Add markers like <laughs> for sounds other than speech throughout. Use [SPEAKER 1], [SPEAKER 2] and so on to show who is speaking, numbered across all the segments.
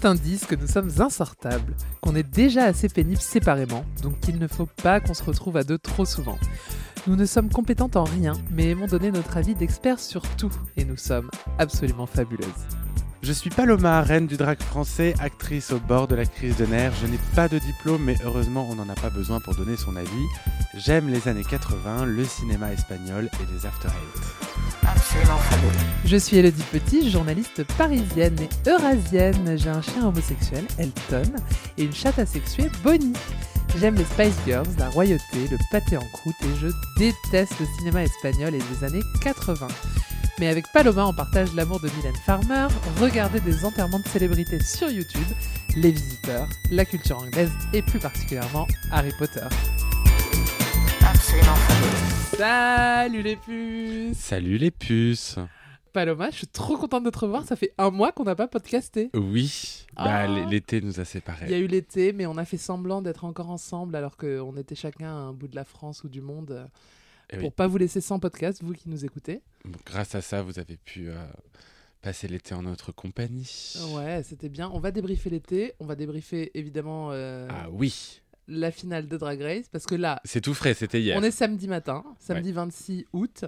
[SPEAKER 1] tout indice que nous sommes insortables, qu'on est déjà assez pénibles séparément, donc qu'il ne faut pas qu'on se retrouve à deux trop souvent. Nous ne sommes compétentes en rien, mais aimons donner notre avis d'experts sur tout, et nous sommes absolument fabuleuses.
[SPEAKER 2] Je suis Paloma, reine du drag français, actrice au bord de la crise de nerfs. Je n'ai pas de diplôme, mais heureusement, on n'en a pas besoin pour donner son avis. J'aime les années 80, le cinéma espagnol et les after -hate.
[SPEAKER 1] Absolument fabuleux. Je suis Elodie Petit, journaliste parisienne et eurasienne. J'ai un chien homosexuel, Elton, et une chatte asexuée, Bonnie. J'aime les Spice Girls, la royauté, le pâté en croûte et je déteste le cinéma espagnol et les années 80. Mais avec Paloma, on partage l'amour de Mylène Farmer, regarder des enterrements de célébrités sur YouTube, les visiteurs, la culture anglaise et plus particulièrement Harry Potter.
[SPEAKER 2] Absolument
[SPEAKER 1] Salut les puces
[SPEAKER 2] Salut les puces
[SPEAKER 1] Paloma, je suis trop contente de te revoir. Ça fait un mois qu'on n'a pas podcasté.
[SPEAKER 2] Oui, bah, oh. l'été nous a séparés.
[SPEAKER 1] Ah. Il y a eu l'été, mais on a fait semblant d'être encore ensemble alors qu'on était chacun à un bout de la France ou du monde. Et pour oui. pas vous laisser sans podcast, vous qui nous écoutez.
[SPEAKER 2] Bon, grâce à ça, vous avez pu euh, passer l'été en notre compagnie.
[SPEAKER 1] Ouais, c'était bien. On va débriefer l'été. On va débriefer évidemment. Euh,
[SPEAKER 2] ah oui.
[SPEAKER 1] La finale de Drag Race parce que là.
[SPEAKER 2] C'est tout frais. C'était hier.
[SPEAKER 1] On est samedi matin, samedi ouais. 26 août.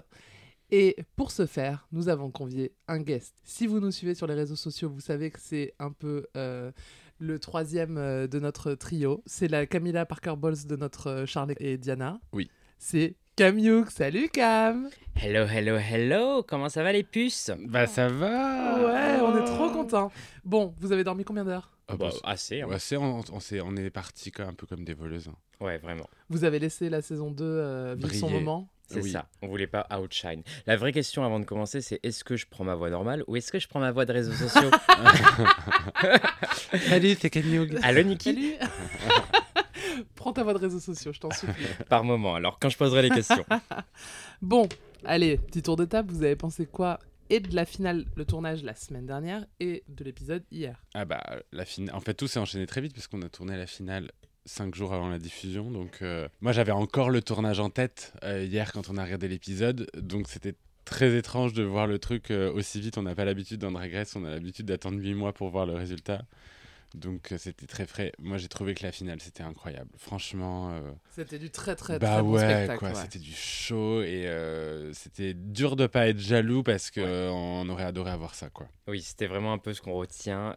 [SPEAKER 1] Et pour ce faire, nous avons convié un guest. Si vous nous suivez sur les réseaux sociaux, vous savez que c'est un peu euh, le troisième euh, de notre trio. C'est la Camilla Parker Bowles de notre euh, Charlie et Diana.
[SPEAKER 2] Oui.
[SPEAKER 1] C'est Cam Youk. Salut Cam
[SPEAKER 3] Hello, hello, hello Comment ça va les puces
[SPEAKER 2] Bah ça va
[SPEAKER 1] Ouais, on est
[SPEAKER 2] Ah.
[SPEAKER 1] trop contents Bon, vous avez dormi combien d'heures
[SPEAKER 3] euh, bah, Assez. Hein.
[SPEAKER 2] assez Ah on, on, est, on est parti un peu comme des voleuses. Hein.
[SPEAKER 3] Ouais, vraiment.
[SPEAKER 1] Vous avez laissé la saison 2 euh, vivre son moment
[SPEAKER 3] c'est oui. ça, on voulait pas outshine. La vraie question avant de commencer, c'est est-ce que je prends ma voix normale ou est-ce que je prends ma voix de réseaux
[SPEAKER 2] <laughs>
[SPEAKER 3] sociaux
[SPEAKER 1] Salut, c'est Youk.
[SPEAKER 3] Allô Niki
[SPEAKER 1] Prends ta voix de réseaux sociaux, je t'en supplie.
[SPEAKER 3] Par moment, alors quand je poserai les questions.
[SPEAKER 1] bon, allez, petit tour de table, vous avez pensé quoi et de la finale, le tournage la semaine dernière et de l'épisode hier.
[SPEAKER 2] Ah bah la finale, en fait tout s'est enchaîné très vite puisqu'on a tourné la finale cinq jours avant la diffusion, donc euh... moi j'avais encore le tournage en tête euh, hier quand on a regardé l'épisode, donc c'était très étrange de voir le truc euh, aussi vite. On n'a pas l'habitude d'un Drag Race, on a l'habitude d'attendre huit mois pour voir le résultat. Donc euh, c'était très frais. Moi j'ai trouvé que la finale c'était incroyable. Franchement. Euh...
[SPEAKER 1] C'était du très très
[SPEAKER 2] bah
[SPEAKER 1] très
[SPEAKER 2] ouais,
[SPEAKER 1] bon spectacle.
[SPEAKER 2] Quoi, ouais. C'était du show et euh, c'était dur de pas être jaloux parce que ouais. on aurait adoré avoir ça quoi.
[SPEAKER 3] Oui c'était vraiment un peu ce qu'on retient.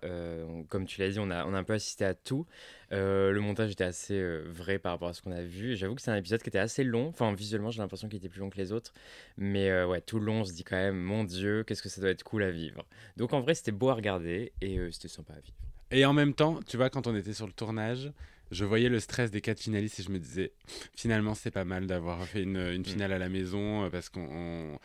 [SPEAKER 3] comme tu l'as dit on a on a un peu assisté à tout. Euh, le montage était assez euh, vrai par rapport à ce qu'on a vu. J'avoue que c'est un épisode qui était assez long. Enfin visuellement j'ai l'impression qu'il était plus long que les autres. Mais euh, ouais tout le long on se dit quand même mon dieu qu'est-ce que ça doit être cool à vivre. Donc en vrai c'était beau à regarder et euh, c'était sympa à vivre.
[SPEAKER 2] Et en même temps, tu vois, quand on était sur le tournage, je voyais le stress des quatre finalistes et je me disais, finalement, c'est pas mal d'avoir fait une,
[SPEAKER 3] Mm.
[SPEAKER 2] une, finale à la maison euh, parce qu'on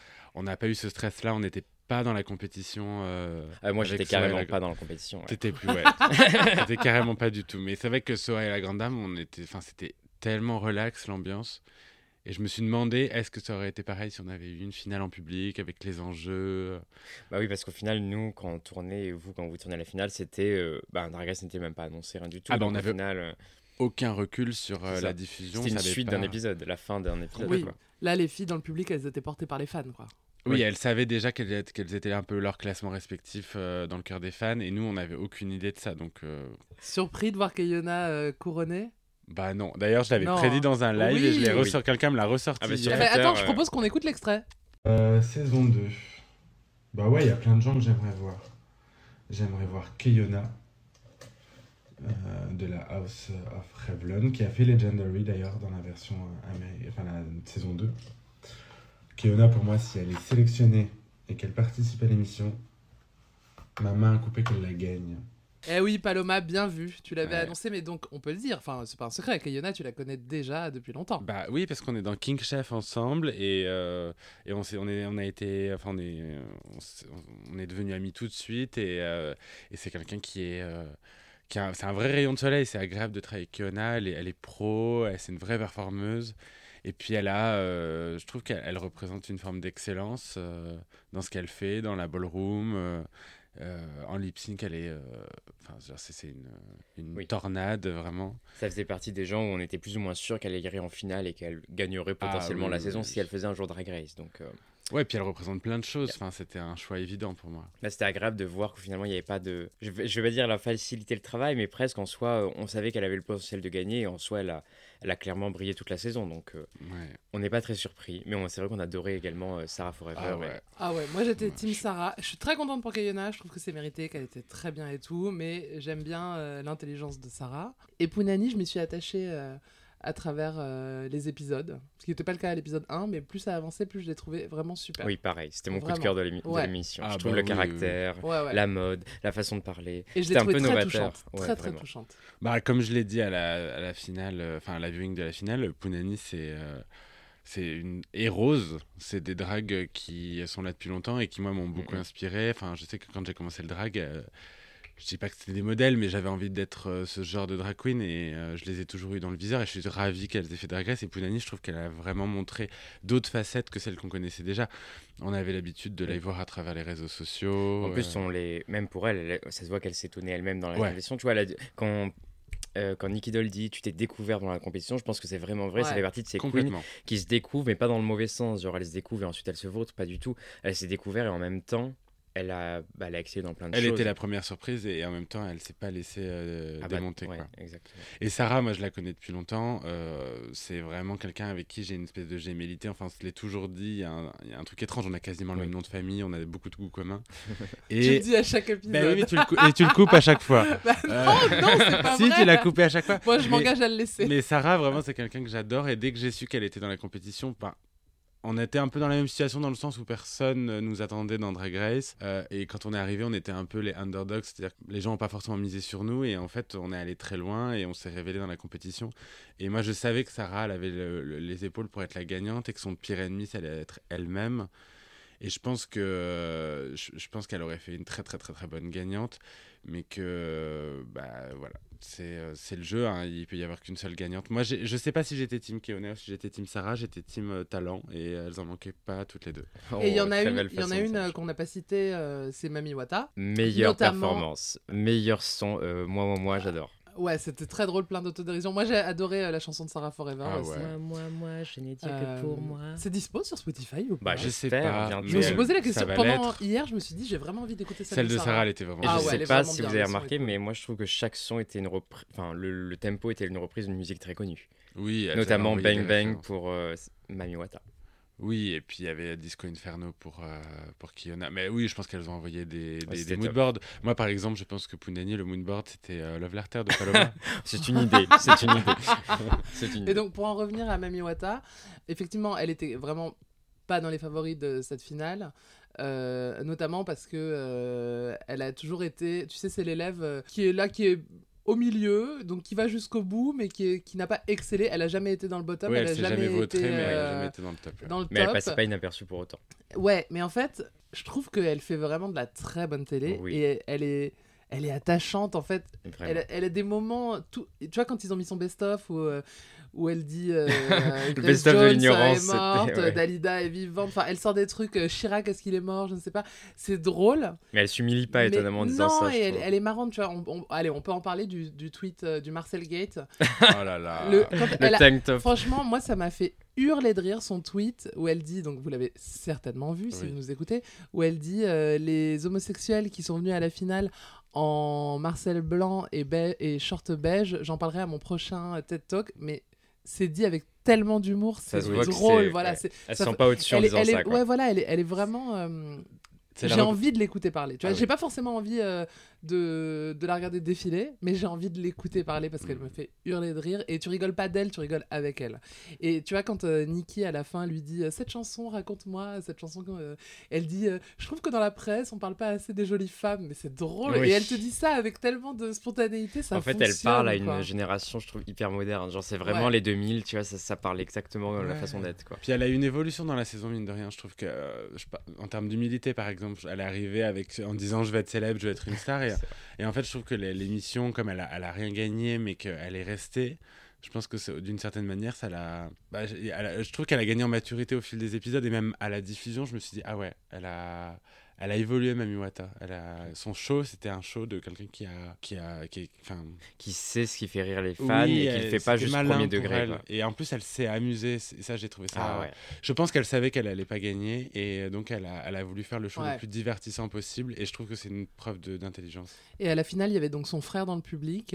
[SPEAKER 2] n'a pas eu ce stress-là. On n'était pas dans la compétition. Euh,
[SPEAKER 3] euh, moi, j'étais carrément la... pas dans la compétition. Ouais.
[SPEAKER 2] T'étais plus,
[SPEAKER 3] <laughs>
[SPEAKER 2] ouais. T'étais carrément pas du tout. Mais c'est vrai que Sora et la Grande Dame, on était, enfin, c'était tellement relax l'ambiance. Et je me suis demandé, est-ce que ça aurait été pareil si on avait eu une finale en public avec les enjeux
[SPEAKER 3] Bah oui, parce qu'au final, nous, quand on tournait, vous, quand vous tournez la finale, c'était. Euh, bah, Dragas n'était même pas annoncé, rien du tout.
[SPEAKER 2] Ah bah on avait finale, aucun recul sur euh, la diffusion.
[SPEAKER 3] euh, C'était une suite d'un épisode, la fin d'un épisode.
[SPEAKER 1] Oui,
[SPEAKER 3] quoi.
[SPEAKER 1] là, les filles dans le public, elles étaient portées par les fans, quoi.
[SPEAKER 2] Oui, oui. elles savaient déjà quels étaient un peu leurs classements respectifs euh, dans le cœur des fans, et nous, on n'avait aucune idée de ça. Donc, euh,
[SPEAKER 1] Surpris de voir euh, Kayona couronnée
[SPEAKER 2] bah non. D'ailleurs, je l'avais prédit dans un live oui, et je l'ai oui. ressort... Quelqu'un me l'a ressorti. Ah,
[SPEAKER 1] bah, bah, attends, euh... je propose qu'on écoute l'extrait.
[SPEAKER 4] Euh, saison 2. Bah ouais, il y a plein de gens que j'aimerais voir. J'aimerais voir Keyona euh, de la House of Revlon, qui a fait Legendary d'ailleurs dans la version américaine, enfin la saison 2. Keyona, pour moi, si elle est sélectionnée et qu'elle participe à l'émission, ma main a coupé qu'elle la gagne.
[SPEAKER 1] Eh oui, Paloma, bien vu. Tu l'avais ouais. annoncé, mais donc on peut le dire. Enfin, c'est pas un secret. Kayona, tu la connais déjà depuis longtemps.
[SPEAKER 2] Bah oui, parce qu'on est dans King Chef ensemble et, euh, et on, est, on, est, on a été. Enfin, on est, on, on est devenus amis tout de suite et, euh, et c'est quelqu'un qui est. Euh, qui c'est un vrai rayon de soleil, c'est agréable de travailler avec Kayona, elle est, elle est pro, c'est une vraie performeuse. Et puis elle a, euh, je trouve qu'elle représente une forme d'excellence euh, dans ce qu'elle fait, dans la ballroom, euh, en lip sync, elle est, euh, enfin, c'est une, une oui. tornade vraiment.
[SPEAKER 3] Ça faisait partie des gens où on était plus ou moins sûr qu'elle irait en finale et qu'elle gagnerait potentiellement ah, oui, la oui, saison si elle faisait un jour Drag Race, donc.
[SPEAKER 2] Ouais, puis elle représente plein de choses. Enfin, c'était un choix évident pour moi.
[SPEAKER 3] Bah, c'était agréable de voir que finalement il n'y avait pas de. Je vais, je vais pas dire la facilité le travail, mais presque en soi, euh, on savait qu'elle avait le potentiel de gagner et en soi, elle a, elle a clairement brillé toute la saison. Donc euh,
[SPEAKER 2] Ouais.
[SPEAKER 3] on n'est pas très surpris, mais on- c'est vrai qu'on adorait également euh, Sarah Forever.
[SPEAKER 2] Ah
[SPEAKER 3] mais-
[SPEAKER 2] ouais.
[SPEAKER 1] Ah ouais, moi j'étais
[SPEAKER 2] Ouais,
[SPEAKER 1] Team Sarah. Je suis très contente pour Kayona, je trouve que c'est mérité, qu'elle était très bien et tout, mais j'aime bien euh, l'intelligence de Sarah. Et Pounani, je m'y suis attachée euh, à travers euh, les épisodes, ce qui n'était pas le cas à l'épisode 1, mais plus ça avançait, plus je l'ai trouvé vraiment super.
[SPEAKER 3] Oui, pareil, c'était mon coup
[SPEAKER 1] Vraiment.
[SPEAKER 3] de cœur de l'émi- de
[SPEAKER 1] Ouais.
[SPEAKER 3] l'émission.
[SPEAKER 2] Ah
[SPEAKER 3] je trouve
[SPEAKER 2] bah
[SPEAKER 3] le
[SPEAKER 2] oui,
[SPEAKER 3] caractère,
[SPEAKER 1] Ouais, ouais.
[SPEAKER 3] la mode, la façon de parler.
[SPEAKER 1] Et je l'ai
[SPEAKER 3] C'était un
[SPEAKER 1] trouvée
[SPEAKER 3] peu
[SPEAKER 1] très
[SPEAKER 3] novateur.
[SPEAKER 1] touchante.
[SPEAKER 3] Ouais,
[SPEAKER 1] très, très
[SPEAKER 3] vraiment.
[SPEAKER 1] touchante.
[SPEAKER 2] Bah, comme je l'ai dit à la, à la finale, euh, enfin, à la viewing de la finale, Pounani, c'est. euh, C'est une et Rose, c'est des dragues qui sont là depuis longtemps et qui moi m'ont beaucoup
[SPEAKER 3] Mhm.
[SPEAKER 2] inspiré. Enfin, je sais que quand j'ai commencé le drag, euh, je dis pas que c'était des modèles, mais j'avais envie d'être euh, ce genre de drag queen et euh, je les ai toujours eu dans le viseur et je suis ravi qu'elles aient fait Drag Race. Et Pounani, je trouve qu'elle a vraiment montré d'autres facettes que celles qu'on connaissait déjà. On avait l'habitude de les voir à travers les réseaux sociaux.
[SPEAKER 3] Mm. En plus,
[SPEAKER 2] euh,
[SPEAKER 3] on les... même pour elle, elle- ça se voit qu'elle s'est tournée elle-même dans la
[SPEAKER 2] Ouais.
[SPEAKER 3] compétition. Tu vois, elle a dit- quand, euh, quand Nicky Doll dit tu t'es découvert dans la compétition, je pense que c'est vraiment vrai.
[SPEAKER 1] Ouais.
[SPEAKER 3] Ça fait partie de ces queens
[SPEAKER 2] complètement.
[SPEAKER 3] qui se découvrent, mais pas dans le mauvais sens. Genre, elle se découvre et ensuite elle se vautre, pas du tout. Elle s'est découverte et en même temps, elle a, bah, elle a excellé dans plein de
[SPEAKER 2] Elle
[SPEAKER 3] choses.
[SPEAKER 2] était la première surprise et en même temps, elle s'est pas laissée euh,
[SPEAKER 3] Ah bah,
[SPEAKER 2] démonter.
[SPEAKER 3] ouais,
[SPEAKER 2] quoi.
[SPEAKER 3] exactement.
[SPEAKER 2] Et Sarah, moi, je la connais depuis longtemps. euh, c'est vraiment quelqu'un avec qui j'ai une espèce de gémellité. Enfin, je l'ai toujours dit. Il y, a un- il y a un truc étrange. On a quasiment le
[SPEAKER 3] Oui.
[SPEAKER 2] même nom de famille. On a beaucoup de goûts
[SPEAKER 1] <laughs>
[SPEAKER 2] communs.
[SPEAKER 1] Tu le
[SPEAKER 2] Et,
[SPEAKER 1] dis à chaque
[SPEAKER 3] Ben
[SPEAKER 1] épisode.
[SPEAKER 2] Bah oui, mais tu le cou- et tu le coupes à chaque fois.
[SPEAKER 1] <laughs> Bah non,
[SPEAKER 2] Euh,
[SPEAKER 1] non, c'est pas
[SPEAKER 2] si,
[SPEAKER 1] vrai.
[SPEAKER 2] tu l'as coupé à chaque fois.
[SPEAKER 1] Moi je
[SPEAKER 2] Mais-
[SPEAKER 1] m'engage à le laisser.
[SPEAKER 2] mais Sarah, vraiment, c'est quelqu'un que j'adore. Et dès que j'ai su qu'elle était dans la compétition, ben, on était un peu dans la même situation dans le sens où personne euh, nous attendait dans Drag Race. Euh, et quand on est arrivé, on était un peu les underdogs, c'est-à-dire que les gens n'ont pas forcément misé sur nous. Et en fait, on est allé très loin et on s'est révélé dans la compétition. Et moi, je savais que Sarah, elle avait le- le- les épaules pour être la gagnante et que son pire ennemi, ça allait être elle-même. Et je pense que euh, je, je pense qu'elle aurait fait une très très très très bonne gagnante, mais que euh, bah voilà, c'est euh, c'est le jeu. hein, il peut y avoir qu'une seule gagnante. Moi, j'ai- je sais pas si j'étais team Keona ou si j'étais team Sarah. J'étais team euh, talent et elles en manquaient pas toutes les deux.
[SPEAKER 1] Et il y en a
[SPEAKER 3] oh,
[SPEAKER 2] Oh,
[SPEAKER 3] très
[SPEAKER 1] une,
[SPEAKER 3] belle
[SPEAKER 1] il y en a
[SPEAKER 3] façon de
[SPEAKER 1] une
[SPEAKER 3] faire.
[SPEAKER 1] euh, qu'on n'a pas citée, euh, c'est Mami Wata.
[SPEAKER 3] Meilleure
[SPEAKER 1] notamment-
[SPEAKER 3] performance, meilleur son. euh, moi, moi, moi, j'adore.
[SPEAKER 1] Ouais, c'était très drôle, plein d'autodérision. Moi j'ai adoré euh, la chanson de Sarah Forever
[SPEAKER 2] Ah
[SPEAKER 1] aussi.
[SPEAKER 2] ouais. Moi,
[SPEAKER 3] moi, je n'ai dit
[SPEAKER 1] Euh, C'est dispo sur Spotify ou pas
[SPEAKER 3] Bah,
[SPEAKER 2] je sais
[SPEAKER 3] j'espère,
[SPEAKER 2] pas.
[SPEAKER 3] bien
[SPEAKER 2] mais euh,
[SPEAKER 1] Je me suis
[SPEAKER 3] elle-
[SPEAKER 1] posé la
[SPEAKER 2] ça
[SPEAKER 1] question
[SPEAKER 2] va
[SPEAKER 1] pendant
[SPEAKER 2] l'être.
[SPEAKER 1] hier, je me suis dit j'ai vraiment envie d'écouter celle,
[SPEAKER 2] Celle de Sarah, elle était vraiment.
[SPEAKER 3] Et
[SPEAKER 1] Ah
[SPEAKER 3] je
[SPEAKER 1] ouais, elle
[SPEAKER 3] sais
[SPEAKER 1] est
[SPEAKER 3] pas
[SPEAKER 1] vraiment
[SPEAKER 3] si
[SPEAKER 1] bien,
[SPEAKER 3] vous avez
[SPEAKER 1] le son est
[SPEAKER 3] remarqué,
[SPEAKER 1] cool.
[SPEAKER 3] mais moi je trouve que chaque son était une reprise, enfin le, le tempo était une reprise d'une musique très connue,
[SPEAKER 2] Oui, elles
[SPEAKER 3] notamment
[SPEAKER 2] avaient envoyé
[SPEAKER 3] Bang
[SPEAKER 2] des
[SPEAKER 3] Bang
[SPEAKER 2] références.
[SPEAKER 3] pour euh, Mami Wata.
[SPEAKER 2] Oui, et puis il y avait Disco Inferno pour, euh, pour Kiona. Mais oui, je pense qu'elles ont envoyé des,
[SPEAKER 1] Ah,
[SPEAKER 2] des,
[SPEAKER 3] c'était
[SPEAKER 2] des
[SPEAKER 3] top.
[SPEAKER 2] moodboards. Moi, par exemple, je pense que Pounani, le moodboard, c'était euh, Love
[SPEAKER 1] <laughs>
[SPEAKER 2] Letter de Paloma.
[SPEAKER 3] C'est une idée, <laughs> c'est une
[SPEAKER 2] <laughs>
[SPEAKER 3] idée. c'est une idée.
[SPEAKER 1] Et donc pour en revenir à Mami Wata, effectivement, elle était vraiment pas dans les favoris de cette finale. euh, notamment parce que euh, elle a toujours été, tu sais, c'est l'élève euh, qui est là, qui est au milieu, donc qui va jusqu'au bout, mais qui, est- qui n'a pas excellé. Elle a jamais été dans le bottom,
[SPEAKER 2] Oui,
[SPEAKER 1] elle, a
[SPEAKER 2] s'est jamais votée,
[SPEAKER 1] été
[SPEAKER 2] mais elle
[SPEAKER 1] euh,
[SPEAKER 2] n'a jamais été dans le top. ouais.
[SPEAKER 1] dans le
[SPEAKER 3] mais
[SPEAKER 1] top.
[SPEAKER 3] elle passait pas inaperçue pour autant.
[SPEAKER 1] Ouais, mais en fait, je trouve qu'elle fait vraiment de la très bonne télé
[SPEAKER 3] Oh Oui. Ah
[SPEAKER 1] et elle est, elle est attachante en fait.
[SPEAKER 3] Vraiment.
[SPEAKER 1] Elle, elle a des moments, tout... tu vois, quand ils ont mis son best-of où, euh, où elle dit
[SPEAKER 3] <laughs>
[SPEAKER 1] euh, Grace
[SPEAKER 3] best-of de
[SPEAKER 1] Jones, euh,
[SPEAKER 3] l'ignorance,
[SPEAKER 1] est morte,
[SPEAKER 3] c'était- ouais.
[SPEAKER 1] Dalida est vivante. Enfin, elle sort des trucs. euh, Chirac, est-ce qu'il est mort Je ne sais pas. C'est drôle.
[SPEAKER 3] Mais elle s'humilie pas
[SPEAKER 1] mais
[SPEAKER 3] étonnamment en disant
[SPEAKER 1] non,
[SPEAKER 3] ça. je
[SPEAKER 1] et elle,
[SPEAKER 3] trouve.
[SPEAKER 1] elle est marrante, tu vois. On, on- Allez, on peut en parler du, du tweet euh, du Marcel Gate.
[SPEAKER 2] Oh là là.
[SPEAKER 1] Le- quand
[SPEAKER 3] Ah. Le
[SPEAKER 1] elle a-
[SPEAKER 3] tank top.
[SPEAKER 1] Franchement, moi, ça m'a fait hurler de rire son tweet où elle dit, donc vous l'avez certainement vu si
[SPEAKER 2] Oui.
[SPEAKER 1] vous nous écoutez, où elle dit euh, les homosexuels qui sont venus à la finale en Marcel blanc et, be- et short beige, j'en parlerai à mon prochain euh, TED Talk, mais c'est dit avec tellement d'humour, c'est
[SPEAKER 3] Ça se voit que
[SPEAKER 1] drôle,
[SPEAKER 3] c'est-
[SPEAKER 1] voilà.
[SPEAKER 3] ouais.
[SPEAKER 1] c'est-
[SPEAKER 3] Elle
[SPEAKER 1] ça
[SPEAKER 3] se sent
[SPEAKER 1] fait-
[SPEAKER 3] pas au-dessus en
[SPEAKER 1] elle est,
[SPEAKER 3] disant
[SPEAKER 1] elle est-
[SPEAKER 3] ça. quoi.
[SPEAKER 1] ouais, voilà, elle est, elle est vraiment. euh,
[SPEAKER 2] C'est la
[SPEAKER 1] j'ai
[SPEAKER 2] rep-
[SPEAKER 1] envie de l'écouter parler. Tu vois,
[SPEAKER 2] Ah
[SPEAKER 1] j'ai
[SPEAKER 2] oui.
[SPEAKER 1] pas forcément envie euh, de, de la regarder défiler, mais j'ai envie de l'écouter parler parce qu'elle
[SPEAKER 2] Mm.
[SPEAKER 1] me fait hurler de rire. Et tu rigoles pas d'elle, tu rigoles avec elle. Et tu vois, quand euh, Nikki à la fin lui dit euh, cette chanson, raconte-moi cette chanson, euh, elle dit euh, je trouve que dans la presse on parle pas assez des jolies femmes, mais c'est drôle.
[SPEAKER 3] Oui.
[SPEAKER 1] Et elle te dit ça avec tellement de spontanéité, ça
[SPEAKER 3] en fait, elle
[SPEAKER 1] fonctionne,
[SPEAKER 3] parle à une
[SPEAKER 1] quoi.
[SPEAKER 3] génération, je trouve, hyper moderne. Genre, c'est vraiment
[SPEAKER 1] Ouais.
[SPEAKER 3] les 2000, tu vois, ça, ça parle exactement de la
[SPEAKER 2] Ouais.
[SPEAKER 3] façon d'être, quoi.
[SPEAKER 2] Puis elle a eu une évolution dans la saison, mine de rien. Je trouve que, euh, je, pa- en termes d'humilité, par exemple, elle est arrivée avec, en disant je vais être célèbre, je vais être une star. Et,
[SPEAKER 3] C'est
[SPEAKER 2] et en fait, je trouve que les- l'émission, comme elle a, elle a rien gagné, mais qu'elle est restée, je pense que c'est- d'une certaine manière, ça l'a. bah, je, elle a- je trouve qu'elle a gagné en maturité au fil des épisodes et même à la diffusion, je me suis dit ah ouais, elle a, elle a évolué Mami Wata. Elle a... Son show, c'était un show de quelqu'un qui a, qui a, qui, est- enfin,
[SPEAKER 3] Qui sait ce qui fait rire les fans
[SPEAKER 2] oui,
[SPEAKER 3] et qui
[SPEAKER 2] elle-
[SPEAKER 3] ne fait pas
[SPEAKER 2] c'était
[SPEAKER 3] juste
[SPEAKER 2] malin
[SPEAKER 3] premier
[SPEAKER 2] pour
[SPEAKER 3] degré.
[SPEAKER 2] elle.
[SPEAKER 3] quoi.
[SPEAKER 2] Et en plus, elle s'est amusée. C'est- Ça, j'ai trouvé ça.
[SPEAKER 3] Ah ouais.
[SPEAKER 2] Je pense qu'elle savait qu'elle allait pas gagner et euh, donc elle a, elle a voulu faire le show
[SPEAKER 1] Ouais.
[SPEAKER 2] le plus divertissant possible. Et je trouve que c'est une preuve de- d'intelligence.
[SPEAKER 1] Et à la finale, il y avait donc son frère dans le public.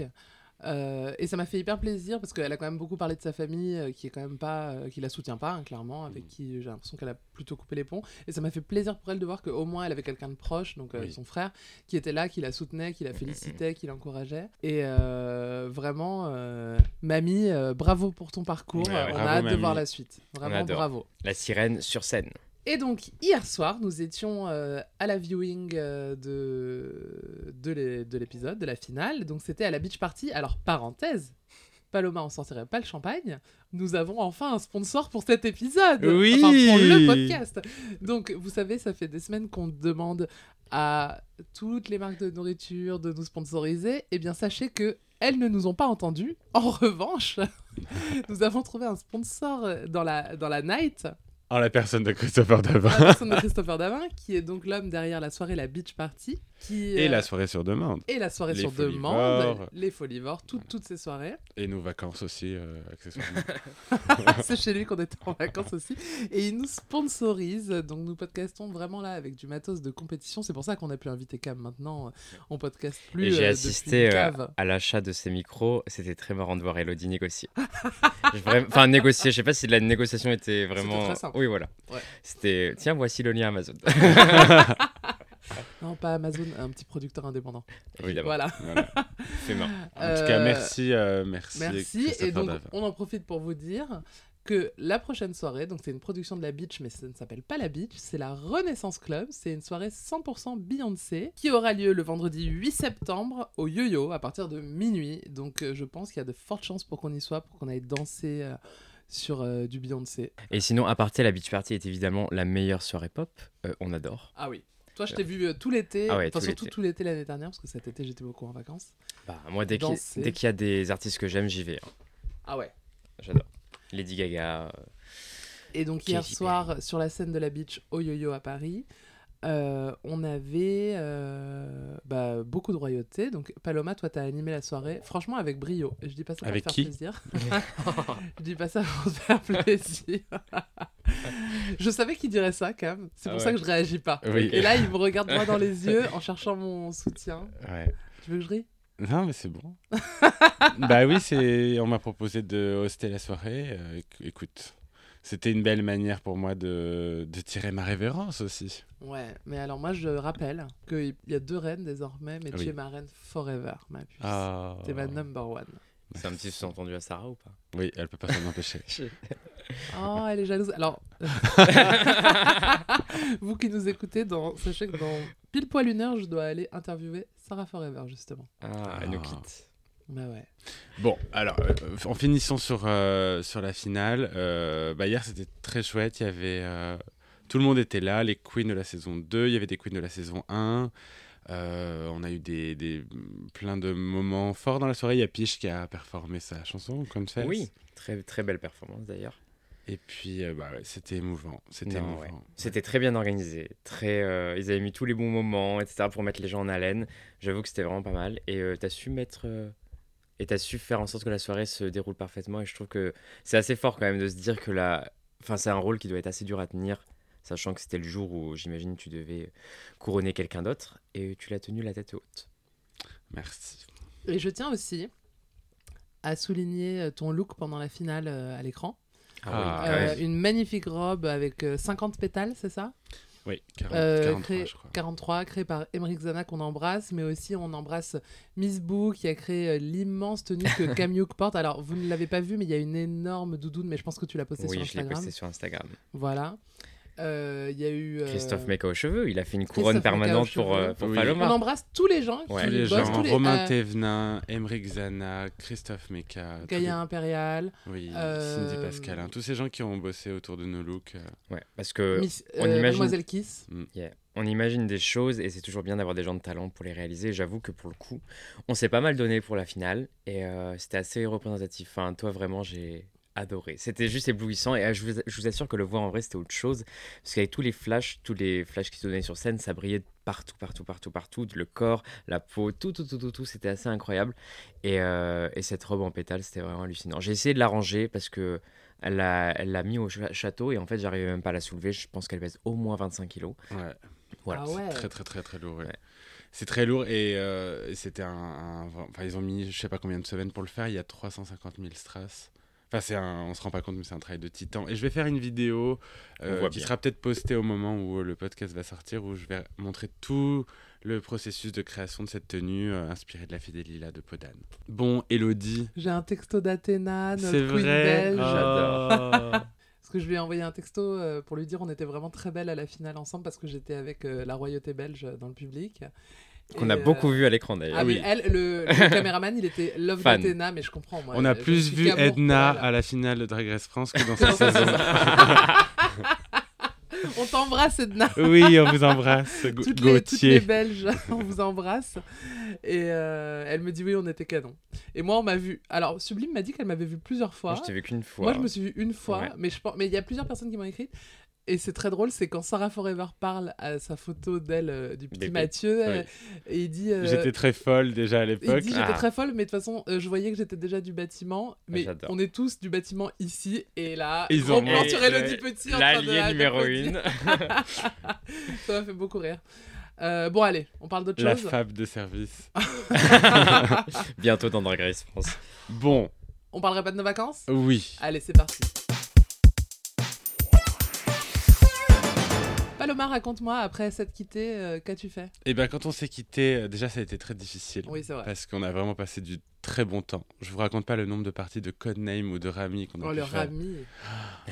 [SPEAKER 1] Euh, et ça m'a fait hyper plaisir parce qu'elle a quand même beaucoup parlé de sa famille euh, qui est quand même pas euh, qui la soutient pas hein, clairement avec
[SPEAKER 2] Mm.
[SPEAKER 1] qui j'ai l'impression qu'elle a plutôt coupé les ponts et ça m'a fait plaisir pour elle de voir qu'au moins elle avait quelqu'un de proche donc euh,
[SPEAKER 2] Oui.
[SPEAKER 1] son frère qui était là qui la soutenait qui la félicitait qui l'encourageait et euh, vraiment euh, mamie euh, bravo pour ton parcours
[SPEAKER 3] Ouais,
[SPEAKER 1] Euh,
[SPEAKER 3] ouais.
[SPEAKER 1] on a
[SPEAKER 2] Bravo,
[SPEAKER 1] hâte de
[SPEAKER 2] mamie.
[SPEAKER 1] voir la suite vraiment
[SPEAKER 3] adore.
[SPEAKER 1] bravo
[SPEAKER 3] La sirène sur scène.
[SPEAKER 1] et donc, hier soir, nous étions euh, à la viewing euh, de, de l'é- de l'épisode, de la finale. Donc, c'était à la beach party. Alors, parenthèse, Paloma, on sortirait pas le champagne. Nous avons enfin un sponsor pour cet épisode.
[SPEAKER 2] Oui.
[SPEAKER 1] Enfin, pour le podcast. Donc, vous savez, ça fait des semaines qu'on demande à toutes les marques de nourriture de nous sponsoriser. Eh bien, sachez que elles ne nous ont pas entendus. En revanche, <laughs> nous avons trouvé un sponsor dans la, dans la night.
[SPEAKER 2] Oh, la personne de Christopher Davin.
[SPEAKER 1] <laughs> La personne Ah, de Christopher Davin, qui est donc l'homme derrière la soirée La Beach Party, qui
[SPEAKER 2] Et
[SPEAKER 1] euh,
[SPEAKER 2] la soirée sur demande.
[SPEAKER 1] et la soirée
[SPEAKER 2] Les
[SPEAKER 1] sur
[SPEAKER 2] Folivores.
[SPEAKER 1] demande, les Folivores, toutes- toutes ces
[SPEAKER 2] <laughs>
[SPEAKER 1] soirées.
[SPEAKER 2] Et nos vacances aussi, euh, <laughs> accessoirement.
[SPEAKER 1] Ah, C'est chez lui qu'on était en vacances aussi. Et il nous sponsorise. Donc nous podcastons vraiment là avec du matos de compétition. C'est pour ça qu'on a pu inviter Cam maintenant. euh, On podcaste plus.
[SPEAKER 3] Et
[SPEAKER 1] euh,
[SPEAKER 3] j'ai
[SPEAKER 1] depuis
[SPEAKER 3] assisté
[SPEAKER 1] une
[SPEAKER 3] euh,
[SPEAKER 1] cave.
[SPEAKER 3] à l'achat de ces micros. C'était très marrant de voir Elodie négocier. <laughs> J'ai vraiment- Enfin, négocier. Je sais pas si de la négociation était vraiment.
[SPEAKER 1] très simple.
[SPEAKER 3] Oui, voilà.
[SPEAKER 1] Ouais.
[SPEAKER 3] C'était. Tiens, voici le
[SPEAKER 1] <laughs>
[SPEAKER 3] lien Amazon.
[SPEAKER 1] Non, pas Amazon, un petit producteur indépendant.
[SPEAKER 3] Évidemment.
[SPEAKER 1] Voilà.
[SPEAKER 2] Voilà.
[SPEAKER 3] Fait marrant.
[SPEAKER 2] En tout cas,
[SPEAKER 1] Euh,
[SPEAKER 2] merci. euh, merci.
[SPEAKER 1] Merci.
[SPEAKER 2] Christopher
[SPEAKER 1] Et donc,
[SPEAKER 2] Davin.
[SPEAKER 1] on en profite pour vous dire que la prochaine soirée, donc c'est une production de la Beach, mais ça ne s'appelle pas la Beach, c'est la Renaissance Club. C'est une soirée 100% Beyoncé qui aura lieu le vendredi 8 septembre au Yo-Yo à partir de minuit. Donc, euh, je pense qu'il y a de fortes chances pour qu'on y soit, pour qu'on aille danser. euh, sur euh, du Beyoncé.
[SPEAKER 3] Et sinon, à parté, la beach party est évidemment la meilleure soirée pop. Euh, on adore.
[SPEAKER 1] Ah oui. Toi, je t'ai vu euh, tout l'été,
[SPEAKER 3] Ah ouais,
[SPEAKER 1] enfin
[SPEAKER 3] tout
[SPEAKER 1] surtout
[SPEAKER 3] l'été.
[SPEAKER 1] tout l'été l'année dernière, parce que cet été j'étais beaucoup en vacances.
[SPEAKER 3] Bah, moi, dès qu'il
[SPEAKER 1] Danser.
[SPEAKER 3] dès qu'il y a des artistes que j'aime, j'y vais. hein.
[SPEAKER 1] Ah ouais.
[SPEAKER 3] J'adore. Lady Gaga. euh,
[SPEAKER 1] Et donc
[SPEAKER 3] Qui
[SPEAKER 1] hier
[SPEAKER 3] est libéré.
[SPEAKER 1] soir, sur la scène de la beach au yo-yo à Paris, euh, on avait euh, bah, beaucoup de royauté. Donc Paloma, toi, t'as animé la soirée, franchement avec brio. Je dis pas ça pour
[SPEAKER 2] Avec
[SPEAKER 1] te faire
[SPEAKER 2] qui <laughs>
[SPEAKER 1] plaisir. <laughs> Je dis pas ça pour te faire plaisir. je savais qu'il dirait ça, Cam. C'est
[SPEAKER 2] Ah
[SPEAKER 1] pour
[SPEAKER 2] ouais.
[SPEAKER 1] ça que je réagis pas.
[SPEAKER 2] Oui.
[SPEAKER 1] Et là, il me regarde droit dans les yeux
[SPEAKER 2] <laughs>
[SPEAKER 1] en cherchant mon soutien.
[SPEAKER 2] Ouais.
[SPEAKER 1] Tu veux que je rie
[SPEAKER 2] Non, mais
[SPEAKER 1] <laughs>
[SPEAKER 2] c'est bon. bah oui, c'est. On m'a proposé de hoster la soirée. euh, éc- écoute, c'était une belle manière pour moi de, de tirer ma révérence aussi.
[SPEAKER 1] Ouais, mais alors moi, je rappelle qu'il y a deux reines désormais, mais tu
[SPEAKER 2] Oui.
[SPEAKER 1] es ma reine forever, ma puce.
[SPEAKER 2] Ah.
[SPEAKER 1] T'es ma number one.
[SPEAKER 3] C'est un petit sous-entendu à Sarah ou pas
[SPEAKER 2] Oui, elle peut pas s'en empêcher.
[SPEAKER 1] Oh, elle est jalouse.
[SPEAKER 3] <laughs>
[SPEAKER 1] Alors, vous qui nous écoutez, dans... sachez que dans pile poil une heure, je dois aller interviewer Sarah Forever, justement.
[SPEAKER 3] Ah, elle nous quitte.
[SPEAKER 1] Bah ouais.
[SPEAKER 2] Bon, alors, euh, en finissant sur, euh, sur la finale, euh, bah hier c'était très chouette. Il y avait. euh, tout le monde était là, les queens de la saison 2, il y avait des queens de la saison 1. euh, on a eu des, des- plein de moments forts dans la soirée. Il y a Piche qui a performé sa chanson, Confess.
[SPEAKER 3] Oui, très, très belle performance d'ailleurs.
[SPEAKER 2] Et puis, euh, bah, ouais, c'était émouvant. C'était
[SPEAKER 3] Non,
[SPEAKER 2] émouvant.
[SPEAKER 3] C'était très bien organisé. Très, euh, ils avaient mis tous les bons moments, etc. pour mettre les gens en haleine. J'avoue que c'était vraiment pas mal. Et euh, t'as su mettre. euh, et t'as su faire en sorte que la soirée se déroule parfaitement. Et je trouve que c'est assez fort quand même de se dire que la. Enfin, c'est un rôle qui doit être assez dur à tenir. Sachant que c'était le jour où j'imagine tu devais couronner quelqu'un d'autre. Et tu l'as tenu la tête haute.
[SPEAKER 2] Merci.
[SPEAKER 1] Et je tiens aussi à souligner euh, ton look pendant la finale euh, à l'écran.
[SPEAKER 2] Ah,
[SPEAKER 1] Euh,
[SPEAKER 2] ouais.
[SPEAKER 1] Une magnifique robe avec euh, 50 pétales, c'est ça
[SPEAKER 2] Oui, 40,
[SPEAKER 1] Euh,
[SPEAKER 2] 43,
[SPEAKER 1] créé-
[SPEAKER 2] je crois.
[SPEAKER 1] 43, créé par Emmerich Zana qu'on embrasse, mais aussi on embrasse Miss Boo qui a créé euh, l'immense tenue
[SPEAKER 3] <laughs>
[SPEAKER 1] que Cam Youk porte. Alors vous ne l'avez pas vu, mais il y a une énorme doudoune, mais je pense que tu l'as postée sur
[SPEAKER 3] Oui, je l'ai
[SPEAKER 1] Instagram.
[SPEAKER 3] posté sur Instagram.
[SPEAKER 1] Voilà. Euh, Il y a eu. euh,
[SPEAKER 3] Christophe Meca aux cheveux, il a fait une
[SPEAKER 1] Christophe
[SPEAKER 3] couronne
[SPEAKER 1] Meka aux
[SPEAKER 3] permanente pour,
[SPEAKER 1] cheveux.
[SPEAKER 3] euh, pour
[SPEAKER 2] Oui.
[SPEAKER 1] On
[SPEAKER 3] Paloma.
[SPEAKER 1] embrasse tous les gens qui
[SPEAKER 3] Ouais.
[SPEAKER 2] Tous les
[SPEAKER 1] bossent,
[SPEAKER 2] gens,
[SPEAKER 1] tous les-
[SPEAKER 2] Romain
[SPEAKER 1] euh,
[SPEAKER 2] Thévenin, Emmerich Zana, Christophe Meka, tous
[SPEAKER 1] Gaïa Impérial,
[SPEAKER 2] les- oui,
[SPEAKER 1] Euh,
[SPEAKER 2] Cindy Pascal, hein. tous ces gens qui ont bossé autour de nos looks. euh,
[SPEAKER 3] Ouais, parce que
[SPEAKER 1] Miss-
[SPEAKER 3] on
[SPEAKER 1] euh,
[SPEAKER 3] imagine-
[SPEAKER 1] Mademoiselle Kiss.
[SPEAKER 3] Yeah. On imagine des choses et c'est toujours bien d'avoir des gens de talent pour les réaliser. J'avoue que pour le coup, on s'est pas mal donné pour la finale et euh, c'était assez représentatif. Enfin, toi vraiment, j'ai adoré. C'était juste éblouissant et euh, je vous, je vous assure que le voir en vrai c'était autre chose parce qu'avec tous les flashs, tous les flashs qui se donnaient sur scène, ça brillait partout, partout, partout, partout, le corps, la peau, tout, tout, tout, tout, tout, c'était assez incroyable. Et, euh, et cette robe en pétales, c'était vraiment hallucinant. J'ai essayé de la ranger parce que elle l'a elle l'a mis au ch- château et en fait j'arrivais même pas à la soulever. Je pense qu'elle pèse au moins 25 kilos.
[SPEAKER 2] Ouais.
[SPEAKER 3] Voilà.
[SPEAKER 1] Ah ouais.
[SPEAKER 2] Très très très très lourd. ouais.
[SPEAKER 3] Ouais.
[SPEAKER 2] C'est très lourd et euh, c'était un, un- Enfin, ils ont mis je sais pas combien de semaines pour le faire. Il y a 350 000 strass. Enfin, c'est un, on se rend pas compte, mais c'est un travail de titan. Et je vais faire une vidéo euh,
[SPEAKER 3] On voit
[SPEAKER 2] qui
[SPEAKER 3] bien.
[SPEAKER 2] sera peut-être postée au moment où euh, le podcast va sortir, où je vais montrer tout le processus de création de cette tenue euh, inspirée de la fée des Lilas de Podane. Bon, Elodie,
[SPEAKER 1] J'ai un texto d'Athéna, Ah, notre
[SPEAKER 2] c'est
[SPEAKER 1] queen
[SPEAKER 2] vrai. Ah.
[SPEAKER 1] belge.
[SPEAKER 3] J'adore.
[SPEAKER 2] <laughs>
[SPEAKER 1] Parce que je lui ai envoyé un texto euh, pour lui dire on était vraiment très belles à la finale ensemble parce que j'étais avec euh, la royauté belge euh, dans le public.
[SPEAKER 3] Qu'on
[SPEAKER 1] Et,
[SPEAKER 3] a
[SPEAKER 1] euh,
[SPEAKER 3] beaucoup vu à l'écran d'ailleurs.
[SPEAKER 1] Ah, mais
[SPEAKER 2] Oui.
[SPEAKER 1] elle, le, le
[SPEAKER 2] <laughs>
[SPEAKER 1] caméraman, il était love
[SPEAKER 3] Fan.
[SPEAKER 1] d'Athéna, mais je comprends. Moi,
[SPEAKER 2] On a
[SPEAKER 1] je
[SPEAKER 2] plus
[SPEAKER 1] suis
[SPEAKER 2] vu
[SPEAKER 1] qu'amour pour
[SPEAKER 2] Edna
[SPEAKER 1] elle.
[SPEAKER 2] à la finale de Drag Race France
[SPEAKER 1] <laughs>
[SPEAKER 2] que dans
[SPEAKER 1] Que
[SPEAKER 2] sa
[SPEAKER 1] dans sa
[SPEAKER 2] saison.
[SPEAKER 1] On t'embrasse, Edna.
[SPEAKER 2] Oui, on vous embrasse, Ga-
[SPEAKER 1] toutes, les, toutes les
[SPEAKER 2] Gauthier.
[SPEAKER 1] Belges, <laughs> on vous embrasse. Et euh, elle me dit oui, on était canon. Et moi, on m'a vu. Alors, Sublime m'a dit qu'elle m'avait vu plusieurs fois.
[SPEAKER 3] Moi, je t'ai vu qu'une fois.
[SPEAKER 1] Moi, je me suis vue une fois,
[SPEAKER 3] Ouais.
[SPEAKER 1] mais je pense, mais il y a plusieurs personnes qui m'ont écrit. Et c'est très drôle, c'est quand Sarah Forever parle à sa photo d'elle euh, du petit
[SPEAKER 3] Bébé.
[SPEAKER 1] Mathieu, euh, et il dit. euh,
[SPEAKER 2] J'étais très folle déjà à
[SPEAKER 1] il
[SPEAKER 2] l'époque.
[SPEAKER 1] dit j'étais
[SPEAKER 3] Ah.
[SPEAKER 1] très folle, mais de toute façon, euh, je voyais que j'étais déjà du bâtiment. Mais
[SPEAKER 3] J'adore.
[SPEAKER 1] on est tous du bâtiment ici et là.
[SPEAKER 2] Ils
[SPEAKER 1] gros
[SPEAKER 2] ont
[SPEAKER 1] plan sur
[SPEAKER 3] mangé.
[SPEAKER 1] Élodie Petit en train de-
[SPEAKER 3] L'allié numéro
[SPEAKER 1] d'applaudir. <laughs>
[SPEAKER 3] une.
[SPEAKER 1] Ça m'a fait beaucoup rire. Euh, bon, allez, on parle d'autre
[SPEAKER 2] La
[SPEAKER 1] chose.
[SPEAKER 2] fab de service.
[SPEAKER 1] Ah.
[SPEAKER 3] Bientôt dans Drag Race France.
[SPEAKER 2] Bon,
[SPEAKER 1] On parlerait pas de nos vacances
[SPEAKER 2] oui.
[SPEAKER 1] Allez, c'est parti. Paloma, raconte-moi, après s'être quittée, euh, qu'as-tu fait
[SPEAKER 2] Et bien, Eh ben, quand on s'est quitté, euh, déjà, ça a été très difficile.
[SPEAKER 1] Oui, c'est vrai.
[SPEAKER 2] Parce qu'on a vraiment passé du très bon temps. Je vous raconte pas le nombre de parties de Codename ou de Rami qu'on a
[SPEAKER 1] Oh,
[SPEAKER 2] pu
[SPEAKER 1] le
[SPEAKER 2] faire.
[SPEAKER 1] Rami.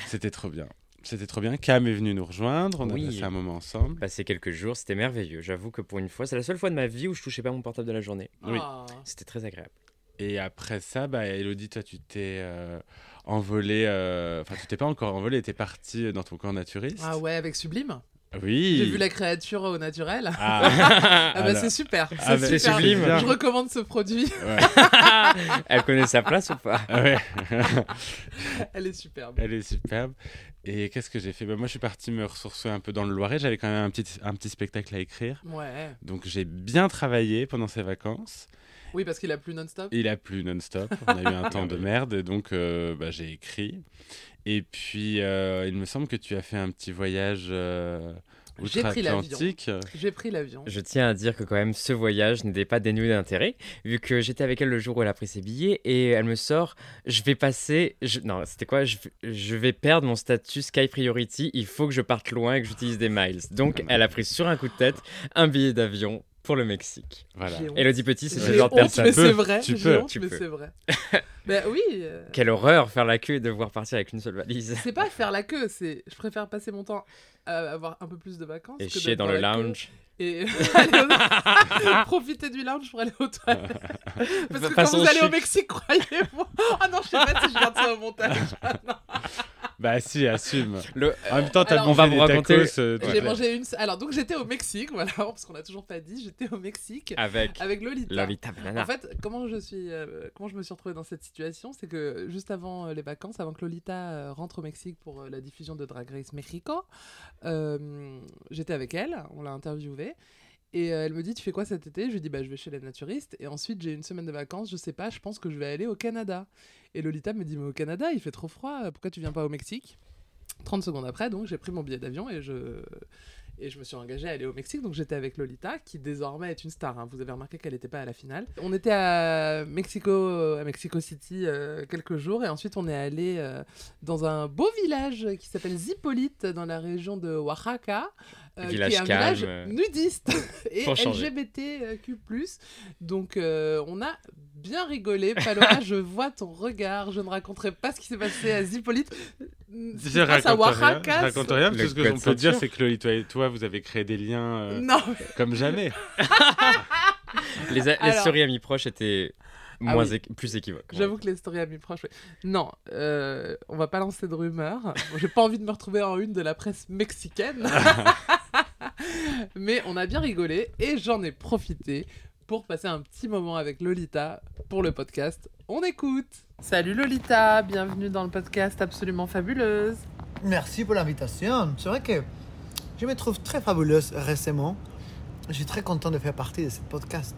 [SPEAKER 2] C'était trop bien. C'était trop bien. Cam est venu nous rejoindre. On
[SPEAKER 3] Oui.
[SPEAKER 2] a passé un moment ensemble.
[SPEAKER 3] Passé quelques jours, c'était merveilleux. J'avoue que pour une fois, c'est la seule fois de ma vie où je touchais pas mon portable de la journée.
[SPEAKER 2] Oui.
[SPEAKER 1] Ah.
[SPEAKER 3] C'était très agréable.
[SPEAKER 2] Et après ça, bah, Elodie, toi, tu t'es euh, envolée. euh, Enfin, tu t'es pas encore envolée. T'es partie euh, dans ton camp naturiste.
[SPEAKER 1] Ah ouais, avec Sublime.
[SPEAKER 2] Oui.
[SPEAKER 1] J'ai vu la <laughs> créature au naturel.
[SPEAKER 2] Ah,
[SPEAKER 1] Ah, bah,
[SPEAKER 2] alors.
[SPEAKER 1] c'est super.
[SPEAKER 2] Ah,
[SPEAKER 1] C'est
[SPEAKER 2] bah,
[SPEAKER 3] c'est
[SPEAKER 1] super.
[SPEAKER 3] sublime.
[SPEAKER 1] Je recommande ce produit. <laughs>
[SPEAKER 2] ouais. Ah
[SPEAKER 3] Elle connaît sa place ou pas
[SPEAKER 2] Ouais.
[SPEAKER 1] Elle est superbe.
[SPEAKER 2] Elle est superbe. Et qu'est-ce que j'ai fait Bah, Moi, je suis parti me ressourcer un peu dans le Loiret. J'avais quand même un petit, un petit spectacle à écrire.
[SPEAKER 1] Ouais.
[SPEAKER 2] Donc, j'ai bien travaillé pendant ces vacances.
[SPEAKER 1] Oui, parce qu'il a plu non-stop.
[SPEAKER 2] Il a plu non-stop. On a
[SPEAKER 1] <laughs>
[SPEAKER 2] eu un temps de merde. Et donc, euh, bah, j'ai écrit. Et puis, euh, il me semble que tu as fait un petit voyage euh,
[SPEAKER 1] J'ai pris l'avion.
[SPEAKER 2] outre-Atlantique.
[SPEAKER 1] J'ai pris l'avion.
[SPEAKER 3] Je tiens à dire que quand même ce voyage n'était pas dénué d'intérêt, vu que j'étais avec elle le jour où elle a pris ses billets et elle me sort, je vais passer, je- non c'était quoi, je, je vais perdre mon statut Sky Priority, il faut que je parte loin et que j'utilise des miles. Donc Ah, elle a pris sur un coup de tête un billet d'avion pour le Mexique.
[SPEAKER 2] Voilà.
[SPEAKER 1] J'ai honte.
[SPEAKER 3] Elodie Petit, c'est ce
[SPEAKER 1] J'ai
[SPEAKER 3] genre de
[SPEAKER 1] honte, mais
[SPEAKER 3] personne.
[SPEAKER 2] Tu
[SPEAKER 1] c'est
[SPEAKER 2] peux,
[SPEAKER 1] vrai.
[SPEAKER 2] tu
[SPEAKER 1] J'ai
[SPEAKER 2] peux,
[SPEAKER 1] honte,
[SPEAKER 3] tu
[SPEAKER 1] mais
[SPEAKER 3] peux.
[SPEAKER 1] c'est
[SPEAKER 3] <laughs>
[SPEAKER 1] vrai. Ben oui. euh,
[SPEAKER 3] Quelle horreur faire la queue et devoir partir avec une seule valise.
[SPEAKER 1] C'est pas faire la queue, c'est je préfère passer mon temps à avoir un peu plus de vacances.
[SPEAKER 3] Et
[SPEAKER 1] que d'être
[SPEAKER 3] chier dans le
[SPEAKER 1] la queue
[SPEAKER 3] lounge.
[SPEAKER 1] Et <laughs> aller
[SPEAKER 3] <laughs>
[SPEAKER 1] au- <laughs> profiter du lounge pour aller aux toilettes. Parce que quand
[SPEAKER 3] Façon
[SPEAKER 1] vous allez au
[SPEAKER 3] chic.
[SPEAKER 1] Mexique, croyez-moi. <laughs> Ah non, je sais pas si je garde ça au montage.
[SPEAKER 3] <laughs>
[SPEAKER 2] Bah, si, assume.
[SPEAKER 3] Le-
[SPEAKER 2] En même temps, t'as
[SPEAKER 1] Alors,
[SPEAKER 2] mangé
[SPEAKER 3] on va
[SPEAKER 2] des
[SPEAKER 3] vous raconter-
[SPEAKER 2] tacos, euh,
[SPEAKER 1] J'ai
[SPEAKER 2] ouais.
[SPEAKER 1] mangé une. Alors donc j'étais au Mexique, voilà, parce qu'on a toujours pas dit, j'étais au Mexique
[SPEAKER 3] Avec
[SPEAKER 1] avec Lolita.
[SPEAKER 3] Lolita Banana.
[SPEAKER 1] En fait, comment je suis, euh, comment je me suis retrouvée dans cette situation, c'est que juste avant euh, les vacances, avant que Lolita euh, rentre au Mexique pour euh, la diffusion de Drag Race Mexico, euh, j'étais avec elle, on l'a interviewée. Et euh, elle me dit, tu fais quoi cet été Je lui dis, bah, je vais chez les naturistes. Et ensuite, j'ai une semaine de vacances, je sais pas, je pense que je vais aller au Canada. Et Lolita me dit, mais au Canada, il fait trop froid, euh, pourquoi tu viens pas au Mexique 30 secondes après, donc, j'ai pris mon billet d'avion et je, et je me suis engagée à aller au Mexique. Donc j'étais avec Lolita, qui désormais est une star. hein. Vous avez remarqué qu'elle n'était pas à la finale. On était à Mexico, à Mexico City euh, quelques jours, et ensuite on est allé euh, dans un beau village qui s'appelle Zipolite, dans la région de Oaxaca,
[SPEAKER 3] Village
[SPEAKER 1] qui est un
[SPEAKER 3] calme,
[SPEAKER 1] village
[SPEAKER 3] euh, <laughs>
[SPEAKER 1] nudiste et
[SPEAKER 3] pour changer.
[SPEAKER 1] LGBTQ+. Donc euh, on a bien rigolé.
[SPEAKER 2] <laughs>
[SPEAKER 1] Paloma, je vois ton regard. Je ne raconterai pas ce qui s'est passé à Zipolite.
[SPEAKER 2] Je
[SPEAKER 1] Grâce à
[SPEAKER 2] raconte rien, je
[SPEAKER 1] Oaxaca,
[SPEAKER 2] raconte rien, parce que
[SPEAKER 3] Le
[SPEAKER 2] ce que l'on
[SPEAKER 3] code
[SPEAKER 2] peut dire,
[SPEAKER 3] ceinture.
[SPEAKER 2] c'est que Loli, toi et toi, vous avez créé des liens euh,
[SPEAKER 1] Non, <laughs>
[SPEAKER 2] comme jamais.
[SPEAKER 3] Les, a- les
[SPEAKER 1] Alors-
[SPEAKER 3] souris amis proches étaient
[SPEAKER 1] Ah
[SPEAKER 3] moins
[SPEAKER 1] oui.
[SPEAKER 3] équ- plus équivoques.
[SPEAKER 1] J'avoue que les stories amis proches. ouais. Non, euh, on va pas lancer de rumeurs. Bon, J'ai pas envie de me retrouver en une de la presse
[SPEAKER 2] <laughs>
[SPEAKER 1] mexicaine. Mais on a bien rigolé et j'en ai profité pour passer un petit moment avec Lolita pour le podcast. On écoute Salut Lolita, bienvenue dans le podcast Absolument Fabuleuse.
[SPEAKER 5] Merci pour l'invitation. C'est vrai que je me trouve très fabuleuse récemment. Je suis très content de faire partie de ce podcast.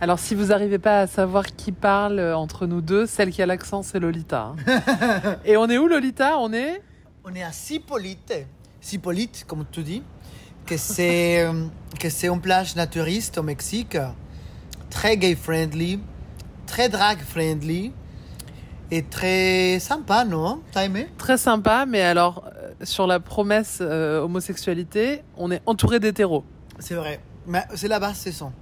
[SPEAKER 1] Alors si vous n'arrivez pas à savoir qui parle euh, entre nous deux, celle qui a l'accent c'est Lolita. hein. Et on est où Lolita On est
[SPEAKER 5] On est à Sipolite. Sipolite, comme tu dis, que c'est <laughs> euh, que c'est une plage naturiste au Mexique, très gay friendly, très drag friendly et très sympa, non T'as aimé
[SPEAKER 1] très sympa, mais alors euh, sur la promesse euh, homosexualité, on est entouré d'hétéros.
[SPEAKER 5] C'est vrai. Mais c'est la basse saison.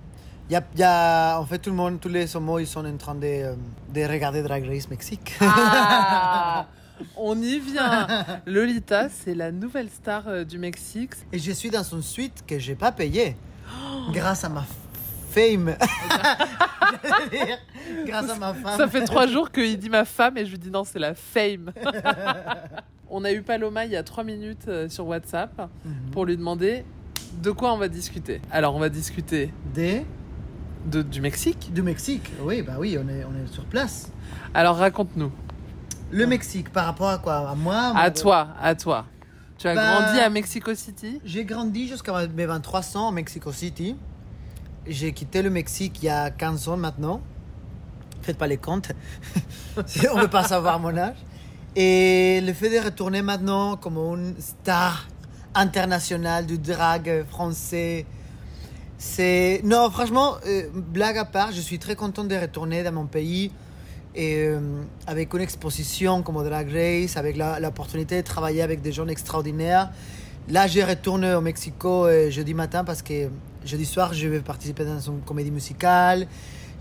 [SPEAKER 5] Il y a, il y a- en fait, tout le monde, tous les homos, ils sont en train de, euh, de regarder Drag Race Mexique.
[SPEAKER 1] Ah <laughs> On y vient Lolita, c'est la nouvelle star euh, du Mexique.
[SPEAKER 5] Et je suis dans une suite que j'ai pas payée. Grâce à ma
[SPEAKER 1] <laughs>
[SPEAKER 5] fame. J'allais dire, Grâce à ma femme.
[SPEAKER 1] Ça fait trois jours qu'il dit ma femme et je lui dis non, c'est la fame. on a eu Paloma il y a trois minutes euh, sur WhatsApp
[SPEAKER 5] Mhm.
[SPEAKER 1] pour lui demander de quoi on va discuter. Alors on va discuter
[SPEAKER 5] Des-
[SPEAKER 1] de, du Mexique.
[SPEAKER 5] du Mexique. Oui, bah oui, on est, on est sur place.
[SPEAKER 1] Alors raconte-nous,
[SPEAKER 5] Le Mexique, par rapport à quoi À moi
[SPEAKER 1] à
[SPEAKER 5] mon-
[SPEAKER 1] toi, à toi. Tu as
[SPEAKER 5] Ah, Bah-
[SPEAKER 1] grandi à Mexico City
[SPEAKER 5] J'ai grandi jusqu'à mes 23 ans à Mexico City. J'ai quitté le Mexique il y a 15 ans maintenant. Faites pas les comptes. <laughs> Si On ne veut pas savoir mon âge. Et le fait de retourner maintenant comme une star internationale du drag français, c'est... Non, franchement, euh, blague à part, je suis très content de retourner dans mon pays et euh, avec une exposition comme Drag Race, avec la- l'opportunité de travailler avec des gens extraordinaires. Là, je retourne au Mexico euh, jeudi matin parce que jeudi soir, je vais participer dans une comédie musicale.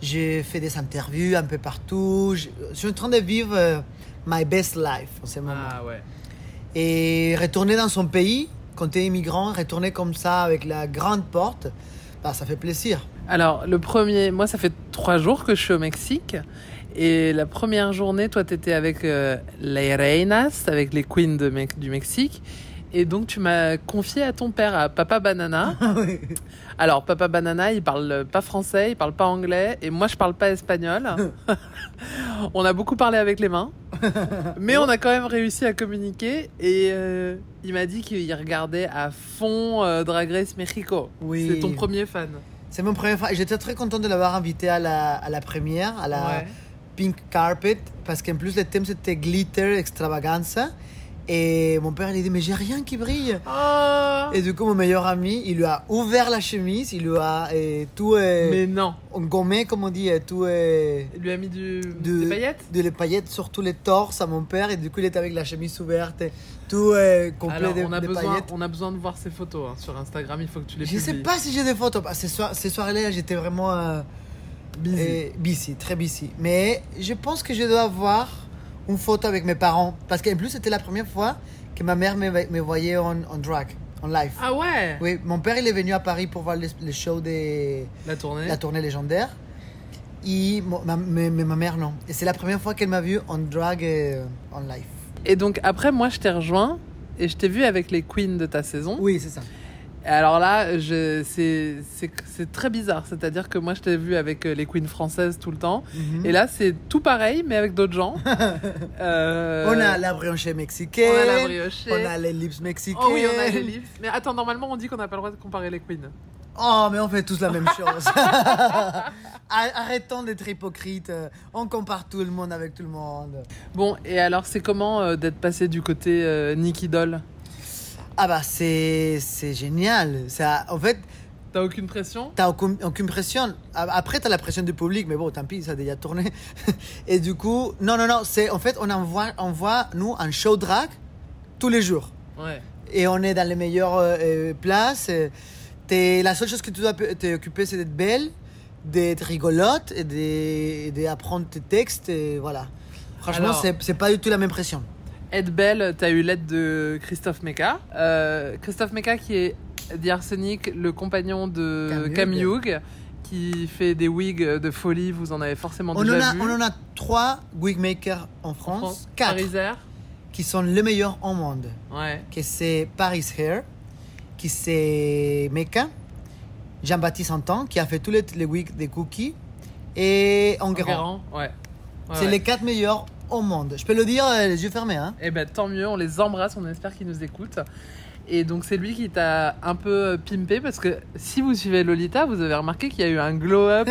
[SPEAKER 5] J'ai fait des interviews un peu partout. Je, je suis en train de vivre euh, my best life en ce moment.
[SPEAKER 1] ouais.
[SPEAKER 5] Et retourner dans son pays, quand tu es immigrant, retourner comme ça avec la grande porte, bah, ça fait
[SPEAKER 1] <laughs>
[SPEAKER 5] plaisir.
[SPEAKER 1] Alors le premier, moi ça fait trois jours que je suis au Mexique. Et la première journée, toi, t'étais avec euh, les reinas, avec les queens de Mex- du Mexique. Et donc, tu m'as confié à ton père, à Papa Banana, Alors, Papa Banana, il parle pas français, il parle pas anglais, et moi, je parle pas
[SPEAKER 5] <laughs>
[SPEAKER 1] espagnol. on a beaucoup parlé avec les mains, mais on a quand même réussi à communiquer. Et euh, il m'a dit qu'il regardait à fond euh, Drag Race Mexico.
[SPEAKER 5] Oui.
[SPEAKER 1] C'est ton premier fan.
[SPEAKER 5] C'est mon premier fois. J'étais très content de l'avoir invité à la, à la première, à la
[SPEAKER 1] Ouais.
[SPEAKER 5] pink carpet, parce qu'en plus, le thème c'était glitter extravaganza. Et mon père, il a dit Mais j'ai rien qui brille.
[SPEAKER 1] Oh
[SPEAKER 5] Et du coup, mon meilleur ami, il lui a ouvert la chemise, il lui a euh, tout euh,
[SPEAKER 1] Mais non,
[SPEAKER 5] gommé, comme on dit, euh, tout. euh,
[SPEAKER 1] il lui a mis du...
[SPEAKER 5] De-
[SPEAKER 1] des paillettes
[SPEAKER 5] de les paillettes sur tous les torses à mon père et du coup il était avec la chemise ouverte et tout euh, complet
[SPEAKER 1] Alors,
[SPEAKER 5] de,
[SPEAKER 1] on, a
[SPEAKER 5] de
[SPEAKER 1] besoin,
[SPEAKER 5] paillettes.
[SPEAKER 1] on a besoin de voir ses photos hein, sur Instagram, il faut que tu les
[SPEAKER 5] Je sais
[SPEAKER 1] publies.
[SPEAKER 5] pas si j'ai des photos. Ah, Ces, soir- ces soirées-là, j'étais vraiment euh,
[SPEAKER 1] Busy.
[SPEAKER 5] euh, busy, très busy. Mais je pense que je dois avoir une photo avec mes parents. Parce qu'en plus, c'était la première fois que ma mère me, me voyait en, en drag, en live.
[SPEAKER 1] Ah ouais
[SPEAKER 5] Oui, mon père, il est venu à Paris pour voir les, les shows des,
[SPEAKER 1] La tournée
[SPEAKER 5] la tournée légendaire. Et mo- ma- mais, mais ma mère, non. Et c'est la première fois qu'elle m'a vu en drag euh, en live.
[SPEAKER 1] Et donc, après, moi, je t'ai rejoint, et je t'ai vu avec les queens de ta saison.
[SPEAKER 5] Oui, c'est ça.
[SPEAKER 1] Et Alors là, je- c'est c'est- c'est très bizarre. C'est-à-dire que moi, je t'ai vu avec euh, les queens françaises tout le temps.
[SPEAKER 5] Mhm.
[SPEAKER 1] Et là, c'est tout pareil, mais avec d'autres
[SPEAKER 5] <laughs>
[SPEAKER 1] gens. Euh,
[SPEAKER 5] on a la brioche mexicaine.
[SPEAKER 1] on a la briochée.
[SPEAKER 5] On a les lips mexicaines.
[SPEAKER 1] Oh oui, on a les lips. Mais attends, normalement, on dit qu'on n'a pas le droit de comparer les queens.
[SPEAKER 5] Oh, mais on fait tous la même chose. <laughs> Arrêtons d'être hypocrites. On compare tout le monde avec tout le monde.
[SPEAKER 1] Bon, et alors, c'est comment euh, d'être passé du côté euh, Nicky Doll
[SPEAKER 5] Ah bah, c'est c'est génial. Ça, en fait,
[SPEAKER 1] T'as aucune pression
[SPEAKER 5] T'as aucune, aucune pression. A- Après, t'as la pression du public, mais bon, tant pis, ça a déjà tourné. <laughs> Et du coup, non, non, non, c'est en fait, on envoie, on voit, nous, un show drag tous les jours.
[SPEAKER 1] Ouais.
[SPEAKER 5] Et on est dans les meilleures euh, euh, places. Euh, t'es- la seule chose que tu dois t'occuper, c'est d'être belle, d'être rigolote, et de- et d'apprendre tes textes. Et voilà. Franchement,
[SPEAKER 1] Alors-
[SPEAKER 5] c'est c'est pas du tout la même pression.
[SPEAKER 1] Ed Bell, t'as eu l'aide de Christophe Meka. Euh, Christophe Meka qui est The Arsenic, le compagnon de Cam
[SPEAKER 5] Cam Hughes.
[SPEAKER 1] Hughes, qui fait des wigs de folie, vous en avez forcément
[SPEAKER 5] On en,
[SPEAKER 1] déjà
[SPEAKER 5] a,
[SPEAKER 1] vu.
[SPEAKER 5] on en a trois wigmakers en
[SPEAKER 1] En
[SPEAKER 5] France, quatre,
[SPEAKER 1] Pariser.
[SPEAKER 5] qui sont les meilleurs au monde.
[SPEAKER 1] Ouais.
[SPEAKER 5] que c'est Paris Hair, qui c'est Mecca Jean-Baptiste Anton, qui a fait tous les, les weeks des cookies, et Enguerrand.
[SPEAKER 1] Enguerrand, ouais. Ouais,
[SPEAKER 5] C'est
[SPEAKER 1] ouais.
[SPEAKER 5] les quatre meilleurs au monde. Je peux le dire euh, les yeux fermés. Hein.
[SPEAKER 1] Eh ben tant mieux, on les embrasse, on espère qu'ils nous écoutent. Et donc c'est lui qui t'a un peu euh, pimpé parce que si vous suivez Lolita, vous avez remarqué qu'il y a eu un
[SPEAKER 5] <laughs>
[SPEAKER 1] glow-up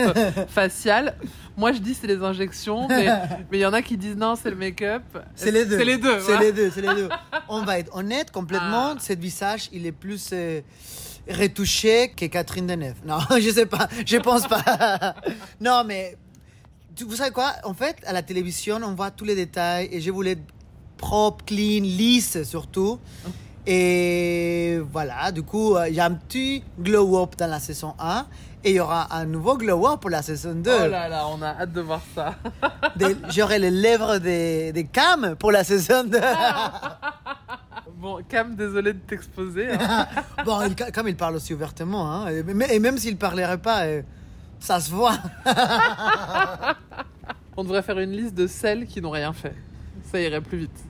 [SPEAKER 1] facial. Moi je dis c'est les injections, mais mais il y en a qui disent non c'est le make-up.
[SPEAKER 5] <laughs> C'est les deux.
[SPEAKER 1] C'est les deux.
[SPEAKER 5] C'est
[SPEAKER 1] voilà.
[SPEAKER 5] les deux. c'est les deux. On va être honnête complètement.
[SPEAKER 1] Ah.
[SPEAKER 5] Cet visage, il est plus euh, retouché que Catherine Deneuve. Non, <laughs> je sais pas. Je pense pas. <laughs> non, mais tu- vous savez quoi En fait, à la télévision, on voit tous les détails et je voulais propre, clean, lisse surtout. Et voilà, du coup, euh, il y a un petit glow-up dans la saison 1 et il y aura un nouveau glow-up pour la saison 2.
[SPEAKER 1] Oh là là, on a hâte de voir ça. <laughs>
[SPEAKER 5] Des- J'aurai les lèvres des, des cams pour la
[SPEAKER 1] <laughs>
[SPEAKER 5] saison 2.
[SPEAKER 1] Bon Cam, désolé de t'exposer. hein.
[SPEAKER 5] Bon, il- comme il parle aussi ouvertement, hein, et, mais- et même s'il parlerait pas, euh, ça se voit.
[SPEAKER 1] On devrait faire une liste de celles qui n'ont rien fait. Ça irait plus vite.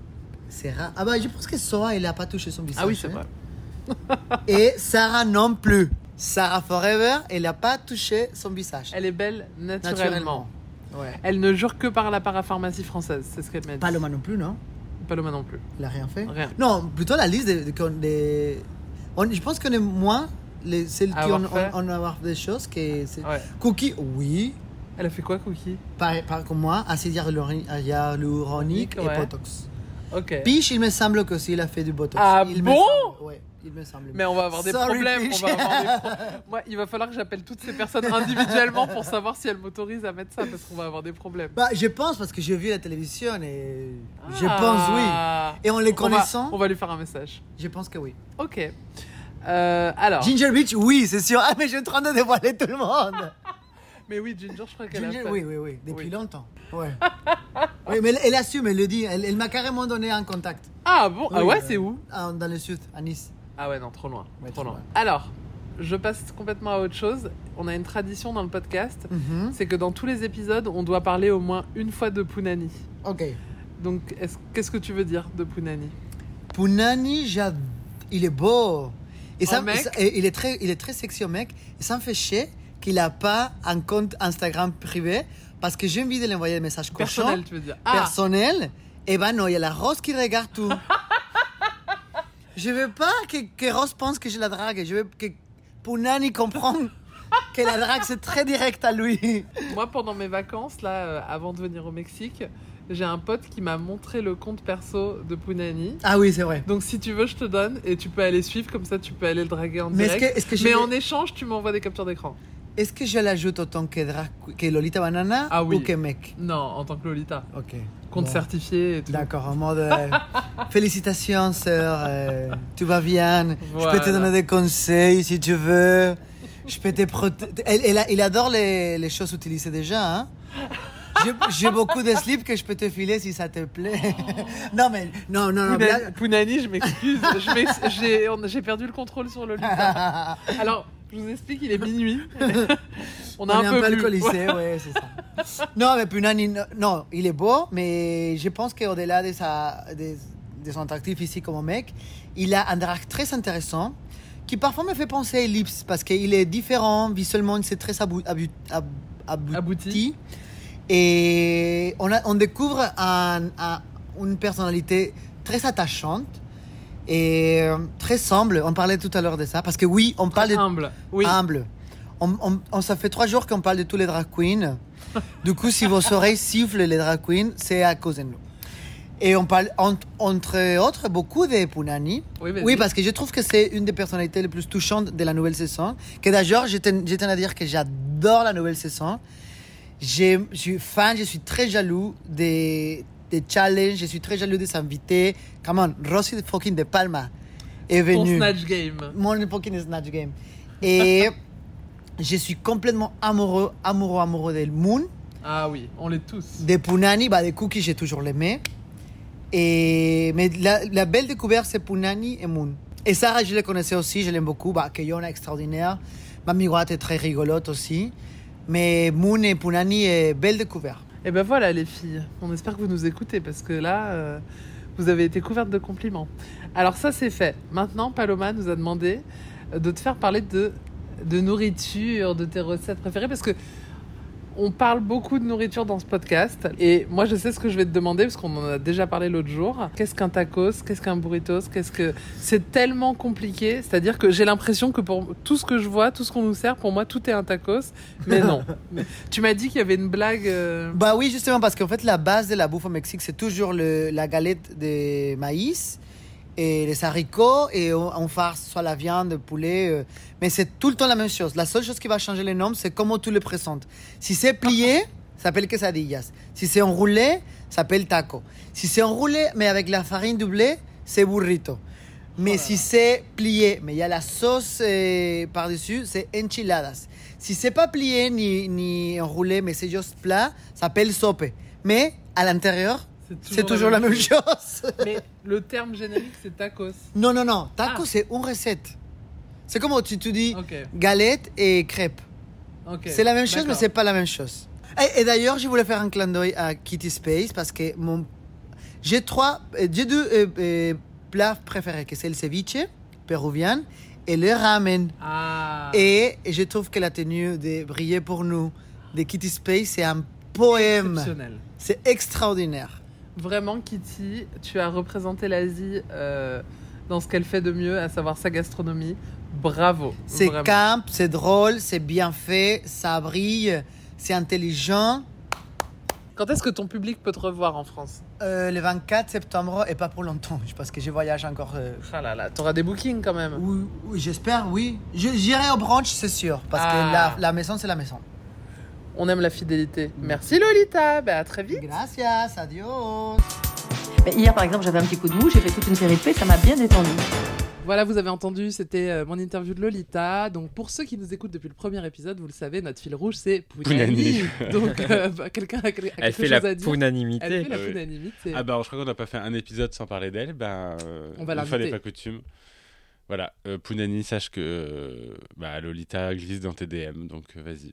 [SPEAKER 5] C'est rare. Ah bah, je pense que Sora, il a pas touché son visage.
[SPEAKER 1] Ah oui c'est
[SPEAKER 5] hein.
[SPEAKER 1] vrai.
[SPEAKER 5] Et Sarah non plus. Sarah Forever, elle a pas touché son visage.
[SPEAKER 1] Elle est belle naturellement.
[SPEAKER 5] Ouais.
[SPEAKER 1] Elle ne jure que par la parapharmacie française, c'est ce qu'elle m'a dit.
[SPEAKER 5] Paloma Eh. non plus, non
[SPEAKER 1] Paloma non plus.
[SPEAKER 5] Il a rien fait.
[SPEAKER 1] Rien.
[SPEAKER 5] Non, plutôt la liste des. des- des- on- je pense qu'on est moins les, celles qui
[SPEAKER 1] Avoir
[SPEAKER 5] ont,
[SPEAKER 1] fait.
[SPEAKER 5] ont- ont avoir des choses que. c'est-
[SPEAKER 1] Ouais.
[SPEAKER 5] Cookie, oui.
[SPEAKER 1] Elle a fait quoi Cookie
[SPEAKER 5] Par, par comme moi, acide hyaluroni- hyaluronique
[SPEAKER 1] Ouais.
[SPEAKER 5] et Botox.
[SPEAKER 1] Ok.
[SPEAKER 5] Piche, il me semble que s'il a fait du botox.
[SPEAKER 1] Ah
[SPEAKER 5] il me
[SPEAKER 1] bon
[SPEAKER 5] semble- Ouais, il me semble.
[SPEAKER 1] Mais on va avoir des
[SPEAKER 5] Sorry,
[SPEAKER 1] problèmes.
[SPEAKER 5] bitch.
[SPEAKER 1] on va avoir des pro-
[SPEAKER 5] <laughs>
[SPEAKER 1] Moi, il va falloir que j'appelle toutes ces personnes individuellement pour savoir si elles m'autorisent à mettre ça parce qu'on va avoir des problèmes.
[SPEAKER 5] Bah, je pense parce que j'ai vu la télévision et je pense oui. Et
[SPEAKER 1] Ah.
[SPEAKER 5] en les
[SPEAKER 1] On va,
[SPEAKER 5] connaissant,
[SPEAKER 1] on va lui faire un message.
[SPEAKER 5] je pense que oui.
[SPEAKER 1] Ok. Euh, alors.
[SPEAKER 5] Ginger Beach, oui, c'est sûr. Ah, mais je suis en train de dévoiler tout le monde.
[SPEAKER 1] mais oui, Ginger, je crois <laughs> qu'elle a
[SPEAKER 5] Ginger,
[SPEAKER 1] fait.
[SPEAKER 5] oui, oui, oui, depuis
[SPEAKER 1] Oui.
[SPEAKER 5] longtemps.
[SPEAKER 1] <laughs>
[SPEAKER 5] Ouais. oui, mais elle, elle assume, elle le dit. Elle, elle m'a carrément donné un contact
[SPEAKER 1] Ah bon Ah
[SPEAKER 5] Oui,
[SPEAKER 1] ouais,
[SPEAKER 5] euh,
[SPEAKER 1] c'est où
[SPEAKER 5] Ah, dans le sud, à Nice.
[SPEAKER 1] Ah ouais, non, trop loin.
[SPEAKER 5] Ouais,
[SPEAKER 1] trop loin.
[SPEAKER 5] trop loin.
[SPEAKER 1] Alors, je passe complètement à autre chose. On a une tradition dans le podcast
[SPEAKER 5] Mhm.
[SPEAKER 1] c'est que dans tous les épisodes, on doit parler au moins une fois de Pounani.
[SPEAKER 5] Ok.
[SPEAKER 1] Donc, est-ce- qu'est-ce que tu veux dire de Pounani
[SPEAKER 5] Pounani, j'ad- il est beau. Et ça,
[SPEAKER 1] En Oh, mec
[SPEAKER 5] et ça- et il est très, il est très sexy, au mec. Et ça me fait chier qu'il a pas un compte Instagram privé parce que j'ai envie de lui envoyer des messages cochons,
[SPEAKER 1] Personnel,
[SPEAKER 5] personnels.
[SPEAKER 1] tu veux dire. Ah,
[SPEAKER 5] Et ben non, il y a la Rose qui regarde tout. <laughs> je veux pas que, que Rose pense que je la drague. Je veux que
[SPEAKER 1] <laughs>
[SPEAKER 5] Pounani comprenne que la drague c'est très direct à lui.
[SPEAKER 1] Ah, Moi, pendant mes vacances, là, euh, avant de venir au Mexique, j'ai un pote qui m'a montré le compte perso de Pounani.
[SPEAKER 5] Ah oui, c'est vrai.
[SPEAKER 1] Donc, si tu veux, je te donne et tu peux aller suivre, comme ça, tu peux aller le draguer en
[SPEAKER 5] Mais est-ce que,
[SPEAKER 1] direct.
[SPEAKER 5] est-ce que je
[SPEAKER 1] Mais
[SPEAKER 5] vais-
[SPEAKER 1] en échange, tu m'envoies des captures d'écran.
[SPEAKER 5] est-ce que je l'ajoute autant que, drag- que Lolita Banana
[SPEAKER 1] Ah oui.
[SPEAKER 5] ou que mec?
[SPEAKER 1] Non, en tant que Lolita.
[SPEAKER 5] Ok.
[SPEAKER 1] Compte
[SPEAKER 5] Bon.
[SPEAKER 1] certifié et tout.
[SPEAKER 5] D'accord, en mode euh, félicitations, sœur, euh, tu vas bien, je peux te
[SPEAKER 1] Voilà.
[SPEAKER 5] donner des conseils si tu veux, je peux te proté- Elle, elle a- il adore les, les choses utilisées déjà. hein. J'ai- J'ai beaucoup de slips que je peux te filer si ça te plaît. <laughs> non, mais non, non, non. mais
[SPEAKER 1] Pounani, Pounani, je m'excuse. Je m'ex- j'ai- on- J'ai perdu le contrôle sur Lolita.
[SPEAKER 5] là-
[SPEAKER 1] Alors, je vous explique, il est minuit.
[SPEAKER 5] <laughs>
[SPEAKER 1] on
[SPEAKER 5] Ah. On
[SPEAKER 1] a
[SPEAKER 5] est
[SPEAKER 1] un peu, bu. <laughs>
[SPEAKER 5] alcoolisé, ouais, c'est ça. Non, mais Punani, non, non, il est beau, mais je pense qu'au-delà de, sa, de, de son attractif ici comme mec, il a un drag très intéressant qui parfois me fait penser à Ellipse parce qu'il est différent visuellement, c'est très abou- abu- ab- abouti.
[SPEAKER 1] Abouti.
[SPEAKER 5] Et on, a- on découvre un- un- une personnalité très attachante et euh, très semble. On parlait tout à l'heure de ça parce que oui, on parle de
[SPEAKER 1] Humble. Oui.
[SPEAKER 5] humble. On, on- on- ça fait trois jours qu'on parle de tous les drag queens. Du coup, si vos oreilles sifflent les drag queens, c'est à cause de nous. Et on parle en- entre autres beaucoup de Punani.
[SPEAKER 1] Oui, vas-y.
[SPEAKER 5] Oui, bah, parce que je trouve que c'est une des personnalités les plus touchantes de la nouvelle saison. Que d'ailleurs, je tiens je tiens à dire que j'adore la nouvelle saison. J'ai- Je suis fan, je suis très jaloux des, des challenges, je suis très jaloux des invités. Come on, Rosy fucking de Palma est
[SPEAKER 1] Ton
[SPEAKER 5] venue
[SPEAKER 1] Snatch Game.
[SPEAKER 5] mon fucking Snatch Game. Et je suis complètement amoureux, amoureux, amoureux del Moon,
[SPEAKER 1] Ah oui, on l'est tous.
[SPEAKER 5] des Punani, bah des Cookies, j'ai toujours l'aimé. Et mais la, la belle découverte, c'est Punani et Moon. Et Sarah, je les connaissais aussi, je l'aime beaucoup. Bah, Keyona, extraordinaire. Mamie Watt est très rigolote aussi. Mais Moon et Punani, est belle découverte.
[SPEAKER 1] Et ben voilà les filles, on espère que vous nous écoutez parce que là, euh, vous avez été couvertes de compliments. Alors ça c'est fait. Maintenant, Paloma nous a demandé euh, de te faire parler de de nourriture, de tes recettes préférées Parce que on parle beaucoup de nourriture dans ce podcast. Et moi, je sais ce que je vais te demander parce qu'on en a déjà parlé l'autre jour. Qu'est-ce qu'un tacos Qu'est-ce qu'un burritos Qu'est-ce que c'est tellement compliqué C'est-à-dire que j'ai l'impression que pour tout ce que je vois, tout ce qu'on nous sert, pour moi, tout est un tacos. Mais non. tu m'as dit qu'il y avait une blague. euh,
[SPEAKER 5] Bah oui, justement, parce qu'en fait, la base de la bouffe au Mexique, c'est toujours le- la galette de maïs et les haricots, et on, on farce soit la viande, le poulet, euh, mais c'est tout le temps la même chose. La seule chose qui va changer les noms, c'est comment tu le présentes. Si c'est plié, ça s'appelle quesadillas. Si c'est enroulé, ça s'appelle taco. Si c'est enroulé, mais avec la farine du blé, c'est burrito. Mais si c'est plié, mais il y a la sauce euh, par-dessus, c'est enchiladas. Si c'est pas plié ni, ni enroulé, mais c'est juste plat, ça s'appelle sope. Mais à l'intérieur, c'est toujours la même chose. <laughs>
[SPEAKER 1] Mais le terme générique, c'est tacos.
[SPEAKER 5] Non, non, non. Taco,
[SPEAKER 1] Ah.
[SPEAKER 5] c'est une recette. C'est comme tu, tu dis
[SPEAKER 1] Ok.
[SPEAKER 5] galette et crêpe.
[SPEAKER 1] ok.
[SPEAKER 5] C'est la même chose, mais
[SPEAKER 1] D'accord.
[SPEAKER 5] c'est pas la même chose. Et, et d'ailleurs, je voulais faire un clin d'œil à Kitty Space parce que mon... j'ai trois, euh, j'ai deux euh, euh, plats préférés, que c'est le ceviche péruvien et le ramen.
[SPEAKER 1] Ah.
[SPEAKER 5] Et je trouve que la tenue de briller pour nous de Kitty Space, c'est un poème.
[SPEAKER 1] Exceptionnel.
[SPEAKER 5] C'est extraordinaire.
[SPEAKER 1] Vraiment, Kitty, tu as représenté l'Asie euh, dans ce qu'elle fait de mieux, à savoir sa gastronomie. Bravo.
[SPEAKER 5] C'est
[SPEAKER 1] Vraiment.
[SPEAKER 5] camp, c'est drôle, c'est bien fait, ça brille, c'est intelligent.
[SPEAKER 1] Quand est-ce que ton public peut te revoir en France
[SPEAKER 5] Euh, le 24 septembre, et pas pour longtemps, <laughs> parce que je voyage encore. euh,
[SPEAKER 1] Ah là là, t'auras des bookings quand même.
[SPEAKER 5] Oui, oui, j'espère, oui. Je- J'irai au brunch, c'est sûr, parce
[SPEAKER 1] Ah.
[SPEAKER 5] que la, la maison, c'est la maison.
[SPEAKER 1] On aime la fidélité. Merci Lolita, bah, à très vite.
[SPEAKER 5] Gracias, adios.
[SPEAKER 6] Mais hier, par exemple, j'avais un petit coup de mou, j'ai fait toute une série de faits, ça m'a bien détendu.
[SPEAKER 1] Voilà, vous avez entendu, c'était euh, mon interview de Lolita. Donc, pour ceux qui nous écoutent depuis le premier épisode, vous le savez, notre fil rouge, c'est Pounani. <laughs> Donc, euh, bah, quelqu'un a, quel- a
[SPEAKER 3] Elle
[SPEAKER 1] quelque
[SPEAKER 3] fait
[SPEAKER 1] chose
[SPEAKER 3] la
[SPEAKER 1] à dire.
[SPEAKER 3] punanimité.
[SPEAKER 1] Elle fait la
[SPEAKER 2] Ah oui.
[SPEAKER 1] Pounanimite, c'est-
[SPEAKER 2] Ah bah, je crois qu'on n'a pas fait un épisode sans parler d'elle. Ben, euh,
[SPEAKER 1] On va
[SPEAKER 2] il
[SPEAKER 1] l'inviter.
[SPEAKER 2] fallait pas coutume. Voilà, euh, Pounani, sache que euh, bah, Lolita glisse dans tes DM, donc euh, vas-y.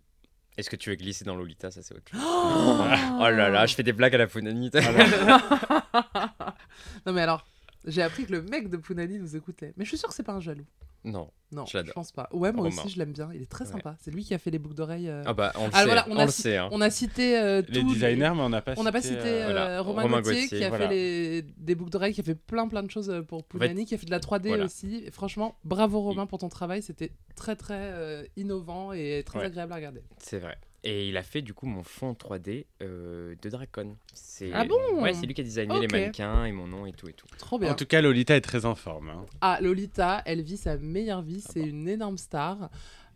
[SPEAKER 3] Est-ce que tu veux glisser dans Lolita Ça, c'est autre chose.
[SPEAKER 1] Oh
[SPEAKER 3] Oh là là, je fais des blagues à la punanimité.
[SPEAKER 1] Ah Non, mais alors, j'ai appris que le mec de Pounani nous écoutait. Mais je suis sûre que c'est pas un jaloux.
[SPEAKER 3] <laughs> non.
[SPEAKER 1] Non,
[SPEAKER 3] Je
[SPEAKER 1] je,
[SPEAKER 3] l'adore.
[SPEAKER 1] pense pas. Ouais, moi
[SPEAKER 3] Romain.
[SPEAKER 1] aussi, je l'aime bien. Il est très
[SPEAKER 3] Ouais.
[SPEAKER 1] sympa. C'est lui qui a fait les boucles d'oreilles. euh.
[SPEAKER 3] Ah bah, on le
[SPEAKER 1] Alors
[SPEAKER 3] sait.
[SPEAKER 1] voilà, on
[SPEAKER 3] on
[SPEAKER 1] a
[SPEAKER 3] le
[SPEAKER 1] si-
[SPEAKER 3] sait. hein.
[SPEAKER 1] On a cité euh,
[SPEAKER 2] Les
[SPEAKER 1] tous
[SPEAKER 2] designers, mais on n'a pas
[SPEAKER 1] On n'a pas cité euh,
[SPEAKER 3] voilà,
[SPEAKER 1] Romain,
[SPEAKER 3] Romain
[SPEAKER 1] Gauthier,
[SPEAKER 3] Gauthier,
[SPEAKER 1] qui a
[SPEAKER 3] voilà.
[SPEAKER 1] fait les- des boucles d'oreilles, qui a fait plein plein de choses euh, pour Pounani, qui a fait de la 3D
[SPEAKER 3] voilà.
[SPEAKER 1] aussi. Et franchement, bravo Romain pour ton travail, c'était très très euh, innovant et très
[SPEAKER 3] Ouais.
[SPEAKER 1] agréable à regarder.
[SPEAKER 3] C'est vrai. Et il a fait du coup mon fond 3D euh, de Dracon. C'est-
[SPEAKER 1] Ah bon
[SPEAKER 3] Ouais, c'est lui qui a designé les
[SPEAKER 1] Ok.
[SPEAKER 3] mannequins et mon nom et tout et tout.
[SPEAKER 1] Trop bien.
[SPEAKER 2] En tout cas, Lolita est très en forme. hein.
[SPEAKER 1] Ah, Lolita, elle vit sa meilleure vie,
[SPEAKER 3] Ah bah.
[SPEAKER 1] c'est une énorme star.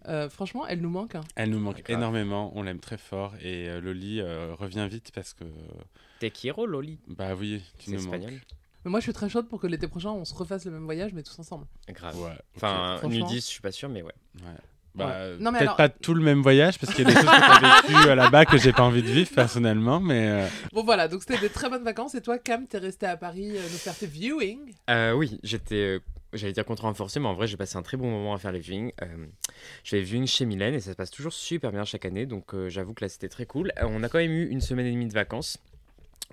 [SPEAKER 1] Euh, franchement, elle nous manque. hein.
[SPEAKER 2] Elle nous manque
[SPEAKER 3] Grave.
[SPEAKER 2] énormément, on l'aime très fort et euh, Loli euh, revient vite parce que
[SPEAKER 3] Te quiero, Loli.
[SPEAKER 2] bah oui, tu
[SPEAKER 3] C'est
[SPEAKER 2] nous
[SPEAKER 3] espagnol.
[SPEAKER 2] manques.
[SPEAKER 1] Mais moi, je suis très chaude pour que l'été prochain, on se refasse le même voyage, mais tous ensemble.
[SPEAKER 3] Grave.
[SPEAKER 2] Ouais.
[SPEAKER 3] Enfin, euh,
[SPEAKER 1] Franchement.
[SPEAKER 3] nudis, je suis pas sûr, mais ouais.
[SPEAKER 2] Bah,
[SPEAKER 1] Ouais.
[SPEAKER 2] euh,
[SPEAKER 1] Non, mais
[SPEAKER 2] peut-être
[SPEAKER 1] alors-
[SPEAKER 2] pas tout le même voyage parce qu'il y a des choses que t'as vécues euh, là-bas que j'ai pas envie de vivre personnellement, mais euh,
[SPEAKER 1] Bon, voilà, donc c'était des très bonnes vacances. Et toi, Cam, t'es resté à Paris euh, nous faire tes viewings.
[SPEAKER 3] Euh, oui, j'étais. euh, J'allais dire contre renforcé, mais en vrai, j'ai passé un très bon moment à faire les viewings. Euh, je fais les viewings chez Mylène et ça se passe toujours super bien chaque année, donc euh, j'avoue que là, c'était très cool. Euh, on a quand même eu une semaine et demie de vacances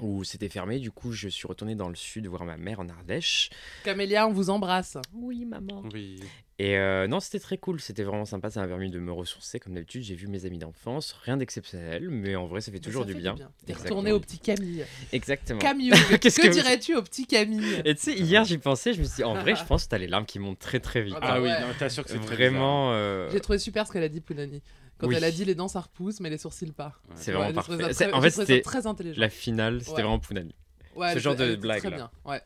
[SPEAKER 3] où c'était fermé. Du coup, je suis retourné dans le sud voir ma mère en Ardèche.
[SPEAKER 1] Camélia, on vous embrasse.
[SPEAKER 3] Oui, maman.
[SPEAKER 2] oui.
[SPEAKER 3] Et euh, non, c'était très cool, c'était vraiment sympa. Ça m'a permis de me ressourcer comme d'habitude. J'ai vu mes amis d'enfance, rien d'exceptionnel, mais en vrai, ça fait toujours
[SPEAKER 1] Ça
[SPEAKER 3] du
[SPEAKER 1] fait
[SPEAKER 3] bien.
[SPEAKER 1] T'es
[SPEAKER 3] Exactement.
[SPEAKER 1] retourné au petit Camille.
[SPEAKER 3] Exactement.
[SPEAKER 1] Camille,
[SPEAKER 3] <laughs> Qu'est-ce
[SPEAKER 1] que
[SPEAKER 3] que-
[SPEAKER 1] dirais-tu au petit Camille
[SPEAKER 3] Et tu sais, hier, j'y pensais, je me suis dit, en vrai, je pense que t'as les larmes qui montent très très vite.
[SPEAKER 1] Ah bah
[SPEAKER 2] Ah oui,
[SPEAKER 1] ouais.
[SPEAKER 2] non, t'assures que c'est très
[SPEAKER 3] vraiment. euh,
[SPEAKER 1] J'ai trouvé super ce qu'elle a dit, Pounani. Quand
[SPEAKER 3] Oui.
[SPEAKER 1] elle a dit les dents, ça repousse, mais les sourcils pas.
[SPEAKER 2] bizarre.
[SPEAKER 3] C'est
[SPEAKER 1] Ouais,
[SPEAKER 3] vraiment
[SPEAKER 1] j'ai trouvé ça
[SPEAKER 3] parfait.
[SPEAKER 1] très-
[SPEAKER 3] C'est- En
[SPEAKER 1] j'ai
[SPEAKER 3] fait,
[SPEAKER 1] trouvé ça
[SPEAKER 3] c'était
[SPEAKER 1] très intelligent.
[SPEAKER 3] la finale, c'était
[SPEAKER 1] Ouais.
[SPEAKER 3] vraiment Pounani.
[SPEAKER 1] Ouais,
[SPEAKER 3] ce
[SPEAKER 1] elle
[SPEAKER 3] genre
[SPEAKER 1] était-
[SPEAKER 3] de
[SPEAKER 1] elle était
[SPEAKER 3] blague,
[SPEAKER 1] Très
[SPEAKER 3] là.
[SPEAKER 1] bien, ouais.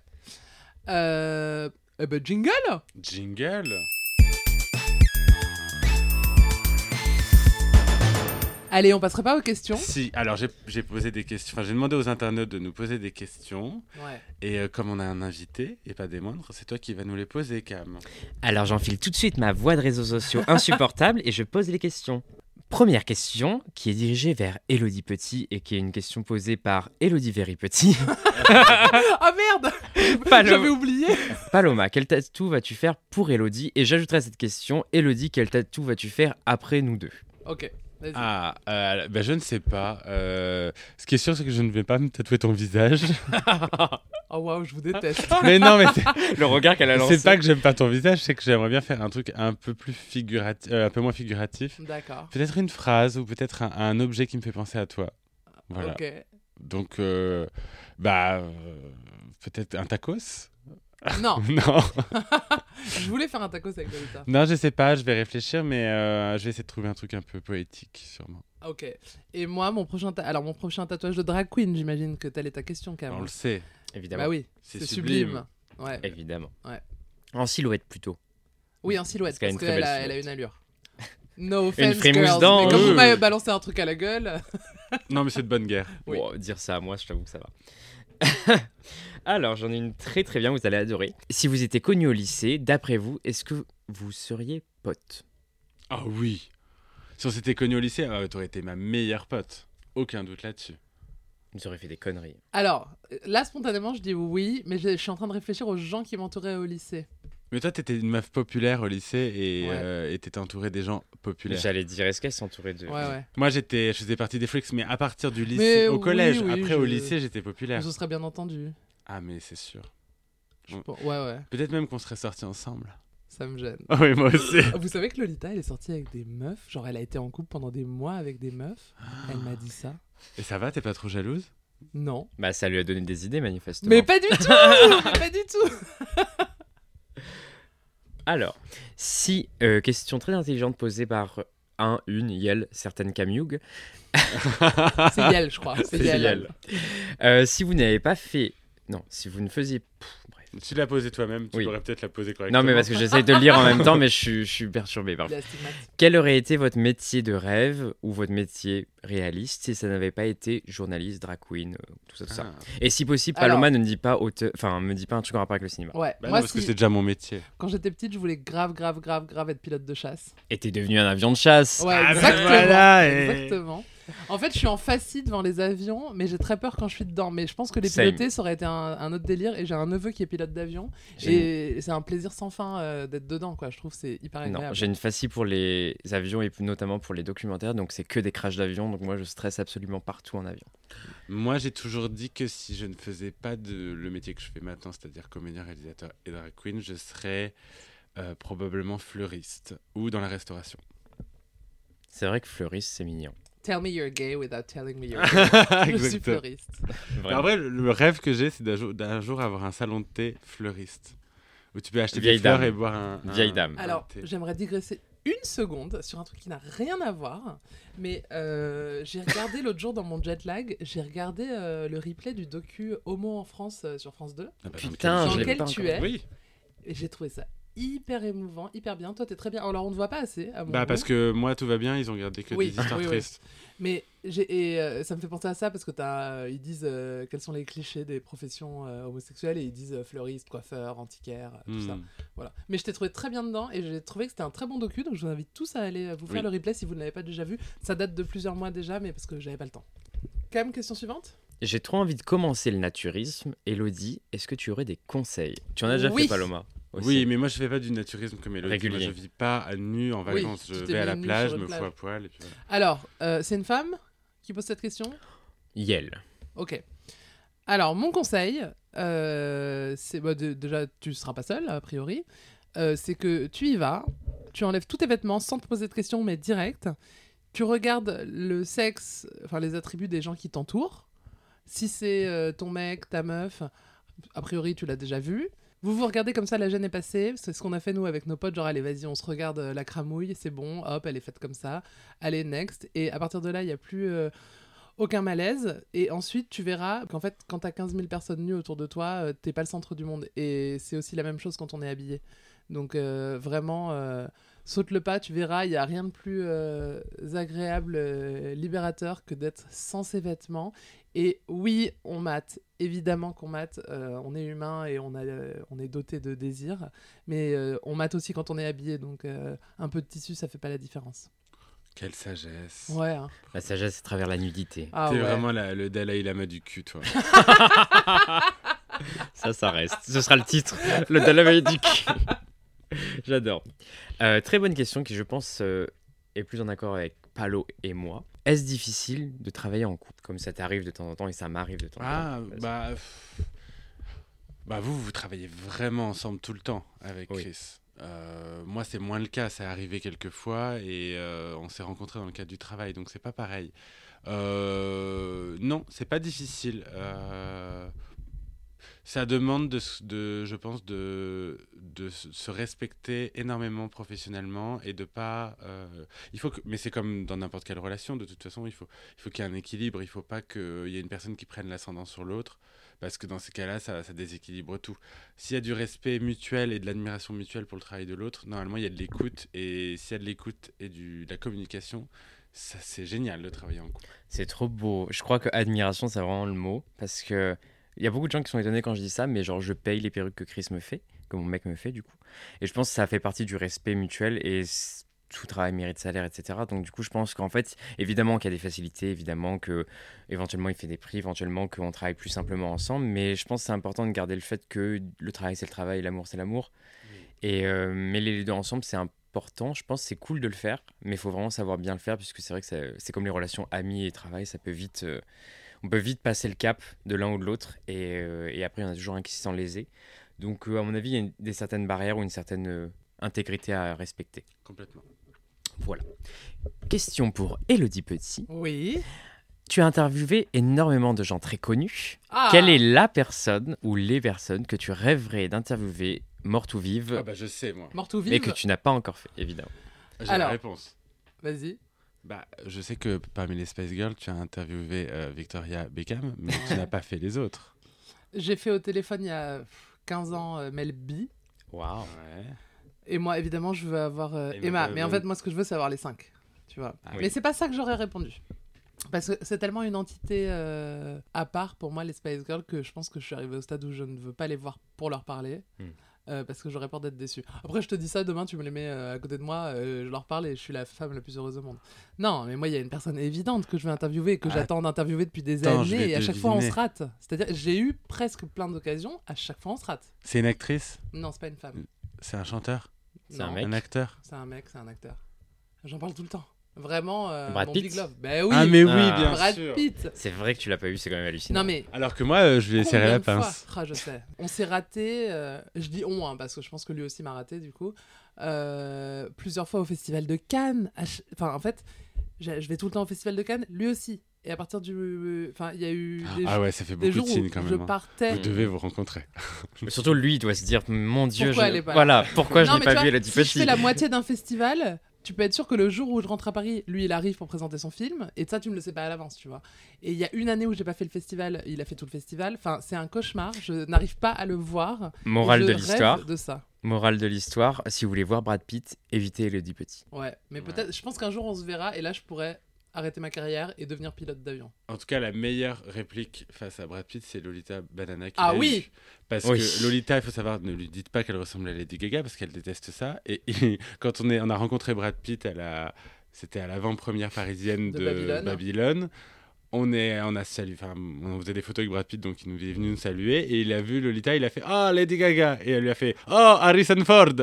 [SPEAKER 1] Euh... Eh ben, jingle
[SPEAKER 2] Jingle.
[SPEAKER 1] Allez, on passerait pas aux questions
[SPEAKER 2] Si, alors j'ai- j'ai posé des questions, enfin j'ai demandé aux internautes de nous poser des questions
[SPEAKER 1] Ouais.
[SPEAKER 2] et euh, comme on a un invité et pas des moindres, c'est toi qui vas nous les poser Cam.
[SPEAKER 3] Alors j'enfile tout de suite ma voix de réseaux sociaux insupportable et je pose les questions. Première question qui est dirigée vers Elodie Petit et qui est une question posée par Elodie Very Petit. <laughs>
[SPEAKER 1] Ah merde
[SPEAKER 3] Pas le-
[SPEAKER 1] <laughs> J'avais oublié
[SPEAKER 3] Paloma, quel tatou vas-tu faire pour Elodie Et j'ajouterai à cette question, Elodie, quel tatou vas-tu faire après nous deux
[SPEAKER 1] Ok, Vas-y.
[SPEAKER 2] Ah, euh, ben je ne sais pas. Euh, ce qui est sûr, c'est que je ne vais pas me tatouer ton visage.
[SPEAKER 1] <laughs> Oh waouh, je vous
[SPEAKER 3] <laughs>
[SPEAKER 1] déteste.
[SPEAKER 2] mais non, mais c'est-
[SPEAKER 3] Le regard qu'elle a lancé.
[SPEAKER 2] c'est
[SPEAKER 1] Bah
[SPEAKER 2] pas que j'aime pas ton visage, c'est que j'aimerais bien faire un truc un peu plus figuratif, un peu moins figuratif.
[SPEAKER 1] D'accord.
[SPEAKER 2] Peut-être une phrase ou peut-être un, un objet qui me fait penser à toi. Voilà.
[SPEAKER 1] Ok.
[SPEAKER 2] Donc, euh, bah, euh, peut-être un tacos.
[SPEAKER 1] Non,
[SPEAKER 2] <laughs>
[SPEAKER 1] <laughs>
[SPEAKER 2] non.
[SPEAKER 1] je voulais faire un tacos avec Lolita.
[SPEAKER 2] Non, je sais pas, je vais réfléchir, mais euh, je vais essayer de trouver un truc un peu poétique, sûrement.
[SPEAKER 1] Ok. Et moi, mon prochain, ta- alors mon prochain tatouage de drag queen, j'imagine que telle est ta question, quand
[SPEAKER 2] On
[SPEAKER 1] même.
[SPEAKER 2] le sait,
[SPEAKER 3] Évidemment.
[SPEAKER 1] Bah oui,
[SPEAKER 2] c'est
[SPEAKER 1] c'est
[SPEAKER 2] sublime.
[SPEAKER 1] sublime. Ouais.
[SPEAKER 3] Évidemment.
[SPEAKER 1] Ouais.
[SPEAKER 3] En silhouette plutôt.
[SPEAKER 1] Oui, en silhouette,
[SPEAKER 3] Parce qu'elle
[SPEAKER 1] parce
[SPEAKER 3] a une très
[SPEAKER 1] qu'elle
[SPEAKER 3] belle
[SPEAKER 1] a, elle a
[SPEAKER 3] silhouette.
[SPEAKER 1] une allure. No offense,
[SPEAKER 3] frimousse
[SPEAKER 1] girls,
[SPEAKER 3] dans-
[SPEAKER 1] mais comme vous
[SPEAKER 2] Euh.
[SPEAKER 1] m'avez balancé un truc à la gueule... <laughs>
[SPEAKER 2] Non, mais c'est de bonne guerre.
[SPEAKER 1] Oui.
[SPEAKER 3] Bon, euh, dire ça à moi, je t'avoue que ça va. <laughs> Alors, j'en ai une très très bien, vous allez adorer. Si vous étiez connu au lycée, d'après vous, est-ce que vous seriez pote
[SPEAKER 2] Ah oui. Si on s'était connus au lycée, euh, t'aurais été ma meilleure pote. Aucun doute là-dessus.
[SPEAKER 3] Vous auriez fait des conneries.
[SPEAKER 1] Alors, là, spontanément, je dis oui, mais je, je suis en train de réfléchir aux gens qui m'entouraient au lycée.
[SPEAKER 2] Mais toi, t'étais une meuf populaire au lycée et
[SPEAKER 1] Ouais.
[SPEAKER 2] euh, et t'étais entourée des gens populaires.
[SPEAKER 3] J'allais dire, est-ce qu'elle s'entourait de.
[SPEAKER 1] Ouais, ouais.
[SPEAKER 2] Moi, j'étais, je faisais partie des freaks, mais à partir du lycée,
[SPEAKER 1] Mais
[SPEAKER 2] au
[SPEAKER 1] oui,
[SPEAKER 2] collège,
[SPEAKER 1] oui, je-
[SPEAKER 2] après au lycée, j'étais populaire.
[SPEAKER 1] On se serait bien entendu.
[SPEAKER 2] Ah, mais c'est sûr.
[SPEAKER 1] Je
[SPEAKER 2] Mm.
[SPEAKER 1] pense- Ouais, ouais,
[SPEAKER 2] Peut-être même qu'on serait sortis ensemble.
[SPEAKER 1] ça me gêne.
[SPEAKER 2] <laughs> Ah oui, moi aussi.
[SPEAKER 1] Vous savez que Lolita, elle est sortie avec des meufs. Genre, elle a été en couple pendant des mois avec des meufs. Elle m'a dit ça.
[SPEAKER 2] Et ça va, t'es pas trop jalouse
[SPEAKER 1] Non.
[SPEAKER 3] Bah, ça lui a donné des idées, manifestement.
[SPEAKER 1] Mais pas du tout Mais pas du tout
[SPEAKER 3] Alors, si, euh, question très intelligente posée par un, une, yel, certaines Camioug.
[SPEAKER 1] C'est Yael, je crois. C'est Yael.
[SPEAKER 3] Euh, si vous n'avez pas fait. Non, si vous ne faisiez. Pff, bref.
[SPEAKER 2] Tu l'as posée toi-même, tu
[SPEAKER 3] Oui.
[SPEAKER 2] pourrais peut-être la poser correctement.
[SPEAKER 3] Non, mais parce que j'essaye de le lire en même temps, mais je suis, je suis perturbé. Pardon.
[SPEAKER 1] Il a stigmate.
[SPEAKER 3] Quel aurait été votre métier de rêve ou votre métier réaliste si ça n'avait pas été journaliste, drag queen, euh, tout ça, tout ça
[SPEAKER 2] Ah.
[SPEAKER 3] Et si possible,
[SPEAKER 1] Alors-
[SPEAKER 3] Paloma ne me dit pas auteur, enfin, me dit pas un truc en rapport avec le cinéma.
[SPEAKER 1] Ouais,
[SPEAKER 2] Bah non,
[SPEAKER 1] moi,
[SPEAKER 2] parce
[SPEAKER 1] si-
[SPEAKER 2] que c'est déjà mon métier.
[SPEAKER 1] quand j'étais petite, je voulais grave, grave, grave, grave être pilote de chasse.
[SPEAKER 3] Et t'es devenu un avion de chasse.
[SPEAKER 1] Ouais,
[SPEAKER 2] Ah, ben
[SPEAKER 1] exactement.
[SPEAKER 2] voilà, et-
[SPEAKER 1] exactement. En fait, je suis en facile devant les avions, mais j'ai très peur quand je suis dedans. Mais je pense que les
[SPEAKER 3] Same.
[SPEAKER 1] piloter, ça aurait été un, un autre délire. Et j'ai un neveu qui est pilote d'avion.
[SPEAKER 3] J'ai-
[SPEAKER 1] Et c'est un plaisir sans fin euh, d'être dedans, quoi. Je trouve que c'est hyper
[SPEAKER 3] Non,
[SPEAKER 1] agréable.
[SPEAKER 3] j'ai une fascie pour les avions et notamment pour les documentaires, donc c'est que des crashs d'avions, donc moi je stresse absolument partout en avion.
[SPEAKER 2] Moi, j'ai toujours dit que si je ne faisais pas de, le métier que je fais maintenant, c'est-à-dire comédien, réalisateur et drag queen, je serais euh, probablement fleuriste ou dans la <laughs> restauration.
[SPEAKER 3] C'est vrai que fleuriste, c'est mignon.
[SPEAKER 1] Tell me you're gay without telling
[SPEAKER 2] <laughs>
[SPEAKER 1] me you're gay. je suis
[SPEAKER 2] Exactement.
[SPEAKER 1] fleuriste.
[SPEAKER 2] Mais En
[SPEAKER 3] Vraiment.
[SPEAKER 2] vrai, le- le rêve que j'ai, c'est d'un jour, d'un jour avoir un salon de thé fleuriste. Où tu peux acheter
[SPEAKER 3] Vieille
[SPEAKER 2] des fleurs
[SPEAKER 3] dame.
[SPEAKER 2] et boire un. un-
[SPEAKER 3] Vieille dame.
[SPEAKER 2] un
[SPEAKER 1] Alors,
[SPEAKER 2] thé.
[SPEAKER 1] j'aimerais digresser une seconde sur un truc qui n'a rien à voir. Mais euh, j'ai regardé l'autre jour dans mon jet lag, j'ai regardé euh, le replay du docu Homo en France euh, sur France 2.
[SPEAKER 2] Ah bah, dans
[SPEAKER 3] Putain,
[SPEAKER 1] dans
[SPEAKER 2] lequel-
[SPEAKER 3] je l'ai
[SPEAKER 1] lequel
[SPEAKER 3] pas
[SPEAKER 1] tu
[SPEAKER 3] encore-
[SPEAKER 1] es.
[SPEAKER 2] Oui,
[SPEAKER 1] Et j'ai trouvé ça hyper émouvant, hyper bien. Toi, t'es très bien. Alors, on ne voit pas assez. À mon
[SPEAKER 2] bah
[SPEAKER 1] goût.
[SPEAKER 2] parce que moi tout va bien, ils ont gardé que
[SPEAKER 1] Oui, Ah
[SPEAKER 2] des histoires
[SPEAKER 1] oui, oui.
[SPEAKER 2] tristes.
[SPEAKER 1] Mais j'ai, et, euh, ça me fait penser à ça parce que t'as, euh, ils disent euh, quels sont les clichés des professions euh, homosexuelles et ils disent euh, fleuriste, coiffeur, antiquaire, euh, tout ça.
[SPEAKER 2] Hmm.
[SPEAKER 1] Voilà. Mais je t'ai trouvé très bien dedans et j'ai trouvé que c'était un très bon docu. Donc, je vous invite tous à aller euh, vous faire
[SPEAKER 2] Oui.
[SPEAKER 1] le replay si vous ne l'avez pas déjà vu. Ça date de plusieurs mois déjà, mais parce que j'avais pas le temps. Quand même, question suivante.
[SPEAKER 3] J'ai trop envie de commencer le naturisme. Elodie, est-ce que tu aurais des conseils Tu en as déjà
[SPEAKER 1] Oui.
[SPEAKER 3] fait, Paloma aussi.
[SPEAKER 2] Oui, mais moi je fais pas du naturisme comme Elodie.
[SPEAKER 3] Régulier.
[SPEAKER 2] Moi, je vis pas à nu en
[SPEAKER 1] Oui,
[SPEAKER 2] vacances.
[SPEAKER 1] tu
[SPEAKER 2] je
[SPEAKER 1] t'es
[SPEAKER 2] vais à
[SPEAKER 1] mis
[SPEAKER 2] la
[SPEAKER 1] nu
[SPEAKER 2] plage,
[SPEAKER 1] sur
[SPEAKER 2] je
[SPEAKER 1] une
[SPEAKER 2] me fous
[SPEAKER 1] plage.
[SPEAKER 2] à poil. Et puis voilà.
[SPEAKER 1] Alors, euh, c'est une femme qui pose cette question.
[SPEAKER 3] Yel.
[SPEAKER 1] Ok. Alors, mon conseil, euh, c'est bah, de- déjà, tu ne seras pas seul, a priori. Euh, c'est que tu y vas, tu enlèves tous tes vêtements sans te poser de questions, mais direct. Tu regardes le sexe, enfin les attributs des gens qui t'entourent. Si c'est euh, ton mec, ta meuf, a priori, tu l'as déjà vu. Vous vous regardez comme ça, la gêne est passée. C'est ce qu'on a fait nous avec nos potes. Genre, allez, vas-y, on se regarde euh, la cramouille, c'est bon, hop, elle est faite comme ça. Allez, next. Et à partir de là, il n'y a plus euh, aucun malaise. Et ensuite, tu verras qu'en fait, quand t'as 15 000 personnes nues autour de toi, euh, t'es pas le centre du monde. Et c'est aussi la même chose quand on est habillé. Donc, euh, vraiment, euh, saute le pas, tu verras, il n'y a rien de plus euh, agréable, euh, libérateur que d'être sans ses vêtements. Et oui, on mate. Évidemment qu'on mate. Euh, on est humain et on, a, euh, on est doté de désirs. Mais euh, on mate aussi quand on est habillé. Donc, euh, un peu de tissu, ça fait pas la différence.
[SPEAKER 2] Quelle sagesse.
[SPEAKER 1] Ouais. hein.
[SPEAKER 3] La sagesse à travers la nudité.
[SPEAKER 1] Ah,
[SPEAKER 2] T'es
[SPEAKER 1] ouais.
[SPEAKER 2] vraiment la- le Dalai Lama du cul, toi.
[SPEAKER 3] Ça, ça reste. Ce sera le titre. Le Dalai Lama du cul. J'adore. Euh, très bonne question qui, je pense, euh, est plus en accord avec Palo et moi. Est-ce difficile de travailler en couple Comme ça t'arrive de temps en temps et ça m'arrive de temps
[SPEAKER 2] Ah,
[SPEAKER 3] en temps.
[SPEAKER 2] bah. pff. Bah, vous, vous travaillez vraiment ensemble tout le temps avec
[SPEAKER 3] Oui.
[SPEAKER 2] Chris. Euh, moi, c'est moins le cas. C'est arrivé quelques fois et euh, on s'est rencontrés dans le cadre du travail, donc c'est pas pareil. Euh, non, c'est pas difficile. Euh, ça demande, de, s- de- je pense, de, de s- se respecter énormément professionnellement et de pas. euh, il faut que, mais c'est comme dans n'importe quelle relation. De toute façon, il faut, il faut qu'il y ait un équilibre. Il faut pas qu'il y ait une personne qui prenne l'ascendant sur l'autre, parce que dans ces cas-là, ça, ça déséquilibre tout. S'il y a du respect mutuel et de l'admiration mutuelle pour le travail de l'autre, normalement, il y a de l'écoute. Et s'il y a de l'écoute et du, de la communication, ça, c'est génial de travailler en couple.
[SPEAKER 3] C'est trop beau. Je crois que admiration, c'est vraiment le mot. Parce que il y a beaucoup de gens qui sont étonnés quand je dis ça, mais genre, je paye les perruques que Chris me fait, que mon mec me fait, du coup. Et je pense que ça fait partie du respect mutuel et s- tout travail mérite salaire, etc. Donc, du coup, je pense qu'en fait, évidemment qu'il y a des facilités, évidemment que éventuellement il fait des prix, éventuellement qu'on travaille plus simplement ensemble. Mais je pense que c'est important de garder le fait que le travail, c'est le travail, et l'amour, c'est l'amour. Et euh, mêler les deux ensemble, c'est important. Je pense que c'est cool de le faire, mais il faut vraiment savoir bien le faire, puisque c'est vrai que ça- c'est comme les relations amis et travail, ça peut vite, euh, on peut vite passer le cap de l'un ou de l'autre, et, euh, et après, il y en a toujours un qui se sent lésé. Donc, euh, à mon avis, il y a une- des certaines barrières ou une certaine euh, intégrité à respecter.
[SPEAKER 2] Complètement.
[SPEAKER 3] Question pour Elodie Petit.
[SPEAKER 1] Oui.
[SPEAKER 3] Tu as interviewé énormément de gens très connus.
[SPEAKER 1] Ah.
[SPEAKER 2] Ah.
[SPEAKER 3] Quelle est la personne ou les personnes que tu rêverais d'interviewer, morte ou vive,
[SPEAKER 2] Ah bah je sais moi.
[SPEAKER 1] Morte ou
[SPEAKER 3] mais
[SPEAKER 1] vive
[SPEAKER 3] que tu n'as pas encore fait, évidemment
[SPEAKER 2] J'ai
[SPEAKER 1] Alors.
[SPEAKER 2] la réponse.
[SPEAKER 1] Vas-y.
[SPEAKER 2] Bah, je sais que parmi les Space Girls, tu as interviewé euh, Victoria Beckham, mais tu n'as pas fait les autres.
[SPEAKER 1] J'ai fait au téléphone il y a pff, 15 ans euh, Mel B.
[SPEAKER 3] Waouh
[SPEAKER 1] Et moi, évidemment, je veux avoir euh,
[SPEAKER 2] Et bah,
[SPEAKER 1] Emma.
[SPEAKER 2] Mel-
[SPEAKER 1] Mais en fait, moi, ce que je veux, c'est avoir les 5. Tu vois.
[SPEAKER 3] Ah
[SPEAKER 1] Mais
[SPEAKER 3] oui.
[SPEAKER 1] c'est pas ça que j'aurais répondu. Parce que c'est tellement une entité euh, à part pour moi, les Spice Girls, que je pense que je suis arrivée au stade où je ne veux pas les voir pour leur parler.
[SPEAKER 3] Hmm.
[SPEAKER 1] euh, parce que j'aurais peur d'être déçue. Après, je te dis ça, demain, tu me les mets euh, à côté de moi, euh, je leur parle et je suis la femme la plus heureuse au monde. Non, mais moi, il y a une personne évidente que je veux interviewer et que
[SPEAKER 2] Ah,
[SPEAKER 1] j'attends d'interviewer depuis des
[SPEAKER 2] attends, je
[SPEAKER 1] années.
[SPEAKER 2] vais
[SPEAKER 1] Et à chaque fois, on se
[SPEAKER 2] deviner.
[SPEAKER 1] rate. C'est-à-dire, j'ai eu presque plein d'occasions, à chaque fois, on se rate.
[SPEAKER 2] C'est une actrice
[SPEAKER 1] Non, c'est pas une femme.
[SPEAKER 2] Hmm. C'est un chanteur
[SPEAKER 3] C'est un
[SPEAKER 1] Non.
[SPEAKER 3] mec.
[SPEAKER 2] Un acteur
[SPEAKER 1] C'est un mec, c'est un acteur. J'en parle tout le temps. Vraiment, euh,
[SPEAKER 3] Brad
[SPEAKER 1] mon
[SPEAKER 3] Pitt
[SPEAKER 1] big love. Ben oui,
[SPEAKER 2] Ah mais oui,
[SPEAKER 3] Ah.
[SPEAKER 2] bien
[SPEAKER 1] Brad
[SPEAKER 2] sûr.
[SPEAKER 1] Pitt.
[SPEAKER 3] C'est vrai que tu l'as pas eu, c'est quand même hallucinant.
[SPEAKER 1] Non mais.
[SPEAKER 2] Alors que moi, euh, je lui ai serré
[SPEAKER 1] combien
[SPEAKER 2] la
[SPEAKER 1] de fois
[SPEAKER 2] pince.
[SPEAKER 1] Ah, je sais. On s'est raté. euh, je dis on hein, parce que je pense que lui aussi m'a raté du coup. Euh, plusieurs fois au festival de Cannes. à ch- Enfin, en fait, je je vais tout le temps au festival de Cannes. Lui aussi. Et à partir du, enfin, il y a eu des,
[SPEAKER 2] Ah ouais, ça fait
[SPEAKER 1] des
[SPEAKER 2] beaucoup
[SPEAKER 1] jours
[SPEAKER 2] de
[SPEAKER 1] où
[SPEAKER 2] signes quand
[SPEAKER 1] je
[SPEAKER 2] même. hein.
[SPEAKER 1] partais.
[SPEAKER 2] Vous devez vous rencontrer.
[SPEAKER 3] Mais Surtout lui, il doit se dire Mon Dieu,
[SPEAKER 1] Pourquoi
[SPEAKER 3] je...
[SPEAKER 1] elle est pas là
[SPEAKER 3] voilà, pourquoi je
[SPEAKER 1] Non,
[SPEAKER 3] n'ai
[SPEAKER 1] mais
[SPEAKER 3] pas
[SPEAKER 1] tu
[SPEAKER 3] vu
[SPEAKER 1] vois,
[SPEAKER 3] Elodie
[SPEAKER 1] si
[SPEAKER 3] Petit
[SPEAKER 1] je fais la moitié d'un festival, tu peux être sûr que le jour où je rentre à Paris, lui, il arrive pour présenter son film, et ça, tu me le sais pas à l'avance, tu vois. Et il y a une année où j'ai pas fait le festival, il a fait tout le festival. Enfin, c'est un cauchemar. Je n'arrive pas à le voir. Et
[SPEAKER 3] Morale
[SPEAKER 1] je
[SPEAKER 3] de
[SPEAKER 1] rêve
[SPEAKER 3] l'histoire.
[SPEAKER 1] De ça.
[SPEAKER 3] Morale de l'histoire. Si vous voulez voir Brad Pitt, évitez Elodie Petit.
[SPEAKER 1] Ouais. Mais
[SPEAKER 3] Ouais.
[SPEAKER 1] peut-être, je pense qu'un jour on se verra, et là, je pourrais arrêter ma carrière et devenir pilote d'avion.
[SPEAKER 2] En tout cas, la meilleure réplique face à Brad Pitt, c'est Lolita Banana qui
[SPEAKER 1] Ah
[SPEAKER 2] l'a
[SPEAKER 1] oui
[SPEAKER 2] eu. Parce
[SPEAKER 3] Oui.
[SPEAKER 2] que Lolita, il faut savoir, ne lui dites pas qu'elle ressemble à Lady Gaga parce qu'elle déteste ça. Et <laughs> quand on, est, on a rencontré Brad Pitt, à la- c'était à l'avant-première parisienne
[SPEAKER 1] De
[SPEAKER 2] de,
[SPEAKER 1] Babylone.
[SPEAKER 2] Babylone. On, est, on, a salué, enfin, on faisait des photos avec Brad Pitt, donc il nous est venu nous saluer. Et il a vu Lolita, il a fait Ah, Lady Gaga Et elle lui a fait Oh, Harrison Ford <laughs>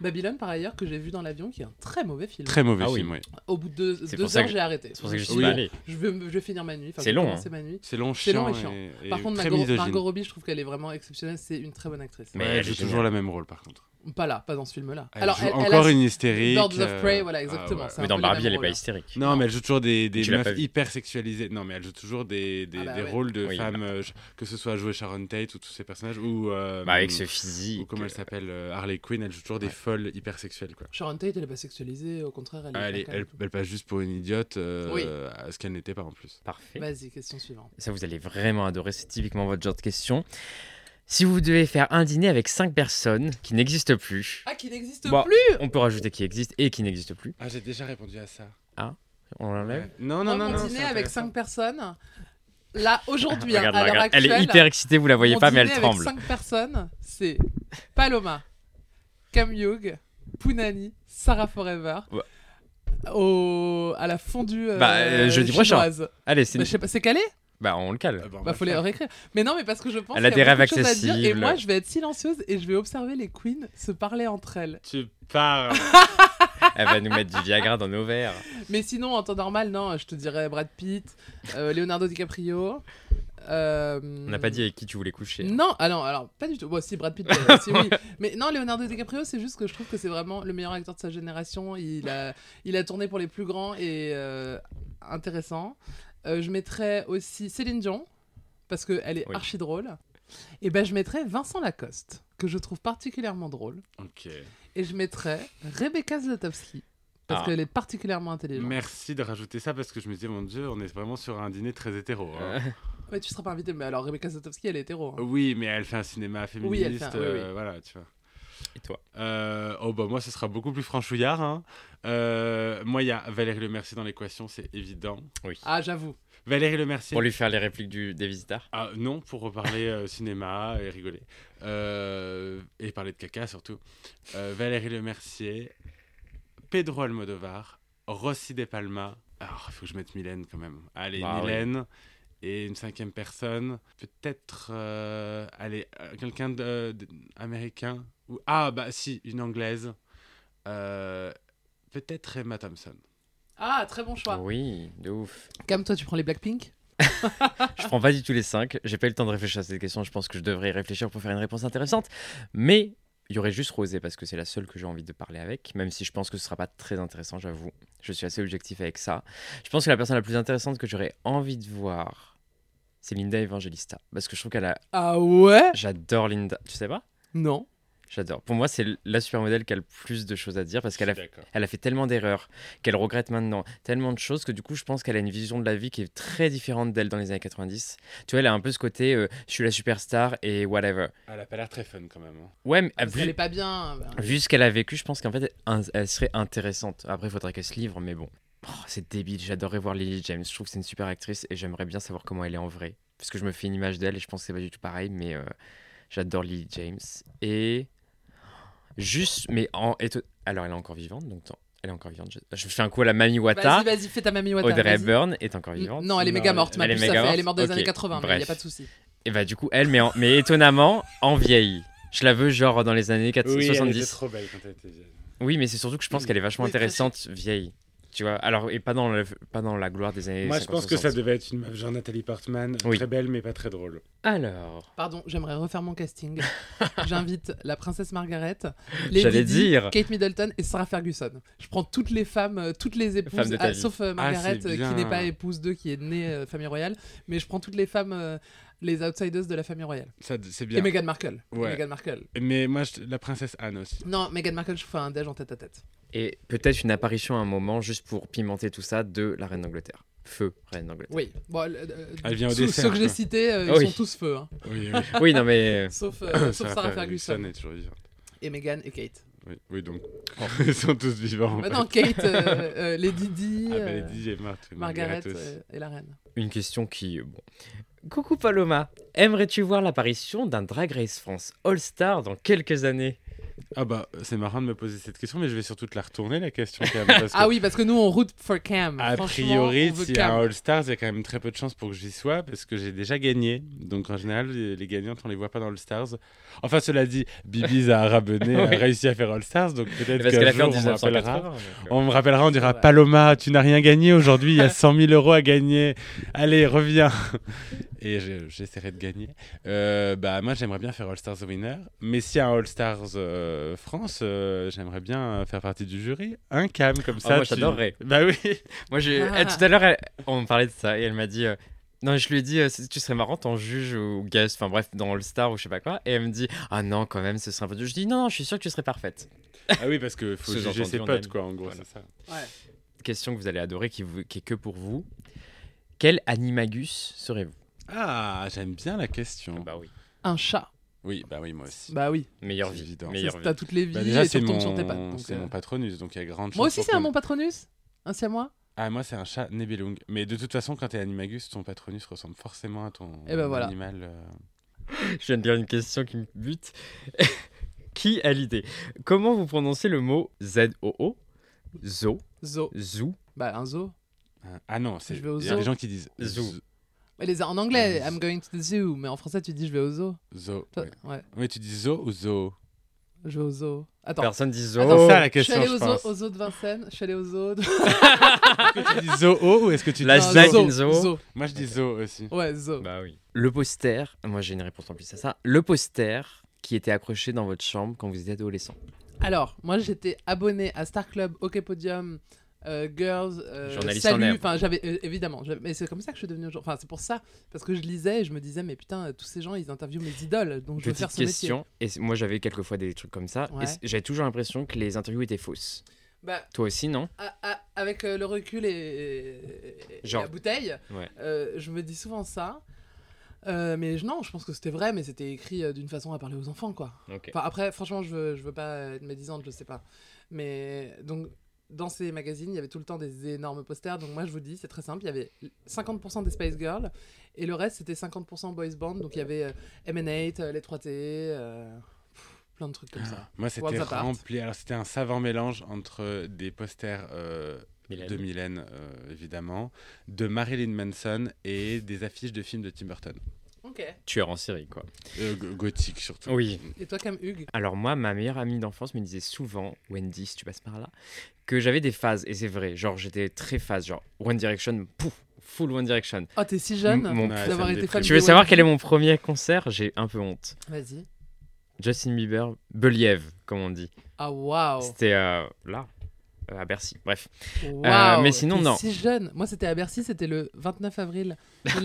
[SPEAKER 1] Babylone, par ailleurs, que j'ai vu dans l'avion, qui est un très mauvais film.
[SPEAKER 2] Très mauvais
[SPEAKER 3] Ah oui.
[SPEAKER 2] film, oui.
[SPEAKER 1] Au bout de deux,
[SPEAKER 3] C'est
[SPEAKER 1] deux
[SPEAKER 3] pour ça
[SPEAKER 1] heures,
[SPEAKER 3] que-
[SPEAKER 1] j'ai arrêté.
[SPEAKER 3] C'est pour ça que je suis
[SPEAKER 2] Oui.
[SPEAKER 3] pas allé.
[SPEAKER 1] Je vais, je vais finir ma nuie. Enfin, je
[SPEAKER 3] C'est
[SPEAKER 1] vais
[SPEAKER 3] long, hein.
[SPEAKER 1] commencer ma nuit.
[SPEAKER 2] C'est long,
[SPEAKER 1] C'est long
[SPEAKER 2] chiant.
[SPEAKER 1] et
[SPEAKER 2] et
[SPEAKER 1] chiant.
[SPEAKER 2] et
[SPEAKER 1] Par contre,
[SPEAKER 2] très
[SPEAKER 1] Margot,
[SPEAKER 2] misogyne.
[SPEAKER 1] Margot Robbie, je trouve qu'elle est vraiment exceptionnelle. C'est une très bonne actrice.
[SPEAKER 3] Mais
[SPEAKER 2] Ouais,
[SPEAKER 3] elle
[SPEAKER 2] elle
[SPEAKER 3] est
[SPEAKER 2] joue
[SPEAKER 3] géniale.
[SPEAKER 2] toujours le même rôle, par contre.
[SPEAKER 1] Pas là, pas dans ce film-là.
[SPEAKER 2] Elle joue
[SPEAKER 1] elle- elle
[SPEAKER 2] encore
[SPEAKER 1] a-
[SPEAKER 2] une hystérique.
[SPEAKER 1] Birds of
[SPEAKER 2] euh,
[SPEAKER 1] Prey, voilà,
[SPEAKER 2] ah
[SPEAKER 1] exactement,
[SPEAKER 2] ouais.
[SPEAKER 1] c'est un
[SPEAKER 3] Mais
[SPEAKER 1] peu
[SPEAKER 3] dans
[SPEAKER 1] les
[SPEAKER 3] Barbie,
[SPEAKER 1] mêmes
[SPEAKER 3] elle est
[SPEAKER 1] rôles,
[SPEAKER 3] pas
[SPEAKER 1] hein.
[SPEAKER 3] hystérique.
[SPEAKER 2] Non, mais elle joue toujours des, des
[SPEAKER 3] Tu l'as pas
[SPEAKER 2] meufs
[SPEAKER 3] vu.
[SPEAKER 2] hyper sexualisées. Non, mais elle joue toujours des, des,
[SPEAKER 1] Ah bah
[SPEAKER 2] des
[SPEAKER 1] ouais.
[SPEAKER 2] rôles de
[SPEAKER 3] Oui.
[SPEAKER 2] femmes, euh, je- que ce soit jouer Sharon Tate ou tous ces personnages, ou, euh,
[SPEAKER 3] Bah, avec ce
[SPEAKER 2] ou
[SPEAKER 3] physique.
[SPEAKER 2] comment elle s'appelle, euh, Harley Quinn, elle joue toujours des
[SPEAKER 3] Ouais.
[SPEAKER 2] folles hyper sexuelles. Quoi.
[SPEAKER 1] Sharon Tate, elle est pas sexualisée, au contraire, elle est.
[SPEAKER 2] Ah, elle, est-
[SPEAKER 1] hyper calme.
[SPEAKER 2] elle, elle passe juste pour une idiote, euh,
[SPEAKER 1] Oui.
[SPEAKER 2] à ce qu'elle n'était pas en plus.
[SPEAKER 3] Parfait.
[SPEAKER 1] Vas-y, question suivante.
[SPEAKER 3] Ça, vous allez vraiment adorer. C'est typiquement votre genre de question. Si vous devez faire un dîner avec cinq personnes qui n'existent plus,
[SPEAKER 1] Ah, qui n'existe
[SPEAKER 3] Bah.
[SPEAKER 1] plus
[SPEAKER 3] on peut rajouter qui existent et qui n'existent plus.
[SPEAKER 2] Ah, j'ai déjà répondu à ça.
[SPEAKER 3] On l'enlève
[SPEAKER 1] Non,
[SPEAKER 2] Non, non, non,
[SPEAKER 1] non,
[SPEAKER 2] non.
[SPEAKER 1] dîner avec cinq <laughs> personnes. Là, aujourd'hui, hein,
[SPEAKER 3] Regarde,
[SPEAKER 1] à l'heure
[SPEAKER 3] regarde.
[SPEAKER 1] actuelle.
[SPEAKER 3] Elle est hyper excitée, vous la voyez
[SPEAKER 1] mon
[SPEAKER 3] pas, mais elle
[SPEAKER 1] dîner
[SPEAKER 3] tremble.
[SPEAKER 1] Avec cinq personnes, c'est Paloma, Cam Young, Punani, Sarah Forever.
[SPEAKER 3] Ouais.
[SPEAKER 1] Au... à la fondue euh,
[SPEAKER 3] Bah, euh, jeudi prochain.
[SPEAKER 1] chinoise.
[SPEAKER 3] Allez, c'est
[SPEAKER 1] Bah, je sais pas, c'est calé
[SPEAKER 3] Bah, on le
[SPEAKER 2] Ah,
[SPEAKER 3] cale.
[SPEAKER 1] Bah, faut les réécrire. Mais non, mais parce que je pense
[SPEAKER 3] Elle a
[SPEAKER 1] qu'il y
[SPEAKER 3] des rêves
[SPEAKER 1] beaucoup de choses à dire, Et
[SPEAKER 3] accessibles.
[SPEAKER 1] moi, je vais être silencieuse et je vais observer les queens se parler entre elles.
[SPEAKER 2] Tu parles.
[SPEAKER 3] Elle va nous mettre du Viagra dans nos verres.
[SPEAKER 1] Mais sinon, en temps normal, non, je te dirais Brad Pitt, euh, Leonardo DiCaprio. euh,
[SPEAKER 3] On n'a pas dit avec qui tu voulais coucher.
[SPEAKER 1] Non, ah non, alors pas du tout. Bon, si Brad Pitt, euh, si,
[SPEAKER 3] <laughs>
[SPEAKER 1] oui. Mais non, Leonardo DiCaprio, c'est juste que je trouve que c'est vraiment le meilleur acteur de sa génération. Il a, il a tourné pour les plus grands et euh, intéressant. Euh, je mettrais aussi Céline Dion, parce qu'elle est
[SPEAKER 3] Oui.
[SPEAKER 1] archi drôle. Et ben, je mettrais Vincent Lacoste, que je trouve particulièrement drôle.
[SPEAKER 2] Ok.
[SPEAKER 1] Et je mettrais Rebecca Zlotowski, parce
[SPEAKER 3] Ah.
[SPEAKER 1] qu'elle est particulièrement intelligente.
[SPEAKER 2] Merci de rajouter ça parce que je me disais, mon Dieu, on est vraiment sur un dîner très hétéro.
[SPEAKER 1] Euh.
[SPEAKER 2] hein.
[SPEAKER 3] Euh,
[SPEAKER 1] Ouais, tu seras pas invité, mais alors Rebecca Zlotowski, elle est hétéro. hein.
[SPEAKER 3] Oh.
[SPEAKER 2] Oui, mais elle fait un cinéma féministe.
[SPEAKER 1] elle fait un- oui,
[SPEAKER 2] euh,
[SPEAKER 1] oui.
[SPEAKER 2] Voilà, tu vois.
[SPEAKER 3] Et toi
[SPEAKER 2] Euh, oh, bah, moi, ce sera beaucoup plus franchouillard. hein. Euh, moi, il y a Valérie Le Mercier dans l'équation, c'est évident.
[SPEAKER 3] Oui.
[SPEAKER 1] Ah, j'avoue.
[SPEAKER 2] Valérie Le Mercier.
[SPEAKER 3] Pour lui faire les répliques du, des visiteurs
[SPEAKER 2] Ah, non, pour reparler euh, cinéma et rigoler. Euh, et parler de caca surtout. Euh, Valérie Le Mercier, Pedro Almodovar, Rossi De Palma. Alors, il faut que je mette Mylène quand même. Allez,
[SPEAKER 3] Bah oui.
[SPEAKER 2] Mylène. Et une cinquième personne. Peut-être. euh, allez, euh, quelqu'un de- de- américain. Ou, ah, bah si, une anglaise. Euh, Peut-être Emma Thompson.
[SPEAKER 1] Ah, très bon choix.
[SPEAKER 3] Oui, de ouf.
[SPEAKER 1] Cam, toi, tu prends les Blackpink
[SPEAKER 3] Je prends pas du tout les 5. J'ai pas eu le temps de réfléchir à cette question. Je pense que je devrais y réfléchir pour faire une réponse intéressante. Mais il y aurait juste Rosé parce que c'est la seule que j'ai envie de parler avec, même si je pense que ce sera pas très intéressant, j'avoue. Je suis assez objectif avec ça. Je pense que la personne la plus intéressante que j'aurais envie de voir, c'est Linda Evangelista. Parce que je trouve qu'elle a.
[SPEAKER 1] Ah ouais
[SPEAKER 3] J'adore Linda. Tu sais pas
[SPEAKER 1] Non.
[SPEAKER 3] J'adore. Pour moi, c'est la supermodèle qui a le plus de choses à dire parce qu'elle a,
[SPEAKER 2] D'accord.
[SPEAKER 3] elle a fait tellement d'erreurs, qu'elle regrette maintenant tellement de choses que du coup, je pense qu'elle a une vision de la vie qui est très différente d'elle dans les années 90. Tu vois, elle a un peu ce côté euh, je suis la superstar et whatever.
[SPEAKER 2] Elle a pas l'air très fun quand même. hein.
[SPEAKER 3] Ouais, mais
[SPEAKER 1] Parce qu'elle est
[SPEAKER 3] Ah, vu,
[SPEAKER 1] pas bien. bah.
[SPEAKER 3] vu ce qu'elle a vécu, je pense qu'en fait, un- elle serait intéressante. Après, il faudrait qu'elle se livre, mais bon. Oh, c'est débile, j'adorerais voir Lily James. Je trouve que c'est une super actrice et j'aimerais bien savoir comment elle est en vrai. Parce que je me fais une image d'elle et je pense que c'est pas du tout pareil, mais euh, j'adore Lily James. Et. Juste, mais en. et- Alors, elle est encore vivante, donc. tant- Elle est encore vivante. Je, je fais un coup à la Mamie Wata.
[SPEAKER 1] bah, Vas-y, vas-y, fais ta mamie Wata.
[SPEAKER 3] Audrey
[SPEAKER 1] vas-y.
[SPEAKER 3] Hepburn est encore
[SPEAKER 1] N-
[SPEAKER 3] vivante.
[SPEAKER 1] Non, elle est
[SPEAKER 2] Non,
[SPEAKER 1] méga morte, ma
[SPEAKER 3] elle est
[SPEAKER 1] puce, ça
[SPEAKER 3] méga
[SPEAKER 1] fait-
[SPEAKER 3] morte
[SPEAKER 1] Elle est morte dans les
[SPEAKER 3] Ok,
[SPEAKER 1] années 80, mais il n'y a
[SPEAKER 3] bref.
[SPEAKER 1] pas de souci.
[SPEAKER 3] Et bah du coup elle, mais, en- mais étonnamment en vieille. Je la veux genre dans les années 4-
[SPEAKER 2] elle
[SPEAKER 3] 70.
[SPEAKER 2] était trop belle quand elle était vieille.
[SPEAKER 3] Oui, mais c'est surtout que je pense qu'elle est vachement
[SPEAKER 5] Oui, très
[SPEAKER 3] intéressante vieille. Tu vois, alors et pas dans le, pas dans la gloire des années.
[SPEAKER 2] Moi, je pense que
[SPEAKER 3] 50-60.
[SPEAKER 2] ça devait être une meuf genre Nathalie Portman,
[SPEAKER 3] Oui.
[SPEAKER 2] très belle mais pas très drôle.
[SPEAKER 3] Alors,
[SPEAKER 1] Pardon, j'aimerais refaire mon
[SPEAKER 3] <laughs>
[SPEAKER 1] casting. J'invite la princesse Margaret,
[SPEAKER 3] J'allais
[SPEAKER 1] Lady Di,
[SPEAKER 3] dire.
[SPEAKER 1] Kate Middleton et Sarah Ferguson. Je prends toutes les femmes, euh, toutes les épouses,
[SPEAKER 3] Femmes de ta
[SPEAKER 1] ah,
[SPEAKER 3] vie.
[SPEAKER 1] sauf euh, Margaret
[SPEAKER 2] c'est
[SPEAKER 1] euh, qui
[SPEAKER 2] bien.
[SPEAKER 1] n'est pas épouse d'eux, qui est née euh, famille royale, mais je prends toutes les femmes, euh, les outsiders de la famille royale.
[SPEAKER 2] Ça, c'est
[SPEAKER 1] Et
[SPEAKER 2] bien.
[SPEAKER 1] Meghan Markle. Et
[SPEAKER 2] Ouais.
[SPEAKER 1] Meghan Markle.
[SPEAKER 2] Mais moi, je- la princesse Anne aussi.
[SPEAKER 1] Non, Meghan Markle, je fais un déj en tête à tête.
[SPEAKER 3] et peut-être une apparition à un moment juste pour pimenter tout ça de la reine d'Angleterre. Feu reine d'Angleterre.
[SPEAKER 1] Oui. Bon, euh, euh,
[SPEAKER 2] Elle vient au
[SPEAKER 1] tous-
[SPEAKER 2] dessert,
[SPEAKER 1] Ceux que j'ai
[SPEAKER 2] quoi.
[SPEAKER 1] cités, euh,
[SPEAKER 3] Ah
[SPEAKER 1] ils
[SPEAKER 3] oui.
[SPEAKER 1] sont tous feu, hein.
[SPEAKER 2] Oui,
[SPEAKER 3] Oui, non mais
[SPEAKER 1] sauf,
[SPEAKER 2] <coughs>
[SPEAKER 1] euh, <laughs> sauf Sarah Ferguson.
[SPEAKER 2] est toujours vivante.
[SPEAKER 1] et Meghan et Kate.
[SPEAKER 2] Oui, Oh. oui, donc <laughs> ils sont tous vivants. en
[SPEAKER 1] Bah
[SPEAKER 2] fait.
[SPEAKER 1] non, Kate, euh, euh, Lady
[SPEAKER 2] Ah,
[SPEAKER 1] Di,
[SPEAKER 2] bah,
[SPEAKER 1] euh,
[SPEAKER 2] Lady et Marthe, oui,
[SPEAKER 1] Margaret
[SPEAKER 2] aussi.
[SPEAKER 1] euh, et la reine.
[SPEAKER 3] une question qui bon. Coucou Paloma, aimerais-tu voir l'apparition d'un Drag Race France All Star dans quelques années
[SPEAKER 2] Ah bah, c'est marrant de me poser cette question, mais je vais surtout te la retourner la question
[SPEAKER 1] <laughs>
[SPEAKER 2] quand même, parce que
[SPEAKER 1] Ah oui, parce que nous on route for Cam.
[SPEAKER 2] A
[SPEAKER 1] Franchement, on
[SPEAKER 2] priori,
[SPEAKER 1] veut
[SPEAKER 2] s'il y a
[SPEAKER 1] Cam.
[SPEAKER 2] un All Stars, il y a quand même très peu de chances pour que j'y sois parce que j'ai déjà gagné. Donc en général, les les gagnantes, on les voit pas dans All Stars. Enfin, cela dit, Bibi
[SPEAKER 1] <laughs>
[SPEAKER 2] Zahara Benet a
[SPEAKER 3] Oui.
[SPEAKER 2] réussi à faire All Stars, donc peut-être
[SPEAKER 3] Parce qu'elle
[SPEAKER 2] qu'un
[SPEAKER 3] a fait en
[SPEAKER 2] jour, on me rappellera.
[SPEAKER 3] 1980. donc, euh,
[SPEAKER 2] On me rappellera, on dira
[SPEAKER 1] Ouais.
[SPEAKER 2] Paloma, tu n'as rien gagné
[SPEAKER 1] <laughs>
[SPEAKER 2] aujourd'hui, il y a 100 000 euros à gagner. Allez, reviens. <laughs> Et je- j'essaierai de gagner. Euh, bah, moi, j'aimerais bien faire All Stars Winner. Mais s'il y a un All Stars euh, France, euh, j'aimerais bien faire partie du jury. Un cam comme ça.
[SPEAKER 3] Ah, moi,
[SPEAKER 2] tu-
[SPEAKER 3] j'adorerais.
[SPEAKER 2] Bah oui.
[SPEAKER 3] <laughs> Moi, j'ai-
[SPEAKER 1] Ah.
[SPEAKER 3] elle, tout à l'heure, elle- on me parlait de ça et elle m'a dit. euh, non, je lui ai dit, euh, tu serais marrant en juge ou guest, enfin bref, dans All Star ou je sais pas quoi. Et elle me dit, ah non, quand même, ce serait un peu. Je dis, non, non, je suis sûr que tu serais parfaite.
[SPEAKER 2] Ah oui, parce que faut
[SPEAKER 3] Sous-entendu,
[SPEAKER 2] juger ses
[SPEAKER 3] on
[SPEAKER 2] potes,
[SPEAKER 3] aime.
[SPEAKER 2] quoi, en gros,
[SPEAKER 3] Voilà.
[SPEAKER 2] c'est ça.
[SPEAKER 1] Ouais.
[SPEAKER 3] Question que vous allez adorer, qui, vous- qui est que pour vous. Quel animagus serez-vous
[SPEAKER 2] Ah, j'aime bien la question.
[SPEAKER 3] Bah oui.
[SPEAKER 1] Un chat.
[SPEAKER 2] oui, bah oui, moi aussi.
[SPEAKER 1] Eh ben. Bah oui.
[SPEAKER 3] Meilleure
[SPEAKER 2] C'est
[SPEAKER 3] vie.
[SPEAKER 2] évident. <laughs>
[SPEAKER 3] Meilleure
[SPEAKER 1] Ça,
[SPEAKER 3] vie.
[SPEAKER 1] T'as toutes les vies
[SPEAKER 2] Bah déjà,
[SPEAKER 1] et tu
[SPEAKER 2] c'est
[SPEAKER 1] retournes
[SPEAKER 2] mon...
[SPEAKER 1] sur tes pattes. donc,
[SPEAKER 2] c'est
[SPEAKER 1] euh,
[SPEAKER 2] mon patronus, donc il y a grande chance.
[SPEAKER 1] Moi aussi,
[SPEAKER 2] pour
[SPEAKER 1] c'est
[SPEAKER 2] que-
[SPEAKER 1] un mon patronus. Un siamois.
[SPEAKER 2] Ah, moi, c'est un chat Nebelung. Mais de toute façon, quand t'es animagus, ton patronus ressemble forcément à ton
[SPEAKER 1] Eh ben voilà.
[SPEAKER 2] animal. euh.
[SPEAKER 3] Je viens de lire une question qui me bute. <laughs> qui a l'idée Comment vous prononcez le mot Z-O-O Zo
[SPEAKER 1] Zo.
[SPEAKER 3] Zou
[SPEAKER 1] Bah un zoo.
[SPEAKER 2] Ah non, c'est.
[SPEAKER 1] Je vais au
[SPEAKER 2] Il y a
[SPEAKER 1] zoo.
[SPEAKER 2] des gens qui disent
[SPEAKER 3] Zoo.
[SPEAKER 2] z-
[SPEAKER 1] Mais les, en anglais,
[SPEAKER 2] Euh,
[SPEAKER 1] I'm going to the zoo. Mais en français, tu dis je vais au zoo.
[SPEAKER 2] Zoo.
[SPEAKER 1] Toi-
[SPEAKER 2] ouais.
[SPEAKER 1] Ouais.
[SPEAKER 2] Oui, tu dis zoo ou zoo
[SPEAKER 1] Je vais au zoo. Attends.
[SPEAKER 3] Personne dit Zo.
[SPEAKER 1] Attends,
[SPEAKER 2] C'est ça la
[SPEAKER 1] Je suis
[SPEAKER 2] question,
[SPEAKER 1] allée
[SPEAKER 2] je,
[SPEAKER 1] au zoo,
[SPEAKER 2] pense.
[SPEAKER 1] au zoo de Vincennes, je suis allée au zoo de...
[SPEAKER 2] Est-ce que tu dis zoo ou est-ce que tu dis...
[SPEAKER 3] La
[SPEAKER 1] Non,
[SPEAKER 3] snack
[SPEAKER 1] zoo,
[SPEAKER 3] in zoo.
[SPEAKER 2] Moi, je dis zoo aussi.
[SPEAKER 1] Ouais, zoo.
[SPEAKER 3] Bah oui. Le poster, moi j'ai une réponse en plus à ça. Le poster qui était accroché dans votre chambre quand vous étiez adolescent.
[SPEAKER 1] Alors, moi j'étais abonné à Star Club, Hockey Podium, euh, Girls, euh,
[SPEAKER 3] Journaliste en
[SPEAKER 1] Salut.
[SPEAKER 3] herbe.
[SPEAKER 1] Enfin, j'avais euh, évidemment, j'avais- mais c'est comme ça que je suis devenu. Enfin, c'est pour ça parce que je lisais et je me disais mais putain, euh, tous ces gens ils interviewent mes idoles, donc je veux faire
[SPEAKER 3] Petite
[SPEAKER 1] ce métier.
[SPEAKER 3] question. Et c- moi j'avais quelquefois des trucs comme ça.
[SPEAKER 1] Ouais.
[SPEAKER 3] et c- J'avais toujours l'impression que les interviews étaient fausses.
[SPEAKER 1] Bah,
[SPEAKER 3] Toi aussi, non
[SPEAKER 1] à- à- avec euh, le recul et, et- et
[SPEAKER 3] Genre.
[SPEAKER 1] la bouteille,
[SPEAKER 3] Ouais.
[SPEAKER 1] euh, je me dis souvent ça. Euh, mais je- non, je pense que c'était vrai, mais c'était écrit euh, d'une façon à parler aux enfants, quoi.
[SPEAKER 3] Ok.
[SPEAKER 1] Enfin, après, franchement, je veux, je veux pas être médisante, je sais pas. Mais donc, dans ces magazines, il y avait tout le temps des énormes posters. Donc, moi, je vous dis, c'est très simple. Il y avait 50% des Spice Girls et le reste, c'était 50% Boys Band. Donc, il y avait euh, M&A, euh, les 3T, euh, pff, plein de trucs comme ça.
[SPEAKER 2] Ah, Moi, c'était
[SPEAKER 1] Worlds Apart.
[SPEAKER 2] rempli. Alors, c'était un savant mélange entre des posters euh,
[SPEAKER 3] Mylène.
[SPEAKER 2] de Mylène, euh, évidemment, de Marilyn Manson et des affiches de films de Tim Burton.
[SPEAKER 1] Ok.
[SPEAKER 3] Tueur en série, quoi.
[SPEAKER 2] Euh, go- gothique, surtout.
[SPEAKER 3] Oui.
[SPEAKER 1] Et toi, comme Hugues
[SPEAKER 3] Alors moi, ma meilleure amie d'enfance me disait souvent, Wendy, si tu passes par là, que j'avais des phases, et c'est vrai, genre j'étais très phase, genre One Direction, pouf, full One Direction.
[SPEAKER 1] Oh, t'es si jeune
[SPEAKER 3] M- mon-
[SPEAKER 2] Ouais,
[SPEAKER 1] d'avoir
[SPEAKER 2] ça me
[SPEAKER 1] été
[SPEAKER 2] déprime.
[SPEAKER 1] fan.
[SPEAKER 3] Tu veux savoir quel est mon premier concert J'ai un peu honte.
[SPEAKER 1] Vas-y.
[SPEAKER 3] Justin Bieber, Believ, comme on dit.
[SPEAKER 1] Ah, waouh.
[SPEAKER 3] C'était euh, là, euh, à Bercy, bref.
[SPEAKER 1] Waouh,
[SPEAKER 3] mais sinon,
[SPEAKER 1] t'es
[SPEAKER 3] non.
[SPEAKER 1] si jeune. Moi, c'était à Bercy, c'était le 29
[SPEAKER 3] <laughs>
[SPEAKER 1] avril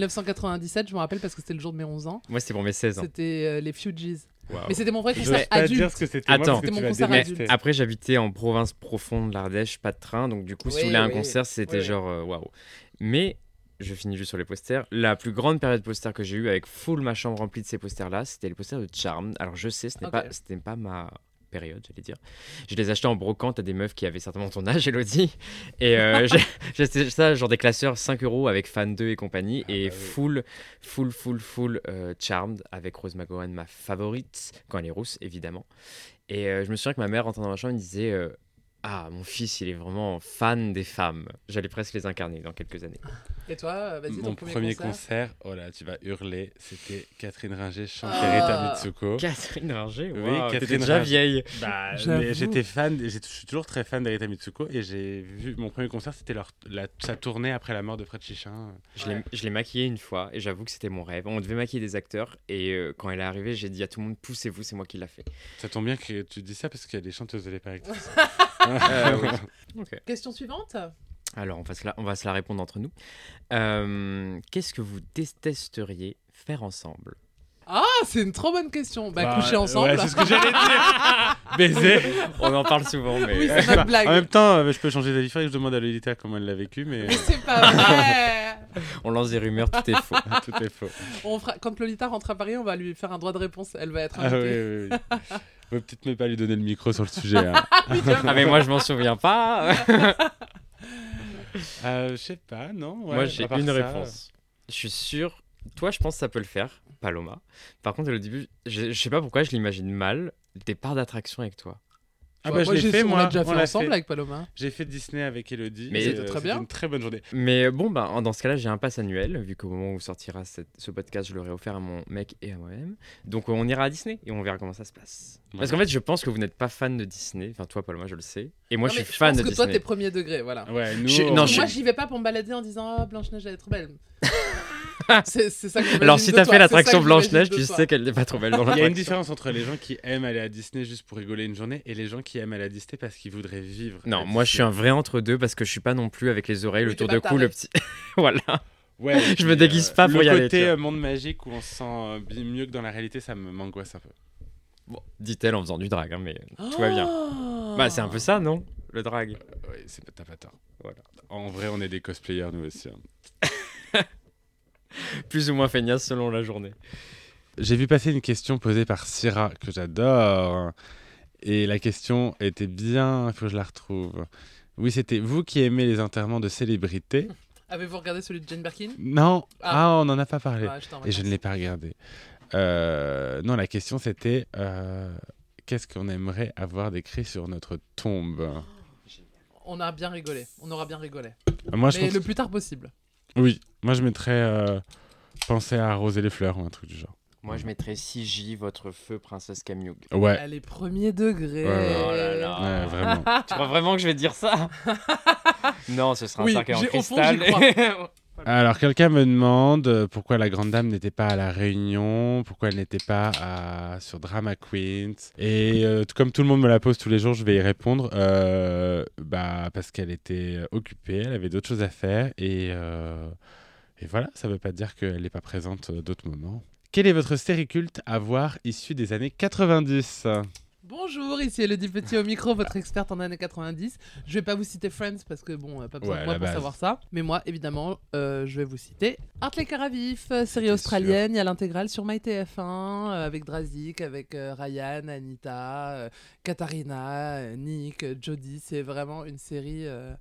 [SPEAKER 1] 1997. Je me rappelle parce que c'était le jour de mes 11 ans.
[SPEAKER 3] Moi c'était pour mes 16 ans.
[SPEAKER 1] C'était euh, les Fugees.
[SPEAKER 3] Waouh.
[SPEAKER 1] Mais c'était mon vrai
[SPEAKER 2] J'ose
[SPEAKER 1] concert
[SPEAKER 2] pas dire
[SPEAKER 1] adulte.
[SPEAKER 2] ce que c'était.
[SPEAKER 3] Attends.
[SPEAKER 2] moi, parce que
[SPEAKER 1] C'était
[SPEAKER 2] tu
[SPEAKER 1] mon
[SPEAKER 2] vas
[SPEAKER 1] concert
[SPEAKER 3] Mais
[SPEAKER 2] détester.
[SPEAKER 1] adulte.
[SPEAKER 3] après j'habitais en province profonde, l'Ardèche, pas de train, donc du coup si
[SPEAKER 5] Oui,
[SPEAKER 3] vous voulez un
[SPEAKER 5] oui.
[SPEAKER 3] concert c'était
[SPEAKER 1] Oui, oui.
[SPEAKER 3] genre euh, waouh. Mais je finis juste sur les posters. La plus grande période poster que j'ai eue avec full ma chambre remplie de ces posters là, c'était les posters de Charm. Alors je sais, ce n'est
[SPEAKER 1] Ok.
[SPEAKER 3] pas, ce n'est pas ma période, j'allais dire. Je les achetais en brocante à des meufs qui avaient certainement ton âge, <laughs> Elodie. Et <laughs> euh, j'ai- j'ai acheté ça, genre des classeurs 5 euros avec Fan 2 et compagnie.
[SPEAKER 2] Ah
[SPEAKER 3] et
[SPEAKER 2] bah oui.
[SPEAKER 3] full, full, full, full euh, Charmed avec Rose McGowan, ma favorite, quand elle est rousse, évidemment. Et euh, je me souviens que ma mère, rentrant dans ma chambre, elle me disait euh, Ah, mon fils, il est vraiment fan des femmes. J'allais presque les incarner dans quelques années.
[SPEAKER 1] Et toi, euh, vas-y, ton
[SPEAKER 2] Mon
[SPEAKER 1] premier,
[SPEAKER 2] premier
[SPEAKER 1] concert.
[SPEAKER 2] concert, oh là, tu vas hurler, c'était Catherine Ringer, chante
[SPEAKER 1] Ah.
[SPEAKER 2] Rita Mitsuko.
[SPEAKER 3] <laughs> Catherine Ringer,
[SPEAKER 2] Oui,
[SPEAKER 3] waouh, t'étais
[SPEAKER 2] Catherine
[SPEAKER 3] déjà
[SPEAKER 2] Ringer.
[SPEAKER 3] vieille.
[SPEAKER 2] Bah,
[SPEAKER 1] J'avoue.
[SPEAKER 2] mais j'étais fan, et j'ai- je suis toujours très fan d'Erita Mitsuko et j'ai vu mon premier concert, c'était leur, la, sa tournée après la mort de Fred Chichin.
[SPEAKER 3] Je l'ai- je l'ai maquillée une fois et j'avoue que c'était mon rêve. On devait maquiller des acteurs et euh, quand elle est arrivée, j'ai dit à tout le monde Poussez-vous, c'est moi qui l'a <laughs> fait.
[SPEAKER 2] Ça tombe bien que tu dis ça parce qu'elle est chanteuse de l'époque.
[SPEAKER 3] Euh, oui.
[SPEAKER 1] Question suivante.
[SPEAKER 3] Alors, on va se la, on va se la répondre entre nous. Euh, Qu'est-ce que vous détesteriez faire ensemble
[SPEAKER 1] Ah, c'est une trop bonne question. Bah,
[SPEAKER 2] Bah,
[SPEAKER 1] coucher ensemble.
[SPEAKER 2] ouais, c'est ce que j'allais dire. Ah. Baiser.
[SPEAKER 3] <laughs> On en parle souvent, mais.
[SPEAKER 1] Oui, c'est notre blague.
[SPEAKER 2] En même temps, euh, je peux changer d'avis. Faudrait que je demande à Lolita comment elle l'a vécu, mais
[SPEAKER 1] Mais c'est
[SPEAKER 2] <laughs>
[SPEAKER 1] pas vrai.
[SPEAKER 3] On lance des rumeurs, tout est faux.
[SPEAKER 2] euh, tout est faux.
[SPEAKER 1] on fera... Quand Lolita rentre à Paris, on va lui faire un droit de réponse. Elle va être
[SPEAKER 2] Ah oui,
[SPEAKER 1] invitée.
[SPEAKER 2] oui, oui. Faut peut-être ne pas lui donner le micro sur le sujet. hein.
[SPEAKER 3] Ah, mais moi, je m'en souviens pas.
[SPEAKER 2] <laughs> Euh, je sais pas, non. ouais,
[SPEAKER 3] moi,
[SPEAKER 2] à
[SPEAKER 3] j'ai
[SPEAKER 2] part
[SPEAKER 3] une
[SPEAKER 2] ça, euh.
[SPEAKER 3] réponse. Je suis sûr. Toi, je pense que ça peut le faire, Paloma. Par contre, au début, je, je sais pas pourquoi je l'imagine mal. Des parts d'attraction avec toi.
[SPEAKER 2] Ah
[SPEAKER 1] Bah,
[SPEAKER 2] bah,
[SPEAKER 1] moi,
[SPEAKER 2] je l'ai
[SPEAKER 1] j'ai-
[SPEAKER 2] fait,
[SPEAKER 1] on
[SPEAKER 2] moi.
[SPEAKER 1] l'a déjà
[SPEAKER 2] On
[SPEAKER 1] fait
[SPEAKER 2] l'a
[SPEAKER 1] ensemble
[SPEAKER 2] fait.
[SPEAKER 1] avec Paloma.
[SPEAKER 2] J'ai fait Disney avec Elodie. Euh,
[SPEAKER 3] Mais-
[SPEAKER 1] C'était très bien.
[SPEAKER 2] Une très bonne journée.
[SPEAKER 3] Mais bon, bah, en- dans ce cas-là, j'ai un pass annuel, vu qu'au moment où sortira cette- ce podcast, je l'aurai offert à mon mec et à moi-même. Donc, euh, on ira à Disney et on verra comment ça se passe. Parce
[SPEAKER 2] Ouais.
[SPEAKER 3] qu'en fait, je pense que vous n'êtes pas fan de Disney. Enfin, toi, Paloma, je le sais. Et moi,
[SPEAKER 1] Non,
[SPEAKER 3] je
[SPEAKER 1] mais
[SPEAKER 3] suis fan
[SPEAKER 1] pense
[SPEAKER 3] de
[SPEAKER 1] que
[SPEAKER 3] Disney.
[SPEAKER 1] toi, t'es premier degré, voilà.
[SPEAKER 2] Ouais, nous.
[SPEAKER 3] Je-
[SPEAKER 2] on-
[SPEAKER 3] non,
[SPEAKER 1] Donc,
[SPEAKER 3] je-
[SPEAKER 1] Moi, j'y vais pas pour me balader en disant Ah, Blanche-Neige, elle est trop belle. c'est c'est ça que j'imagine
[SPEAKER 3] Alors, si
[SPEAKER 1] de
[SPEAKER 3] t'as
[SPEAKER 1] toi, c'est
[SPEAKER 3] fait
[SPEAKER 1] ça
[SPEAKER 3] l'attraction
[SPEAKER 1] que j'imagine
[SPEAKER 3] Blanche-Neige,
[SPEAKER 1] de
[SPEAKER 3] tu
[SPEAKER 1] toi.
[SPEAKER 3] sais qu'elle n'est pas trop belle dans
[SPEAKER 2] Il y a une
[SPEAKER 3] l'attraction.
[SPEAKER 2] différence entre les gens qui aiment aller à Disney juste pour rigoler une journée et les gens qui aiment aller à Disney parce qu'ils voudraient vivre. à
[SPEAKER 3] Non, moi je suis
[SPEAKER 2] Disney.
[SPEAKER 3] un vrai entre-deux parce que je suis pas non plus avec les oreilles,
[SPEAKER 1] Oui,
[SPEAKER 3] le
[SPEAKER 1] t'es
[SPEAKER 3] tour
[SPEAKER 1] pas
[SPEAKER 3] de cou, le
[SPEAKER 1] taré.
[SPEAKER 3] petit. <laughs> voilà.
[SPEAKER 2] Ouais,
[SPEAKER 3] <laughs> je
[SPEAKER 2] puis,
[SPEAKER 3] me déguise pas pour
[SPEAKER 2] le
[SPEAKER 3] y aller, tu
[SPEAKER 2] côté
[SPEAKER 3] vois.
[SPEAKER 2] euh, monde magique où on se sent euh, bi- mieux que dans la réalité, ça me m'angoisse un peu.
[SPEAKER 3] Bon, dit-elle en faisant du drag, hein, mais tout va bien.
[SPEAKER 1] Oh.
[SPEAKER 3] Bah, c'est un peu ça, non Le drag.
[SPEAKER 2] Ouais, c'est pas t'as pas tort.
[SPEAKER 3] Voilà.
[SPEAKER 2] En vrai, on est des cosplayers nous aussi. hein.
[SPEAKER 3] Plus ou moins feignasse selon la journée.
[SPEAKER 2] J'ai vu passer une question posée par Syrah que j'adore. Et la question était bien, il faut que je la retrouve. Oui, c'était vous qui aimez les enterrements de célébrités <laughs>
[SPEAKER 1] Avez-vous regardé celui de Jane Birkin
[SPEAKER 2] Non,
[SPEAKER 1] Ah.
[SPEAKER 2] ah, on n'en a pas parlé.
[SPEAKER 1] Ah, je t'en
[SPEAKER 2] Et je ne l'ai pas regardé. Euh, non, la question c'était euh, qu'est-ce qu'on aimerait avoir décrit sur notre tombe
[SPEAKER 1] On a bien rigolé. On aura bien rigolé.
[SPEAKER 2] Moi, je
[SPEAKER 1] Mais
[SPEAKER 2] pense...
[SPEAKER 1] le plus tard possible.
[SPEAKER 2] Oui, moi je mettrais euh, penser à arroser les fleurs ou un truc du genre.
[SPEAKER 3] Moi, je mettrais 6J, votre feu, princesse Camille.
[SPEAKER 2] Ouais,
[SPEAKER 1] Allez, premier degré.
[SPEAKER 2] Ouais, ouais.
[SPEAKER 3] Oh là là.
[SPEAKER 2] ouais, vraiment.
[SPEAKER 3] tu crois vraiment que je vais dire ça <laughs> Non, ce sera
[SPEAKER 1] Oui,
[SPEAKER 3] un cercueil en
[SPEAKER 1] j'ai- au fond,
[SPEAKER 3] cristal.
[SPEAKER 1] j'y
[SPEAKER 3] <laughs>
[SPEAKER 2] Alors, quelqu'un me demande euh, pourquoi la grande dame n'était pas à La Réunion, pourquoi elle n'était pas à- sur Drama Queens. Et euh, t- comme tout le monde me la pose tous les jours, je vais y répondre. Euh, bah, parce qu'elle était euh, occupée, elle avait d'autres choses à faire. Et, euh, et voilà, ça ne veut pas dire qu'elle n'est pas présente euh, d'autres moments. Quelle est votre série culte à voir issue des années 90
[SPEAKER 1] Bonjour, ici Elodie Petit au micro, votre experte en années 90. Je vais pas vous citer Friends parce que bon, euh, pas besoin
[SPEAKER 2] Ouais,
[SPEAKER 1] de moi
[SPEAKER 2] la
[SPEAKER 1] pour
[SPEAKER 2] base.
[SPEAKER 1] savoir ça. Mais moi, évidemment, euh, je vais vous citer Hartley Caravif, euh, série australienne, il y a l'intégrale sur MyTF1 euh, avec Drazik, avec euh, Ryan, Anita, euh, Katharina, euh, Nick, euh, Jodie. C'est vraiment une série euh,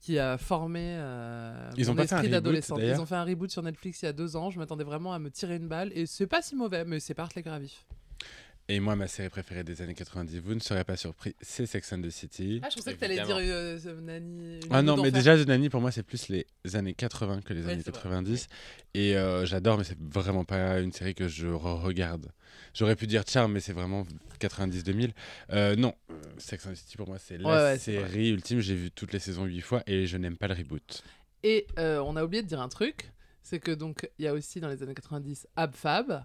[SPEAKER 1] qui a formé euh,
[SPEAKER 2] Ils
[SPEAKER 1] mon
[SPEAKER 2] ont pas fait
[SPEAKER 1] esprit
[SPEAKER 2] un reboot,
[SPEAKER 1] d'adolescente. Ils
[SPEAKER 2] d'ailleurs
[SPEAKER 1] ont fait un reboot sur Netflix il y a deux ans. Je m'attendais vraiment à me tirer une balle et c'est pas si mauvais, mais c'est pas Hartley Caravif.
[SPEAKER 2] Et moi, ma série préférée des années 90, vous ne serez pas surpris, c'est Sex and the City.
[SPEAKER 1] Ah, je pensais que
[SPEAKER 3] que
[SPEAKER 1] t'allais
[SPEAKER 3] t'allais
[SPEAKER 1] dire
[SPEAKER 3] Évidemment.
[SPEAKER 1] Nani.
[SPEAKER 2] Ah non, mais déjà, The Nanny, pour moi, c'est plus les années 80 que les
[SPEAKER 1] Ouais,
[SPEAKER 2] années
[SPEAKER 1] c'est vrai.
[SPEAKER 2] 90. Et euh, j'adore, mais c'est vraiment pas une série que je regarde. J'aurais pu dire Charm, mais c'est vraiment 90-2000. Euh, non, euh, Sex and the City, pour moi, c'est la
[SPEAKER 1] Ouais, ouais, c'est vrai.
[SPEAKER 2] série ultime. J'ai vu toutes les saisons 8 fois et je n'aime pas le reboot.
[SPEAKER 1] Et euh, on a oublié de dire un truc, c'est que donc il y a aussi dans les années 90 Abfab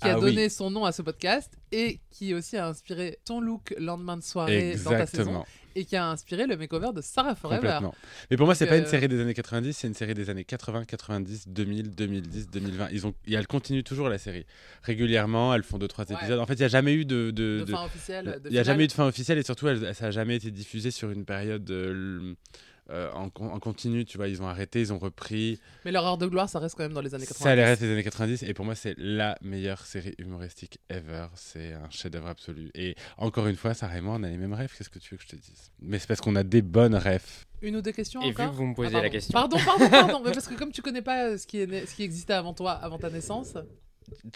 [SPEAKER 1] qui a
[SPEAKER 2] Ah oui.
[SPEAKER 1] donné son nom à ce podcast et qui aussi a inspiré ton look lendemain de soirée dans ta saison
[SPEAKER 2] Exactement,
[SPEAKER 1] et qui a inspiré le makeover de Sarah Forever.
[SPEAKER 2] complètement. Mais pour moi, c'est
[SPEAKER 1] Donc,
[SPEAKER 2] pas
[SPEAKER 1] euh,
[SPEAKER 2] une série des années 90, c'est une série des années 80, 90, 2000, 2010, 2020. Ils ont, et elle continue toujours la série. Régulièrement, elles font 2-3
[SPEAKER 1] Ouais.
[SPEAKER 2] épisodes. En fait, il n'y a jamais eu de-
[SPEAKER 1] De,
[SPEAKER 2] de, de-
[SPEAKER 1] fin officielle.
[SPEAKER 2] Il n'y a jamais eu de fin officielle et surtout, elle- ça n'a jamais été diffusé sur une période euh, l- euh, en, con- en continu. Tu vois, ils ont arrêté, ils ont repris.
[SPEAKER 1] Mais leur heure de gloire, ça reste quand même dans les années 90.
[SPEAKER 2] Ça les reste des années 90 et pour moi, c'est la meilleure série humoristique ever. C'est un chef-d'œuvre absolu. Et encore une fois, Sarah et moi, on a les mêmes rêves. Qu'est-ce que tu veux que je te dise Mais c'est parce qu'on a des bonnes rêves.
[SPEAKER 1] Une ou deux questions
[SPEAKER 3] Et vu
[SPEAKER 1] encore
[SPEAKER 3] que vous me
[SPEAKER 1] Ah,
[SPEAKER 3] posez
[SPEAKER 1] pardon.
[SPEAKER 3] la question,
[SPEAKER 1] Pardon, pardon, pardon. mais parce que comme tu connais pas euh, ce qui, est né- ce qui existait avant toi, avant ta naissance,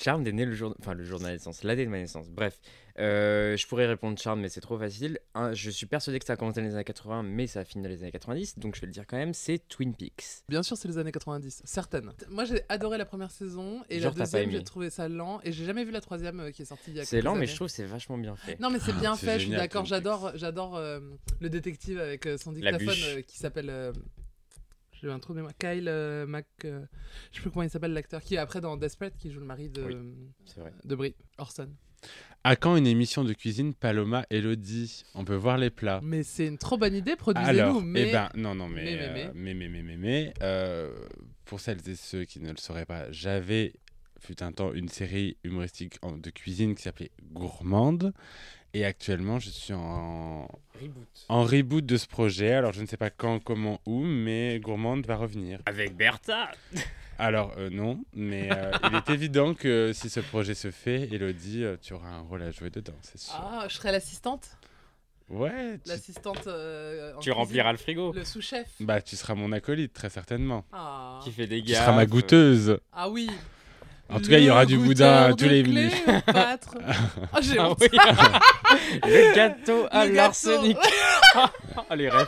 [SPEAKER 3] Charme est né le jour, enfin le jour de ma naissance, l'année de ma naissance. Bref, Euh, je pourrais répondre Charme, mais c'est trop facile. Un, je suis persuadé que ça a commencé dans les années 80, mais ça a fini dans les années 90, donc je vais le dire quand même. C'est Twin Peaks.
[SPEAKER 1] Bien sûr, c'est les années 90, certaines. Moi, j'ai adoré la première saison et la
[SPEAKER 3] Jure, t'as pas
[SPEAKER 1] deuxième,
[SPEAKER 3] aimé.
[SPEAKER 1] j'ai trouvé ça lent et j'ai jamais vu la troisième euh, qui est sortie il y a
[SPEAKER 3] C'est
[SPEAKER 1] quelques
[SPEAKER 3] lent, mais
[SPEAKER 1] années.
[SPEAKER 3] je trouve que Ah, c'est vachement bien fait.
[SPEAKER 1] Non, mais c'est bien
[SPEAKER 2] c'est
[SPEAKER 1] fait, je suis
[SPEAKER 2] génial,
[SPEAKER 1] d'accord.
[SPEAKER 2] Twin Peaks.
[SPEAKER 1] J'adore j'adore euh, le détective avec euh, son
[SPEAKER 3] La
[SPEAKER 1] dictaphone
[SPEAKER 3] bûche.
[SPEAKER 1] euh, qui s'appelle. euh, j'ai eu un trou de mémoire. Kyle euh, Mac. euh, je sais plus comment il s'appelle l'acteur qui est après dans Desperate qui joue le mari de,
[SPEAKER 3] Oui. C'est vrai.
[SPEAKER 1] de Brie Orson.
[SPEAKER 2] À quand une émission de cuisine Paloma Elodie On peut voir les
[SPEAKER 3] Ah.
[SPEAKER 2] plats.
[SPEAKER 1] Mais c'est une trop bonne idée,
[SPEAKER 2] Alors,
[SPEAKER 1] produisez-nous. Mais
[SPEAKER 2] eh ben, non, non, mais,
[SPEAKER 1] mais, mais,
[SPEAKER 2] euh, mais, mais, mais, mais, mais, euh, pour celles et ceux qui ne le sauraient pas, j'avais, fut un temps, une série humoristique en- de cuisine qui s'appelait Gourmande. Et actuellement, je suis en,
[SPEAKER 3] Reboot.
[SPEAKER 2] en reboot de ce projet. Alors, je ne sais pas quand, comment, où, mais Gourmande va revenir.
[SPEAKER 3] Avec Bertha.
[SPEAKER 2] Alors, euh, non, mais euh, il est évident que si ce projet se fait, Elodie, euh, tu auras un rôle à jouer dedans, c'est sûr.
[SPEAKER 1] Ah, je serai l'assistante.
[SPEAKER 2] Ouais, tu,
[SPEAKER 1] L'assistante. euh, en
[SPEAKER 3] Tu
[SPEAKER 1] cuisine.
[SPEAKER 3] rempliras le frigo.
[SPEAKER 1] le sous-chef.
[SPEAKER 2] bah, tu seras mon acolyte, très certainement.
[SPEAKER 1] Ah.
[SPEAKER 3] Qui fait des
[SPEAKER 2] Tu
[SPEAKER 3] gars.
[SPEAKER 2] seras ma goûteuse.
[SPEAKER 1] Ah oui.
[SPEAKER 2] En tout cas, il y aura du boudin à tous les
[SPEAKER 1] menus.
[SPEAKER 2] menus. <laughs>
[SPEAKER 1] Ah, j'ai
[SPEAKER 3] Ah
[SPEAKER 1] honte. <laughs>
[SPEAKER 3] oui. le gâteau à
[SPEAKER 1] Le gâteau. <laughs>
[SPEAKER 3] l'arsenic. Ah, les rêves.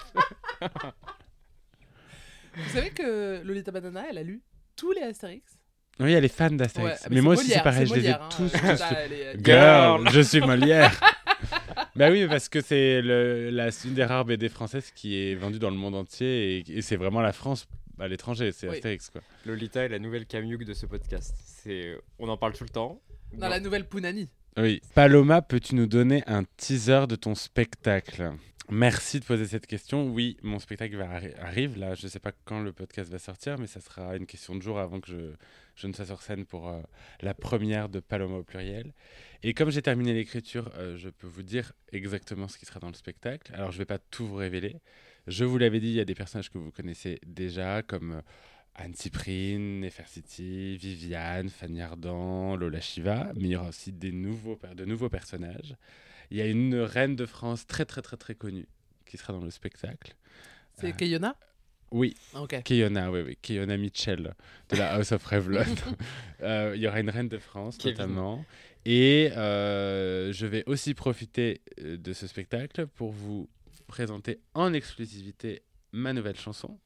[SPEAKER 1] Vous savez que Lolita Banana, elle a lu tous les Astérix.
[SPEAKER 2] Oui, elle est fan d'Astérix.
[SPEAKER 1] Ouais,
[SPEAKER 2] ah, mais,
[SPEAKER 1] c'est
[SPEAKER 2] moi aussi,
[SPEAKER 1] Molière,
[SPEAKER 2] c'est pareil,
[SPEAKER 1] c'est
[SPEAKER 2] je les ai
[SPEAKER 1] Molière, hein,
[SPEAKER 2] tous.
[SPEAKER 1] euh,
[SPEAKER 2] tous-
[SPEAKER 1] ça, elle est- <laughs>
[SPEAKER 2] Girl, je suis Molière. bah oui, parce que c'est le- la- une des rares BD françaises qui est vendue dans le monde entier et, et c'est vraiment la France à l'étranger, c'est
[SPEAKER 1] Oui.
[SPEAKER 2] Astérix quoi.
[SPEAKER 3] Lolita est la nouvelle Camiouk de ce podcast. C'est, on en parle tout le temps.
[SPEAKER 1] Dans la nouvelle Pounani.
[SPEAKER 2] Oui. Paloma, peux-tu nous donner un teaser de ton spectacle Merci de poser cette question. Oui, mon spectacle va arri- arrive là. Je ne sais pas quand le podcast va sortir, mais ça sera une question de jour avant que je, je ne sois sur scène pour euh, la première de Paloma au pluriel. Et comme j'ai terminé l'écriture, euh, je peux vous dire exactement ce qui sera dans le spectacle. Alors, je ne vais pas tout vous révéler. Je vous l'avais dit, il y a des personnages que vous connaissez déjà, comme euh, Anne Cyprine, Nefertiti, Viviane, Fanny Ardant, Lola Shiva, mais il y aura aussi des nouveaux, per- de nouveaux personnages. Il y a une reine de France très très très très connue qui sera dans le spectacle.
[SPEAKER 1] C'est
[SPEAKER 2] Ah.
[SPEAKER 1] Kayona
[SPEAKER 2] Oui,
[SPEAKER 1] Ok.
[SPEAKER 2] Keyona, oui, oui, Keyona Mitchell de la House of Revlon. Euh, il y aura une reine de France
[SPEAKER 3] Kevin.
[SPEAKER 2] notamment. Et euh, je vais aussi profiter euh, de ce spectacle pour vous présenter en exclusivité
[SPEAKER 3] Oh.
[SPEAKER 2] ma nouvelle chanson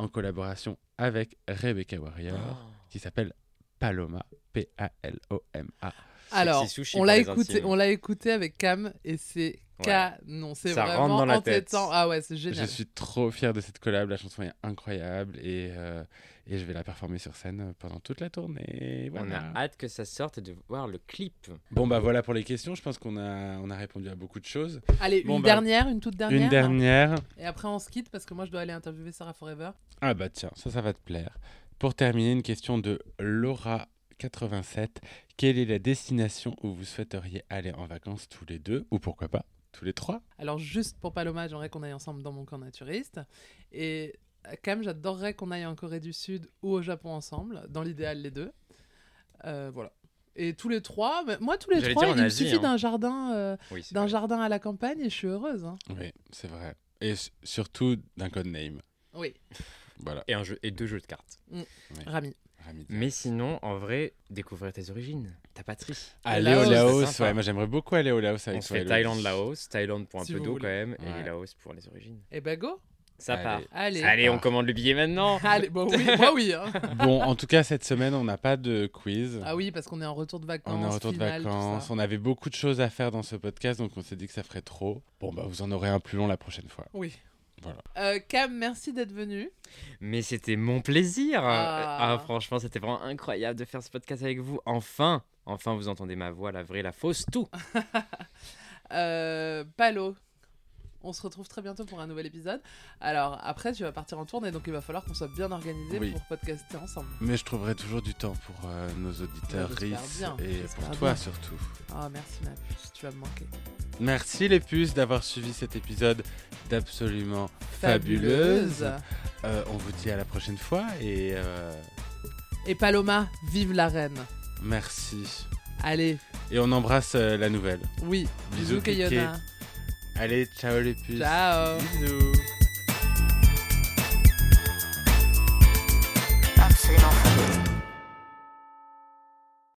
[SPEAKER 2] en collaboration avec Rebecca Warrior qui s'appelle Paloma. P-A-L-O-M-A.
[SPEAKER 1] Alors,
[SPEAKER 3] Sexy sushi
[SPEAKER 1] on
[SPEAKER 3] pour
[SPEAKER 1] l'a
[SPEAKER 3] les
[SPEAKER 1] écouté,
[SPEAKER 2] hein.
[SPEAKER 3] intimes.
[SPEAKER 1] on l'a écouté avec Cam et c'est
[SPEAKER 3] Ouais.
[SPEAKER 1] canon. C'est
[SPEAKER 3] Ça
[SPEAKER 1] vraiment
[SPEAKER 3] rentre dans la tête.
[SPEAKER 1] entêtant. Ah ouais, c'est
[SPEAKER 2] Je
[SPEAKER 1] génial.
[SPEAKER 2] suis trop fier de cette collab. La chanson est incroyable et, euh, et je vais la performer sur scène pendant toute la tournée.
[SPEAKER 3] On
[SPEAKER 2] Voilà.
[SPEAKER 3] a hâte que ça sorte et de voir le clip.
[SPEAKER 2] Bon, bah voilà pour les questions. Je pense qu'on a, on a répondu à beaucoup de choses.
[SPEAKER 1] Allez,
[SPEAKER 2] Bon,
[SPEAKER 1] une
[SPEAKER 2] bah,
[SPEAKER 1] dernière, une toute dernière.
[SPEAKER 2] Une dernière.
[SPEAKER 1] Et après, on se quitte parce que moi, je dois aller interviewer Sarah Forever.
[SPEAKER 2] Ah bah tiens, ça, ça va te plaire. Pour terminer, une question de Laura87. Quelle est la destination où vous souhaiteriez aller en vacances tous les deux ou pourquoi pas tous les trois
[SPEAKER 1] Alors, juste pour Paloma, j'aimerais qu'on aille ensemble dans mon camp naturiste. Et euh, Cam, j'adorerais qu'on aille en Corée du Sud ou au Japon ensemble. Dans l'idéal, les deux. Euh, voilà. Et tous les trois, mais moi, tous les
[SPEAKER 3] J'allais
[SPEAKER 1] trois,
[SPEAKER 3] dire en
[SPEAKER 1] il me
[SPEAKER 3] Asie,
[SPEAKER 1] suffit
[SPEAKER 3] hein.
[SPEAKER 1] d'un jardin, euh,
[SPEAKER 3] Oui, c'est
[SPEAKER 1] d'un
[SPEAKER 3] vrai.
[SPEAKER 1] jardin à la campagne et je suis heureuse. hein.
[SPEAKER 2] Oui, c'est vrai. Et s- surtout d'un code name.
[SPEAKER 1] Oui,
[SPEAKER 2] Voilà.
[SPEAKER 3] Et, un jeu, et deux jeux de cartes.
[SPEAKER 1] Rami.
[SPEAKER 2] Rami Diaz.
[SPEAKER 3] Mais sinon, en vrai, découvrir tes origines, ta patrie.
[SPEAKER 2] Aller au
[SPEAKER 1] Laos,
[SPEAKER 3] c'est
[SPEAKER 2] Laos,
[SPEAKER 3] sympa.
[SPEAKER 2] ouais, moi j'aimerais beaucoup aller au Laos avec
[SPEAKER 3] On se fait
[SPEAKER 2] Elodie.
[SPEAKER 3] Thaïlande-Laos, Thaïlande pour un
[SPEAKER 1] Si
[SPEAKER 3] peu
[SPEAKER 1] vous
[SPEAKER 3] d'eau
[SPEAKER 1] voulez.
[SPEAKER 3] quand même,
[SPEAKER 2] Ouais.
[SPEAKER 3] et Laos pour les origines.
[SPEAKER 1] Et bah go
[SPEAKER 3] Ça
[SPEAKER 2] Allez.
[SPEAKER 3] part.
[SPEAKER 1] Allez.
[SPEAKER 3] Allez, on
[SPEAKER 2] part.
[SPEAKER 3] commande le billet
[SPEAKER 1] <laughs>
[SPEAKER 3] maintenant.
[SPEAKER 1] Allez, bon, oui, moi oui. hein.
[SPEAKER 2] <laughs> Bon, en tout cas, cette semaine, on n'a pas de quiz.
[SPEAKER 1] Ah oui, parce qu'on est en retour de vacances.
[SPEAKER 2] On est en retour de
[SPEAKER 1] finale, tout ça.
[SPEAKER 2] vacances. On avait beaucoup de choses à faire dans ce podcast, donc on s'est dit que ça ferait trop. Bon, bah, vous en aurez un plus long la prochaine fois.
[SPEAKER 1] Oui.
[SPEAKER 2] Voilà.
[SPEAKER 1] Euh, Cam, merci d'être venu.
[SPEAKER 3] Mais c'était mon plaisir.
[SPEAKER 1] Ah.
[SPEAKER 3] Ah, franchement, c'était vraiment incroyable de faire ce podcast avec vous. Enfin, enfin, vous entendez ma voix, la vraie, la fausse, tout.
[SPEAKER 1] Euh, Palo, on se retrouve très bientôt pour un nouvel épisode. Alors après, tu vas partir en tournée, donc il va falloir qu'on soit bien organisé
[SPEAKER 2] Oui.
[SPEAKER 1] pour podcaster ensemble.
[SPEAKER 2] Mais je trouverai toujours du temps pour euh, nos auditeurs
[SPEAKER 1] Bah, j'espère bien,
[SPEAKER 2] et
[SPEAKER 1] j'espère
[SPEAKER 2] pour
[SPEAKER 1] bien.
[SPEAKER 2] toi surtout.
[SPEAKER 1] Ah merci ma puce, tu vas me manquer.
[SPEAKER 2] Merci les puces d'avoir suivi cet épisode d'absolument fabuleuse. Euh, on vous dit à la prochaine fois et euh,
[SPEAKER 1] Et Paloma, vive la reine.
[SPEAKER 2] merci.
[SPEAKER 1] Allez,
[SPEAKER 2] Et on embrasse euh, la nouvelle.
[SPEAKER 1] oui. Bisous
[SPEAKER 2] Bisous,
[SPEAKER 1] Kayona.
[SPEAKER 2] Allez, ciao les puces.
[SPEAKER 1] Ciao.
[SPEAKER 2] Bisous.